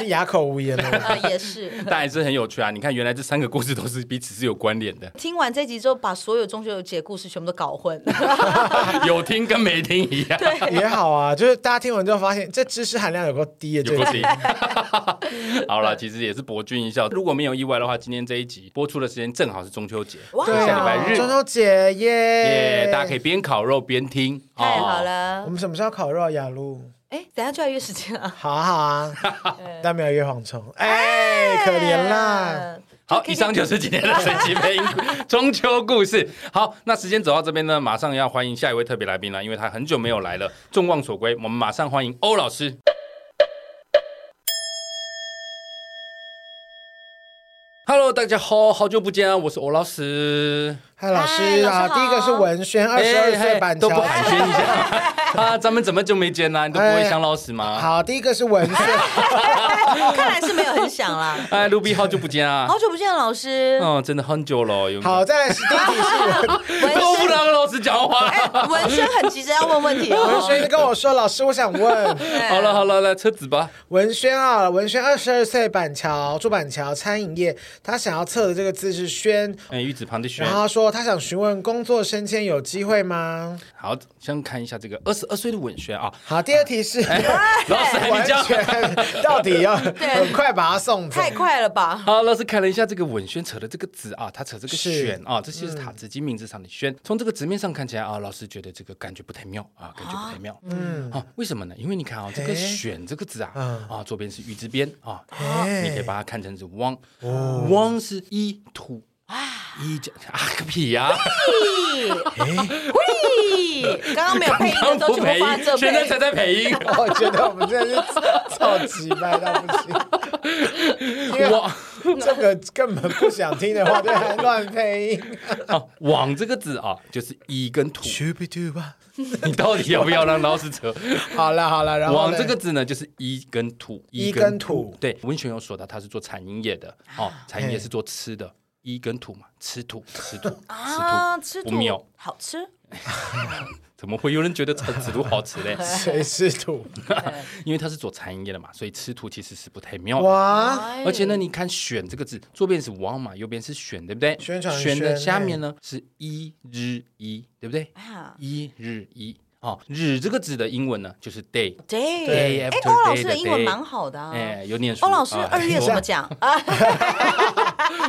[SPEAKER 2] 是哑口无言
[SPEAKER 3] <laughs>
[SPEAKER 2] 了。
[SPEAKER 3] 呃，也是。
[SPEAKER 1] 但还是很有趣啊！你看，原来这三个故事都是彼此是有关联
[SPEAKER 3] <laughs>
[SPEAKER 1] 的，
[SPEAKER 3] 听完这集之后，把所有中秋节故事全部都搞混。
[SPEAKER 1] <laughs> 有听跟没听一样。
[SPEAKER 2] 也好啊，就是大家听完之后发现，这知识含量有够
[SPEAKER 1] 有
[SPEAKER 2] 低的，这
[SPEAKER 1] 不
[SPEAKER 2] 个
[SPEAKER 1] 听。 <laughs> 好了，其实也是博君一笑。如果没有意外的话，今天这一集播出的时间正好是中秋节，
[SPEAKER 3] 哇
[SPEAKER 1] 下礼拜日
[SPEAKER 2] 啊中秋节耶
[SPEAKER 1] 耶！大家可以边烤肉边听。
[SPEAKER 3] 太哎好
[SPEAKER 1] 哦，
[SPEAKER 3] 了
[SPEAKER 2] 我，们什么时候烤肉啊？雅露，
[SPEAKER 3] 哎，等一下就要约时间
[SPEAKER 2] <laughs>
[SPEAKER 3] 了。
[SPEAKER 2] 好啊好啊，但没有约蝗虫，哎，可怜啦。
[SPEAKER 3] 嗯。
[SPEAKER 1] 好，
[SPEAKER 3] 可以
[SPEAKER 1] 以上就是今天的神奇配音中秋故事。 <laughs> 好，那时间走到这边呢，马上要欢迎下一位特别来宾了，因为他很久没有来了，众望所归。我们马上欢迎欧老师。Hello，大家好，好久不见啊！我是欧老师。
[SPEAKER 2] 嗨，老
[SPEAKER 3] 嗨
[SPEAKER 2] 师
[SPEAKER 3] 老师
[SPEAKER 2] 啊，
[SPEAKER 3] 好
[SPEAKER 2] 第一个是文轩，二十二
[SPEAKER 1] 哎
[SPEAKER 2] 岁
[SPEAKER 1] 哎
[SPEAKER 2] 板
[SPEAKER 1] 都不
[SPEAKER 2] 桥。
[SPEAKER 1] 寒暄一下
[SPEAKER 2] <laughs>
[SPEAKER 1] 啊？咱们怎么就没见啦？你都不会想老师吗？
[SPEAKER 2] 哎好，第一个是文轩，
[SPEAKER 3] <laughs> 看来是没有很想
[SPEAKER 1] <laughs>
[SPEAKER 3] 啦。
[SPEAKER 1] 哎，卢比好久不见啊！
[SPEAKER 3] 好久不见，老师。
[SPEAKER 1] 嗯，真的很久了。有没有
[SPEAKER 2] 好，，再来是第一题是文
[SPEAKER 3] 文
[SPEAKER 1] 都不 <laughs>
[SPEAKER 3] 轩，
[SPEAKER 1] 让老师讲话。
[SPEAKER 3] 哎，文轩很急着要问问题
[SPEAKER 1] <laughs>
[SPEAKER 2] 文
[SPEAKER 3] 哦。
[SPEAKER 2] 轩跟我说：“老师，我想问 <laughs>
[SPEAKER 3] 哎
[SPEAKER 1] 好了好了，来车子吧。
[SPEAKER 2] 文轩啊，文轩二十二岁，板桥住板桥餐饮业，他想要测的这个字是轩，
[SPEAKER 1] 哎，玉子旁的轩
[SPEAKER 2] 然，后他说他想询问工作升迁有机会吗？
[SPEAKER 1] 好，先看一下这个二十二岁的文轩啊。
[SPEAKER 2] 好，第二题是
[SPEAKER 1] 老师，你
[SPEAKER 2] 完
[SPEAKER 1] 这样。
[SPEAKER 2] 全 <laughs> 到底要很快把他送走
[SPEAKER 3] 太。快
[SPEAKER 1] <laughs>
[SPEAKER 3] 了吧！
[SPEAKER 1] 好，老师看了一下这个文轩扯的这个子啊，他扯这个
[SPEAKER 2] 是
[SPEAKER 1] 轩啊，这些是塔子金名字上的轩。从这个直面上看起来啊，老师觉得这个感觉不太妙啊，感觉不太妙。嗯，啊，为什么呢？因为你看啊，这个
[SPEAKER 2] 嘿
[SPEAKER 1] 选这个字啊，
[SPEAKER 2] 嗯
[SPEAKER 1] 啊，左边是玉字边啊，
[SPEAKER 2] 哎
[SPEAKER 1] 你可以把它看成是汪，汪是一土。一加啊个屁呀、哎
[SPEAKER 3] 喂，刚刚没有配音的都
[SPEAKER 1] 不
[SPEAKER 3] 全部
[SPEAKER 1] 配
[SPEAKER 3] 放在这
[SPEAKER 1] 音，现在
[SPEAKER 3] 边
[SPEAKER 1] 才。在配音。
[SPEAKER 2] <laughs> 我觉得我们真的是超级掰到不行，因为
[SPEAKER 1] 网
[SPEAKER 2] 这个根本不想听的话，就还乱配音。
[SPEAKER 1] 啊，网这个字啊，就是一跟土，
[SPEAKER 2] Shubidu 吧。 <laughs>
[SPEAKER 1] 你到底要不要让老师扯？
[SPEAKER 2] 好了好了，然后
[SPEAKER 1] 网
[SPEAKER 2] 呢
[SPEAKER 1] 这个字呢，就是一跟土，
[SPEAKER 2] 一跟土
[SPEAKER 1] 对，温泉有说到他是做产营业的，哦，产营业是做吃的，一跟土嘛，吃土，吃
[SPEAKER 2] <laughs>
[SPEAKER 1] 土，
[SPEAKER 3] 啊，
[SPEAKER 1] 吃
[SPEAKER 3] 吃
[SPEAKER 1] 土，
[SPEAKER 3] 土
[SPEAKER 1] 不妙，
[SPEAKER 3] 好吃，
[SPEAKER 1] 怎么会有人觉得吃吃土好吃
[SPEAKER 2] <laughs>
[SPEAKER 1] 嘞？
[SPEAKER 2] 谁是土？
[SPEAKER 1] 因为他是做产营业的嘛，所以吃土其实是不太妙的。
[SPEAKER 2] 哇，
[SPEAKER 3] 哎
[SPEAKER 1] 啊而且呢，你看“选”这个字，左边是王嘛，右边是选，对不对？
[SPEAKER 2] 宣传
[SPEAKER 1] 选的
[SPEAKER 2] 宣
[SPEAKER 1] 下面呢是一日一，对不对？
[SPEAKER 3] 啊
[SPEAKER 1] 一日一哦，日这个字的英文呢就是 day。
[SPEAKER 3] 对，
[SPEAKER 1] day
[SPEAKER 3] 哎
[SPEAKER 1] after，
[SPEAKER 3] 欧老
[SPEAKER 1] day
[SPEAKER 3] 师
[SPEAKER 1] 的
[SPEAKER 3] 的英文
[SPEAKER 1] day
[SPEAKER 3] 蛮好的啊。
[SPEAKER 1] 哎，有念书。
[SPEAKER 3] 欧老师
[SPEAKER 1] 啊
[SPEAKER 3] 二
[SPEAKER 1] <laughs>
[SPEAKER 3] 月怎么讲啊？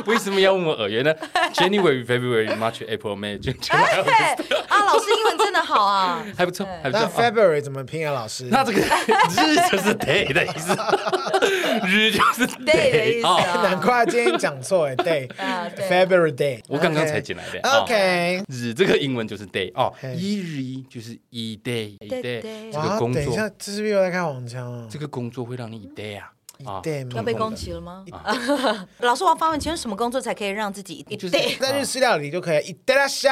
[SPEAKER 1] 为什么要问我耳缘
[SPEAKER 3] <laughs>
[SPEAKER 1] 呢？January, February, March, April, May, June, July，
[SPEAKER 3] <laughs> 对啊，老师英文真的
[SPEAKER 1] <laughs>
[SPEAKER 3] 好啊。
[SPEAKER 1] 还不错，还不
[SPEAKER 2] 那
[SPEAKER 1] 错。啊
[SPEAKER 2] February 怎么拼啊，老师？
[SPEAKER 1] 那这个日就是 day 的意思，日就是
[SPEAKER 3] <laughs> day 的意思
[SPEAKER 1] 哦
[SPEAKER 3] 啊
[SPEAKER 2] 难怪今天讲错哎，Day
[SPEAKER 3] <laughs> 啊对
[SPEAKER 2] February Day，
[SPEAKER 1] 我刚刚才进来的。哦
[SPEAKER 2] OK，
[SPEAKER 1] 日这个英文就是 day 哦
[SPEAKER 2] 嘿，
[SPEAKER 1] 一日一就是一 day 一 day，
[SPEAKER 3] day
[SPEAKER 1] 这个
[SPEAKER 2] 哇，
[SPEAKER 1] 工
[SPEAKER 2] 等一下
[SPEAKER 1] 作，，
[SPEAKER 2] 这是不是又在看黄腔啊
[SPEAKER 1] 这？个工作会让你一 day 啊啊
[SPEAKER 2] day 吗
[SPEAKER 3] 要被攻击了吗？啊 <laughs> 老师，我要发问，请问什么工作才可以让自己一
[SPEAKER 1] 就是 <laughs>
[SPEAKER 3] 对
[SPEAKER 2] 在日式料理就可以，いってらっしゃ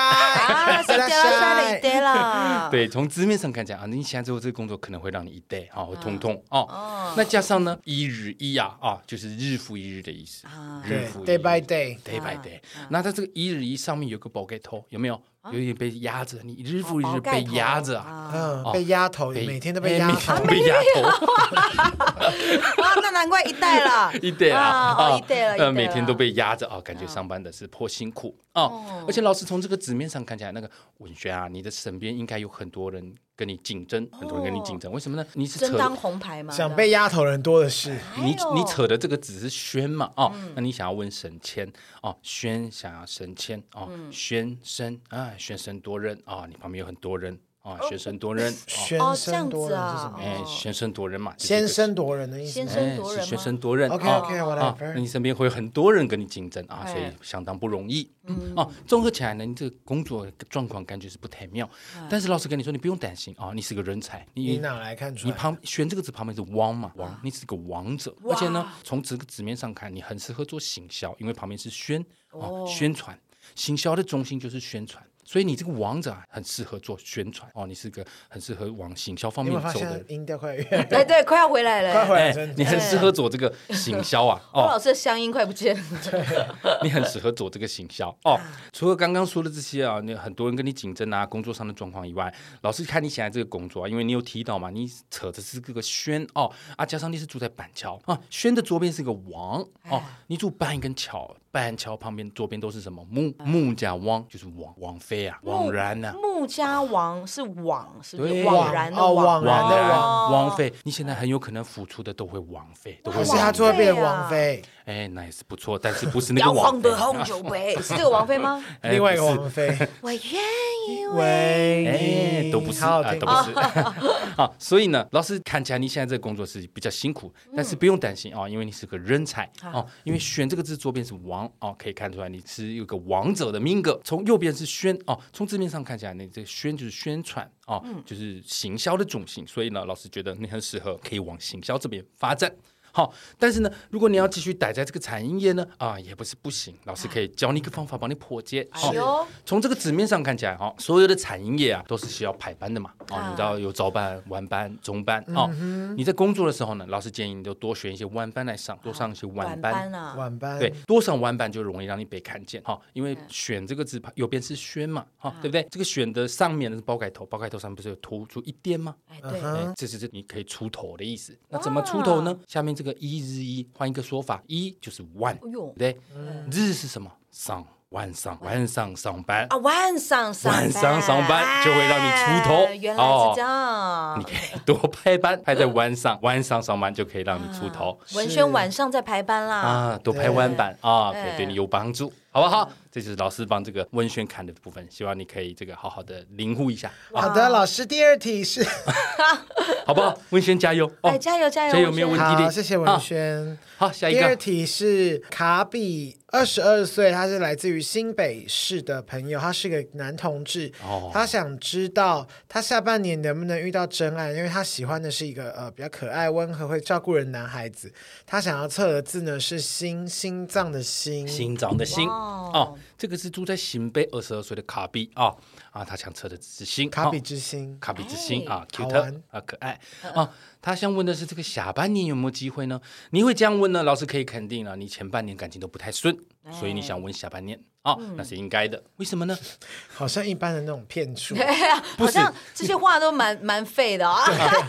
[SPEAKER 2] い，
[SPEAKER 3] 啊？是啦啦啦啦，对啦。
[SPEAKER 1] <laughs> 对，从字面上看起来啊，你现在做这个工作可能会让你一 day 啊，会痛痛哦。那加上呢，一日一啊啊，就是日复一日的意思
[SPEAKER 3] 啊，
[SPEAKER 1] 日
[SPEAKER 2] 对
[SPEAKER 1] 复一
[SPEAKER 2] ，Day
[SPEAKER 1] 日
[SPEAKER 2] by Day，
[SPEAKER 1] day by day。那它这个一日一上面有个宝盖头，有没有？有点被压着，你日复一
[SPEAKER 3] 哦
[SPEAKER 1] 日被压着啊，
[SPEAKER 3] 啊。
[SPEAKER 2] 嗯
[SPEAKER 1] 哦，
[SPEAKER 2] 被压头，
[SPEAKER 1] 被
[SPEAKER 2] 每天都被压
[SPEAKER 1] 哎
[SPEAKER 2] 头
[SPEAKER 1] 每。天都被压头，
[SPEAKER 3] 哇，那难怪一代了，
[SPEAKER 1] <laughs> 一 day 啊，
[SPEAKER 3] 啊哦
[SPEAKER 1] 啊
[SPEAKER 3] 一代了，一代
[SPEAKER 1] 呃，
[SPEAKER 3] 了哦
[SPEAKER 1] 每天都被压着啊，感觉上班的是颇辛苦啊。而且老师从这个纸面上看起来，那个文轩啊，你的身边应该有很多人跟你竞争，很多人跟你竞争，为什么呢？你是
[SPEAKER 3] 哦争
[SPEAKER 1] 扯
[SPEAKER 3] 当红牌嘛。
[SPEAKER 2] 想被压头的人多的是，
[SPEAKER 1] 你
[SPEAKER 3] 哎呦嗯
[SPEAKER 1] 你扯的这个只是宣嘛哦，那你想要问升迁哦，宣想要升迁哦，
[SPEAKER 3] 嗯
[SPEAKER 1] 宣生啊，宣生多人啊、你旁边有很多人啊，宣生多人，哦，
[SPEAKER 2] 宣
[SPEAKER 3] 哦这样
[SPEAKER 2] 生多
[SPEAKER 3] 子
[SPEAKER 2] 人是什
[SPEAKER 3] 啊
[SPEAKER 2] 么？
[SPEAKER 1] 哎，宣生多人嘛，就是这
[SPEAKER 2] 先
[SPEAKER 1] 个
[SPEAKER 2] 声夺人的意思
[SPEAKER 3] 先
[SPEAKER 2] 吗。
[SPEAKER 3] 生夺
[SPEAKER 1] 哎
[SPEAKER 3] 人
[SPEAKER 1] 是
[SPEAKER 3] 吗
[SPEAKER 1] 宣生多人
[SPEAKER 2] OK
[SPEAKER 1] 啊
[SPEAKER 2] OK
[SPEAKER 1] 啊，那
[SPEAKER 2] whatever，
[SPEAKER 1] 你身边会有很多人跟你竞争啊，
[SPEAKER 3] 哎嗯
[SPEAKER 1] 所以相当不容易。啊，综合起来呢，你这个工作状况感觉是不太妙。
[SPEAKER 3] 哎
[SPEAKER 1] 但是老师跟你说，你不用担心啊，你是个人才，
[SPEAKER 2] 你
[SPEAKER 1] 你
[SPEAKER 2] 哪来看出
[SPEAKER 1] 你
[SPEAKER 2] 来？
[SPEAKER 1] 旁选这个字旁边是王嘛，
[SPEAKER 2] 啊
[SPEAKER 1] 王，你是个王者，而且呢，从这个纸面上看，你哦
[SPEAKER 2] 哦
[SPEAKER 1] 很适合做行销，因为旁边是宣啊，宣传，行销的中心就是宣传。所以你这个王者啊很适合做宣传哦，你是个很适合往行销方
[SPEAKER 2] 你有
[SPEAKER 1] 面
[SPEAKER 2] 没有发
[SPEAKER 1] 走的
[SPEAKER 2] 现
[SPEAKER 1] 人。
[SPEAKER 2] 音调快越来越
[SPEAKER 3] 哎，对，快要回来
[SPEAKER 2] 快回
[SPEAKER 3] 了。
[SPEAKER 2] 来
[SPEAKER 1] 哎、
[SPEAKER 2] <laughs> 了？真
[SPEAKER 1] 你
[SPEAKER 2] 的
[SPEAKER 1] 很适合走这个行销啊！
[SPEAKER 3] 我
[SPEAKER 1] 哦，
[SPEAKER 3] 老师的乡音快不见了。
[SPEAKER 1] <laughs> 你很适合走这个行销哦。除了刚刚说的这些啊，你很多人跟你竞争啊，工作上的状况以外，老师看你现在这个工作啊，因为你有提到嘛，你扯的是这个轩哦啊，加上你是住在板桥啊，轩的左边是个王
[SPEAKER 3] 哎
[SPEAKER 1] 哦，你住板跟桥，板桥旁边左边都是什么木
[SPEAKER 3] 嗯
[SPEAKER 1] 木家汪，就是王王妃啊，王然呐、
[SPEAKER 3] 穆家王是网，是不
[SPEAKER 1] 对
[SPEAKER 3] 是枉然的
[SPEAKER 2] 哦枉
[SPEAKER 3] 枉
[SPEAKER 2] 然的
[SPEAKER 1] 然
[SPEAKER 3] 哦
[SPEAKER 1] 王妃，你现在很有可能付出的都会王妃，
[SPEAKER 2] <laughs>
[SPEAKER 1] 都会
[SPEAKER 2] 不
[SPEAKER 3] 不
[SPEAKER 2] 是
[SPEAKER 1] 枉费
[SPEAKER 2] 他最后变成
[SPEAKER 3] 王
[SPEAKER 2] 王妃，
[SPEAKER 1] 哎，那也是不错，但是不是那
[SPEAKER 3] 摇
[SPEAKER 1] 个
[SPEAKER 3] 晃
[SPEAKER 1] 王妃
[SPEAKER 3] 的，红酒杯，是这个王妃吗？ <laughs>
[SPEAKER 1] 哎
[SPEAKER 2] 另外一个
[SPEAKER 1] 不是
[SPEAKER 2] 王妃，
[SPEAKER 3] 我愿意为
[SPEAKER 2] 喂，
[SPEAKER 1] 哎，都不是
[SPEAKER 2] 好
[SPEAKER 1] 啊，
[SPEAKER 2] 好听
[SPEAKER 1] 都不是 <laughs> 啊。所以呢，老师看起来你现在这个工作是比较辛苦，但是不用担心啊，因为你是个人才哦
[SPEAKER 3] 好。
[SPEAKER 1] 因为“选”这个字左边是王哦，可以看出来你是有个王者的命格，从右边是宣哦，从字面上看起来你这个宣就是宣传哦，就是行销的重心。所以呢，老师觉得你很适合，可以往行销这边发展。好，但是呢，如果你要继续待在这个产业呢，啊，也不是不行。老师可以教你一个方法，帮你破解。哦
[SPEAKER 3] 哎呦，
[SPEAKER 1] 从这个纸面上看起来，哈，所有的产业啊都是需要排班的嘛，哦，
[SPEAKER 3] 啊嗯
[SPEAKER 1] 你知道有早班、晚班、中班哦。你在工作的时候呢，老师建议你就多选一些晚班来上，多上一些晚
[SPEAKER 3] 啊晚
[SPEAKER 1] 班。
[SPEAKER 3] 班啊，
[SPEAKER 2] 晚班
[SPEAKER 1] 对，，多上晚班就容易让你被看见哈、因为“选”这个字旁右边是“宣”嘛，哈、
[SPEAKER 3] 啊
[SPEAKER 1] 对不对？这个“选”的上面是包改头，包改头上面不是有突出一点吗？
[SPEAKER 3] 哎对，
[SPEAKER 1] 哎，这就是你可以出头的意思。
[SPEAKER 3] 啊
[SPEAKER 1] 那怎么出头呢？下面这个一日一，换一个说法，一就是 one，
[SPEAKER 3] 哎呦
[SPEAKER 1] 对不对？日是什么？上晚上晚上上班
[SPEAKER 3] 啊，晚上上
[SPEAKER 1] 晚上上班就会让你出头哦
[SPEAKER 3] 哎原来是这样
[SPEAKER 1] 你。可以 <laughs> 多排班，排在晚上，晚上上班就可以让你出头
[SPEAKER 3] 文轩晚上在排班啦，
[SPEAKER 1] 啊，多排晚班啊，可
[SPEAKER 3] 对
[SPEAKER 1] 以对你有帮助，好不好？这就是老师帮这个温轩看的部分，希望你可以这个好好的领悟一下，
[SPEAKER 2] 好的，老师，第二题是
[SPEAKER 1] 好不好？温轩加油
[SPEAKER 3] 哎，
[SPEAKER 1] 哦！
[SPEAKER 3] 加油加油！
[SPEAKER 1] 加油没有
[SPEAKER 3] 文
[SPEAKER 1] 问题
[SPEAKER 3] 轩
[SPEAKER 2] 好，
[SPEAKER 1] 的啊
[SPEAKER 2] 谢谢文轩。
[SPEAKER 1] 好，下一
[SPEAKER 2] 第二
[SPEAKER 1] 个
[SPEAKER 2] 题是卡比，二十二岁，他是来自于新北市的朋友，他是个男同志。
[SPEAKER 1] 哦
[SPEAKER 2] 他想知道他下半年能不能遇到真爱，因为他喜欢的是一个呃比较可爱、温和、会照顾人的男孩子。他想要测的字呢是心，心脏的心。
[SPEAKER 1] 心脏的心
[SPEAKER 3] 哇
[SPEAKER 1] 哦，这个是住在新北二十二岁的卡比啊啊，他想测的是心
[SPEAKER 2] 卡
[SPEAKER 1] 哦
[SPEAKER 2] 比之心，
[SPEAKER 1] 卡比之心
[SPEAKER 3] 哎嗯
[SPEAKER 1] 啊
[SPEAKER 2] 好
[SPEAKER 1] ，cute
[SPEAKER 2] 玩
[SPEAKER 1] 啊，可爱啊。他想问的是，这个下半年有没有机会呢？你会这样问呢？老师可以肯定了，你前半年感情都不太顺，所以你想问下半年啊，
[SPEAKER 3] 嗯
[SPEAKER 1] 那是应该的。为什么呢？
[SPEAKER 2] 好像一般的那种
[SPEAKER 1] <laughs>
[SPEAKER 2] 骗术，
[SPEAKER 1] 不
[SPEAKER 3] 好
[SPEAKER 1] 是
[SPEAKER 3] 像这些话都蛮蛮废的啊。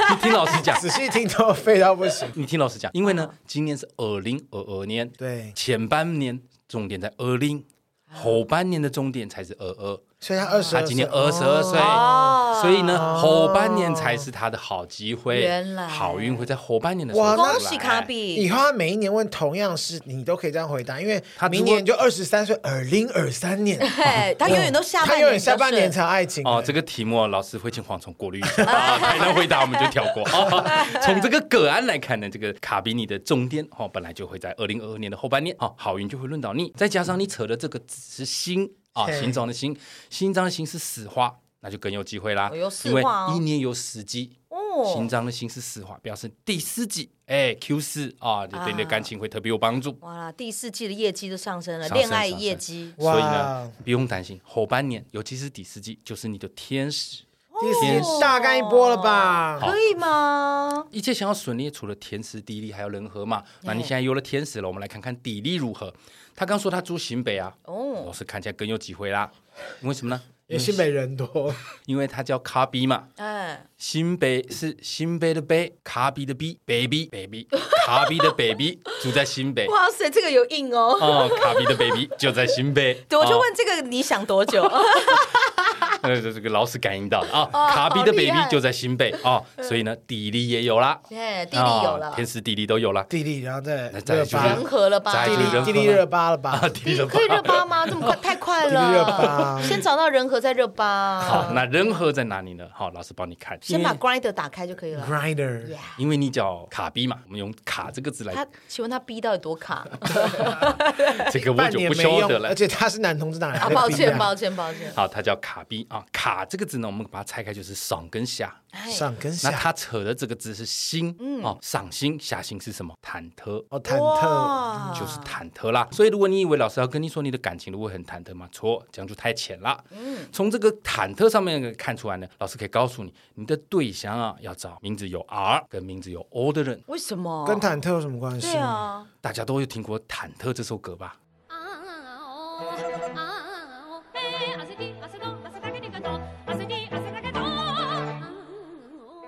[SPEAKER 1] 你听老师讲，
[SPEAKER 2] 仔细听都废到不行。
[SPEAKER 1] 你听老师讲，因为呢，今年是二零二二年，
[SPEAKER 2] 对，
[SPEAKER 1] 前半年重点在二零，
[SPEAKER 3] 啊
[SPEAKER 1] 后半年的重点才是二二。
[SPEAKER 2] 所以他二十
[SPEAKER 1] 他
[SPEAKER 2] 二，
[SPEAKER 1] 今年二十二岁，
[SPEAKER 3] <laughs> 哦
[SPEAKER 1] 所以呢，后半年才是他的好机会，
[SPEAKER 3] 原来
[SPEAKER 1] 好运会在后半年的时候
[SPEAKER 2] 哇
[SPEAKER 1] 来。
[SPEAKER 2] 那
[SPEAKER 3] 恭喜卡比
[SPEAKER 2] 以，后他每一年问同样事，你都可以这样回答，因为
[SPEAKER 1] 他只
[SPEAKER 2] 明
[SPEAKER 1] 问
[SPEAKER 2] 年就二十三岁，二零二三年，
[SPEAKER 3] 嘿，他永远都下半
[SPEAKER 2] 他
[SPEAKER 3] 年，
[SPEAKER 2] 永远下半年才有爱情欸
[SPEAKER 1] 哦，这
[SPEAKER 2] 个
[SPEAKER 1] 个题目老师会请蝗虫过滤一下，啊还能回答我们就跳过。哦从这个个案来看呢，这个卡比你的重点哦，本来就会在二零二二年的后半年哦，好运就会轮到你，再加上你扯的这个字是心啊，
[SPEAKER 2] 嘿
[SPEAKER 1] 心脏的心，心脏的心是死花。那就更有机会啦，
[SPEAKER 3] 哦有四
[SPEAKER 1] 因为
[SPEAKER 3] 化哦
[SPEAKER 1] 一年有十季，
[SPEAKER 3] 哦
[SPEAKER 1] 心脏的心是四化，表示第四季，哎，Q 四啊，就对你的
[SPEAKER 3] 啊
[SPEAKER 1] 感情会特别有帮助。
[SPEAKER 3] 哇，第四季的业绩都上升了，
[SPEAKER 1] 上升
[SPEAKER 3] 恋爱
[SPEAKER 1] 上升
[SPEAKER 3] 业绩
[SPEAKER 2] 哇
[SPEAKER 1] 所以呢，不用担心，后半年，尤其是第四季，就是你的天使，
[SPEAKER 3] 哦
[SPEAKER 2] 第四
[SPEAKER 1] 天
[SPEAKER 2] 年
[SPEAKER 1] 使
[SPEAKER 2] 大干一波了吧？
[SPEAKER 1] 好
[SPEAKER 3] 可以吗？
[SPEAKER 1] 一切想要顺利，除了天时地利，还有人和嘛。
[SPEAKER 3] 哎
[SPEAKER 1] 那你现在有了天时了，我们来看看地利如何。他刚说他住新北啊，老
[SPEAKER 3] 哦，
[SPEAKER 1] 师看起来更有机会啦。为什么呢？
[SPEAKER 2] 也是没人多，
[SPEAKER 1] 因为他叫卡比嘛，
[SPEAKER 3] 哎，
[SPEAKER 1] 新北是新北的北，卡比的比，baby baby，卡比的
[SPEAKER 3] <laughs>
[SPEAKER 1] baby 住在新北，
[SPEAKER 3] 哇塞，这个有硬哦。
[SPEAKER 1] 哦，卡比的 baby 就在新北。
[SPEAKER 3] <laughs> 对，我就
[SPEAKER 1] 哦
[SPEAKER 3] 问这个你想多久？ <laughs>
[SPEAKER 1] 呃，这这个老师感应到了啊，
[SPEAKER 3] 哦
[SPEAKER 1] 卡比的
[SPEAKER 3] 好厉害
[SPEAKER 1] baby 就在新北啊，所以呢，地利也有啦，
[SPEAKER 3] 哎，地利有
[SPEAKER 1] 啊
[SPEAKER 3] 了
[SPEAKER 1] 天，时地利都有了，
[SPEAKER 2] 地利，然后再
[SPEAKER 1] 那再来
[SPEAKER 2] 热
[SPEAKER 1] 就是
[SPEAKER 2] 巴
[SPEAKER 3] 人，和了吧？
[SPEAKER 1] 再就
[SPEAKER 2] 地
[SPEAKER 1] 是人
[SPEAKER 2] 利
[SPEAKER 1] 和
[SPEAKER 2] 地利热巴了吧
[SPEAKER 1] <laughs> 啊，？地利
[SPEAKER 3] 你
[SPEAKER 1] 都
[SPEAKER 3] 可以热
[SPEAKER 1] <laughs>
[SPEAKER 3] 巴吗？这么快，太
[SPEAKER 2] 地
[SPEAKER 3] 快
[SPEAKER 2] 利热
[SPEAKER 3] 了
[SPEAKER 2] 巴。
[SPEAKER 3] 先找到人和，再热
[SPEAKER 1] 好，
[SPEAKER 3] 巴。
[SPEAKER 1] 那人和在哪里呢？好，老师帮你看，
[SPEAKER 3] 呃先
[SPEAKER 1] 因
[SPEAKER 3] 把
[SPEAKER 1] 为
[SPEAKER 3] Grinder 打开就可以了。
[SPEAKER 2] Grinder，
[SPEAKER 1] 因为你叫卡逼嘛，我们用“卡”这个字来
[SPEAKER 3] 他，请问他逼到底
[SPEAKER 1] <laughs>
[SPEAKER 3] 多卡？
[SPEAKER 1] 这个我
[SPEAKER 2] 半
[SPEAKER 1] 就
[SPEAKER 2] 年
[SPEAKER 1] 不
[SPEAKER 2] 没
[SPEAKER 1] 晓
[SPEAKER 2] 用
[SPEAKER 1] 得，了
[SPEAKER 2] 而。且他是男同志，哪来
[SPEAKER 3] 啊，
[SPEAKER 2] 的
[SPEAKER 3] 抱
[SPEAKER 2] 逼
[SPEAKER 3] 歉，抱歉，抱歉。
[SPEAKER 1] 好，他叫卡逼啊、啊，卡这个字呢，我们把它拆开就是赏跟下。
[SPEAKER 3] 哎
[SPEAKER 2] 上跟
[SPEAKER 1] 那
[SPEAKER 2] 下，
[SPEAKER 1] 他扯的这个字是心，哦，赏心、下心是什么？忐忑。
[SPEAKER 2] 哦，忐忑，
[SPEAKER 3] 哇
[SPEAKER 1] 就是忐忑啦，所以如果你以为老师要跟你说你的感情如果很忐忑嘛，错，这样就太浅啦。嗯，从这个忐忑上面看出来呢，老师可以告诉你，你的对象啊要找名字有 R 跟名字有 O 的人。
[SPEAKER 3] 为什么？
[SPEAKER 2] 跟忐忑有什么关系？
[SPEAKER 3] 对啊，
[SPEAKER 1] 大家都有听过《忐忑》这首歌吧？
[SPEAKER 6] 啊哦啊哦嘿，阿塞蒂阿塞多阿塞达克尼格多阿塞蒂阿塞达克多。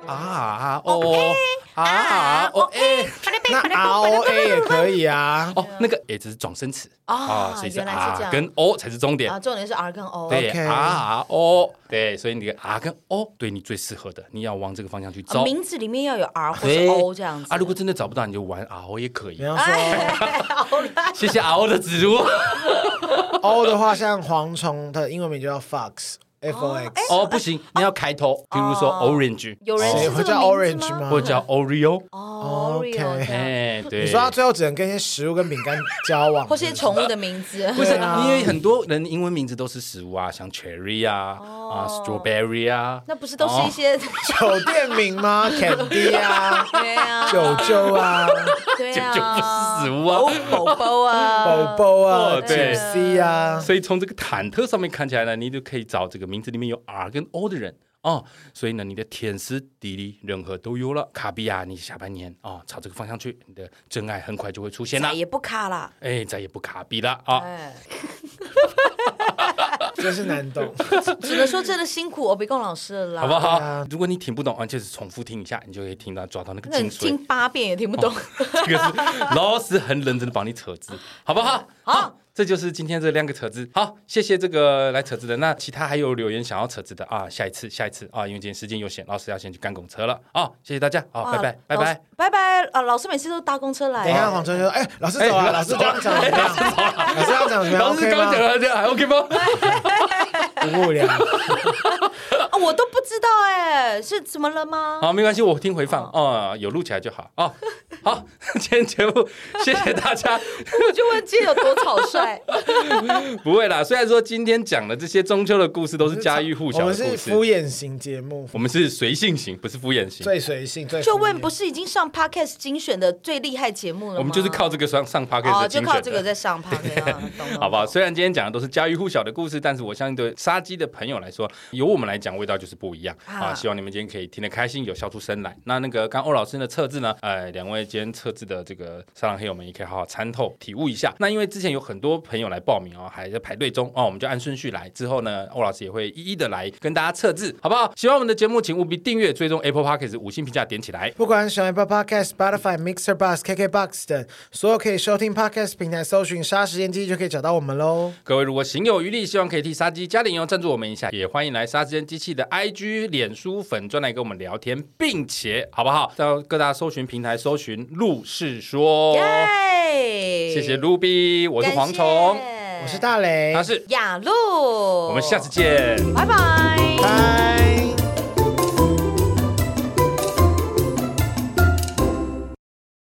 [SPEAKER 1] 啊啊哦啊哦哎
[SPEAKER 3] <laughs>
[SPEAKER 2] 那 R O A 也可以啊。
[SPEAKER 1] 哦，那个也只是转声词
[SPEAKER 3] 啊
[SPEAKER 1] 所以是
[SPEAKER 3] 原来是
[SPEAKER 1] R
[SPEAKER 3] 这样
[SPEAKER 1] 跟 O 才是重点
[SPEAKER 3] 啊，。重点是 R 跟 O。啊
[SPEAKER 1] 对
[SPEAKER 2] OK
[SPEAKER 1] ，R R O，对，所以你的 R 跟 O 对你最适合的，你要往这个方向去
[SPEAKER 3] 啊
[SPEAKER 1] 走。
[SPEAKER 3] 名字里面要有 R 或
[SPEAKER 1] 对
[SPEAKER 3] 是 O 这样子
[SPEAKER 1] 啊，
[SPEAKER 3] <laughs>
[SPEAKER 1] 如果真的找不到，你就玩 R O 也可以
[SPEAKER 2] 你。要
[SPEAKER 3] 哎
[SPEAKER 2] 说
[SPEAKER 1] 谢谢 R O 的指
[SPEAKER 3] <laughs>
[SPEAKER 1] 出。
[SPEAKER 2] O 的话，像蝗虫的英文名就叫 Fox，F O
[SPEAKER 3] 哎
[SPEAKER 2] X，
[SPEAKER 1] 哦，不行，你要开头，比如说 orange，
[SPEAKER 3] 哦有人
[SPEAKER 2] 谁
[SPEAKER 3] 是
[SPEAKER 2] 会
[SPEAKER 3] 这
[SPEAKER 2] 叫
[SPEAKER 3] 个名字
[SPEAKER 2] Orange 吗
[SPEAKER 1] 哦或者叫 Oreo，
[SPEAKER 3] 哦
[SPEAKER 2] OK
[SPEAKER 3] ，Oreo，这样
[SPEAKER 1] 哎，对。
[SPEAKER 2] 你说他最后只能跟一些食物跟饼干交往，
[SPEAKER 3] 或是一些宠物的名字。
[SPEAKER 1] 不是，
[SPEAKER 2] 对啊
[SPEAKER 1] 因为很多人英文名字都是食物啊，像 cherry 啊，
[SPEAKER 3] 哦
[SPEAKER 1] 啊 strawberry 啊，
[SPEAKER 3] 那不是都是一些
[SPEAKER 2] 酒店名吗？Candy 啊，
[SPEAKER 3] <laughs> 对啊，
[SPEAKER 2] 九舅啊，
[SPEAKER 3] 对
[SPEAKER 1] 就就不是
[SPEAKER 3] 啊，
[SPEAKER 1] 食物啊。
[SPEAKER 3] 宝
[SPEAKER 1] <laughs>
[SPEAKER 3] 宝啊，
[SPEAKER 2] 宝宝啊
[SPEAKER 1] 哦对
[SPEAKER 2] ，Gypsy 啊，
[SPEAKER 1] 所以从这个忐忑上面看起来呢，你就可以找这个名字里面有 R 跟 O 的人哦。所以呢，你的天时地利人和都有了。卡比亚，你下半年啊、哦朝这个方向去，你的真爱很快就会出现了
[SPEAKER 3] 再。也不卡啦。
[SPEAKER 1] 哎，再也不卡比了啊！
[SPEAKER 3] 哎，
[SPEAKER 2] 真是难懂。
[SPEAKER 3] 只能说真的辛苦欧比贡老师了啦，
[SPEAKER 1] 好不好？
[SPEAKER 2] 对啊
[SPEAKER 1] 如果你听不懂，啊，就是重复听一下，你就可以听到抓到那个
[SPEAKER 3] 那你
[SPEAKER 1] 精髓。
[SPEAKER 3] 听八遍也听不懂。
[SPEAKER 1] <laughs> 这个是老师很认真的帮你扯字，好不好？
[SPEAKER 3] 好
[SPEAKER 1] 这就是今天这两个扯字。好，谢谢这个来扯字的。那其他还有留言想要扯字的啊，下一次，下一次啊，因为今天时间有限，老师要先去赶公车了啊。谢谢大家，好，
[SPEAKER 3] 哇
[SPEAKER 1] 拜拜，拜
[SPEAKER 3] 老师
[SPEAKER 1] 拜。
[SPEAKER 3] 拜拜啊！老师每次都搭公车来
[SPEAKER 2] 等一
[SPEAKER 1] 哦
[SPEAKER 2] 下，
[SPEAKER 3] 啊，
[SPEAKER 2] 黄春就说：“哎，老师走了，老师刚刚讲怎么样？老师刚刚讲怎么样
[SPEAKER 1] 啊老师
[SPEAKER 2] ？OK
[SPEAKER 1] 刚刚讲
[SPEAKER 2] 吗？
[SPEAKER 1] 的这样还 OK 吗？
[SPEAKER 2] 不无聊，
[SPEAKER 3] 啊我都不知道哎，是怎么了
[SPEAKER 1] <laughs>
[SPEAKER 3] 吗？
[SPEAKER 1] 好，没关系，我听回放啊，有录起来就好啊。好， <laughs> 今天节目谢谢大家。
[SPEAKER 3] 我就问今天有多草率，
[SPEAKER 1] 不会啦，虽然说今天讲的这些中秋的故事都是 <laughs> 家喻户
[SPEAKER 2] 我
[SPEAKER 1] 晓的
[SPEAKER 2] 们
[SPEAKER 1] 故
[SPEAKER 2] 是
[SPEAKER 1] 事，
[SPEAKER 2] 敷衍型节目，
[SPEAKER 1] 我们是随性型，不是敷衍型。
[SPEAKER 2] 最随性，最敷衍
[SPEAKER 3] 就问不是已经上 podcast 精选的最厉害节目了吗？
[SPEAKER 1] 我们就是靠这个上上 p a r k
[SPEAKER 3] 哦，
[SPEAKER 1] 的
[SPEAKER 3] 就
[SPEAKER 1] 精
[SPEAKER 3] 靠
[SPEAKER 1] 选
[SPEAKER 3] 这个
[SPEAKER 1] 的。
[SPEAKER 3] 在上
[SPEAKER 1] <laughs>
[SPEAKER 3] podcast，啊懂了
[SPEAKER 1] 好不好？虽然今天讲的都是家喻户晓的故事，但是我相信对杀鸡的朋友来说，由我们来讲味道就是不一样啊
[SPEAKER 3] 啊
[SPEAKER 1] 希望你们今天可以听得开心，有笑出声来。那那个刚欧老师的测字呢，呃，两位今天测字的这个沙朗黑友们也可以好好参透、体悟一下。那因为之前有很多朋友来报名哦，还在排队中哦，我们就按顺序来。之后呢，欧老师也会一一的来跟大家测字，好不好？喜欢我们的节目，请务必订阅、追踪 Apple Podcast 五星评价点起来。
[SPEAKER 2] 不管喜欢 Apple Podcast、Spotify、Mixer、Bus、KKBox 等所有可以收听 Podcast 平台，搜寻“杀时间机”就可以找到我们喽。
[SPEAKER 1] 各位如果行有余力，希望可以替杀鸡加点油赞助我们一下，也欢迎来杀时间机器的 IG、脸书粉专来跟我们聊天，并且好不好？到各大搜寻平台搜寻“陆氏说”，
[SPEAKER 3] 耶！
[SPEAKER 1] 谢谢卢比，我是蝗虫，
[SPEAKER 3] 感谢
[SPEAKER 2] 我是大雷
[SPEAKER 1] 他，是，
[SPEAKER 3] 雅鹿，
[SPEAKER 1] 我
[SPEAKER 3] 我
[SPEAKER 1] 们下次见。
[SPEAKER 3] 拜拜。
[SPEAKER 2] 拜。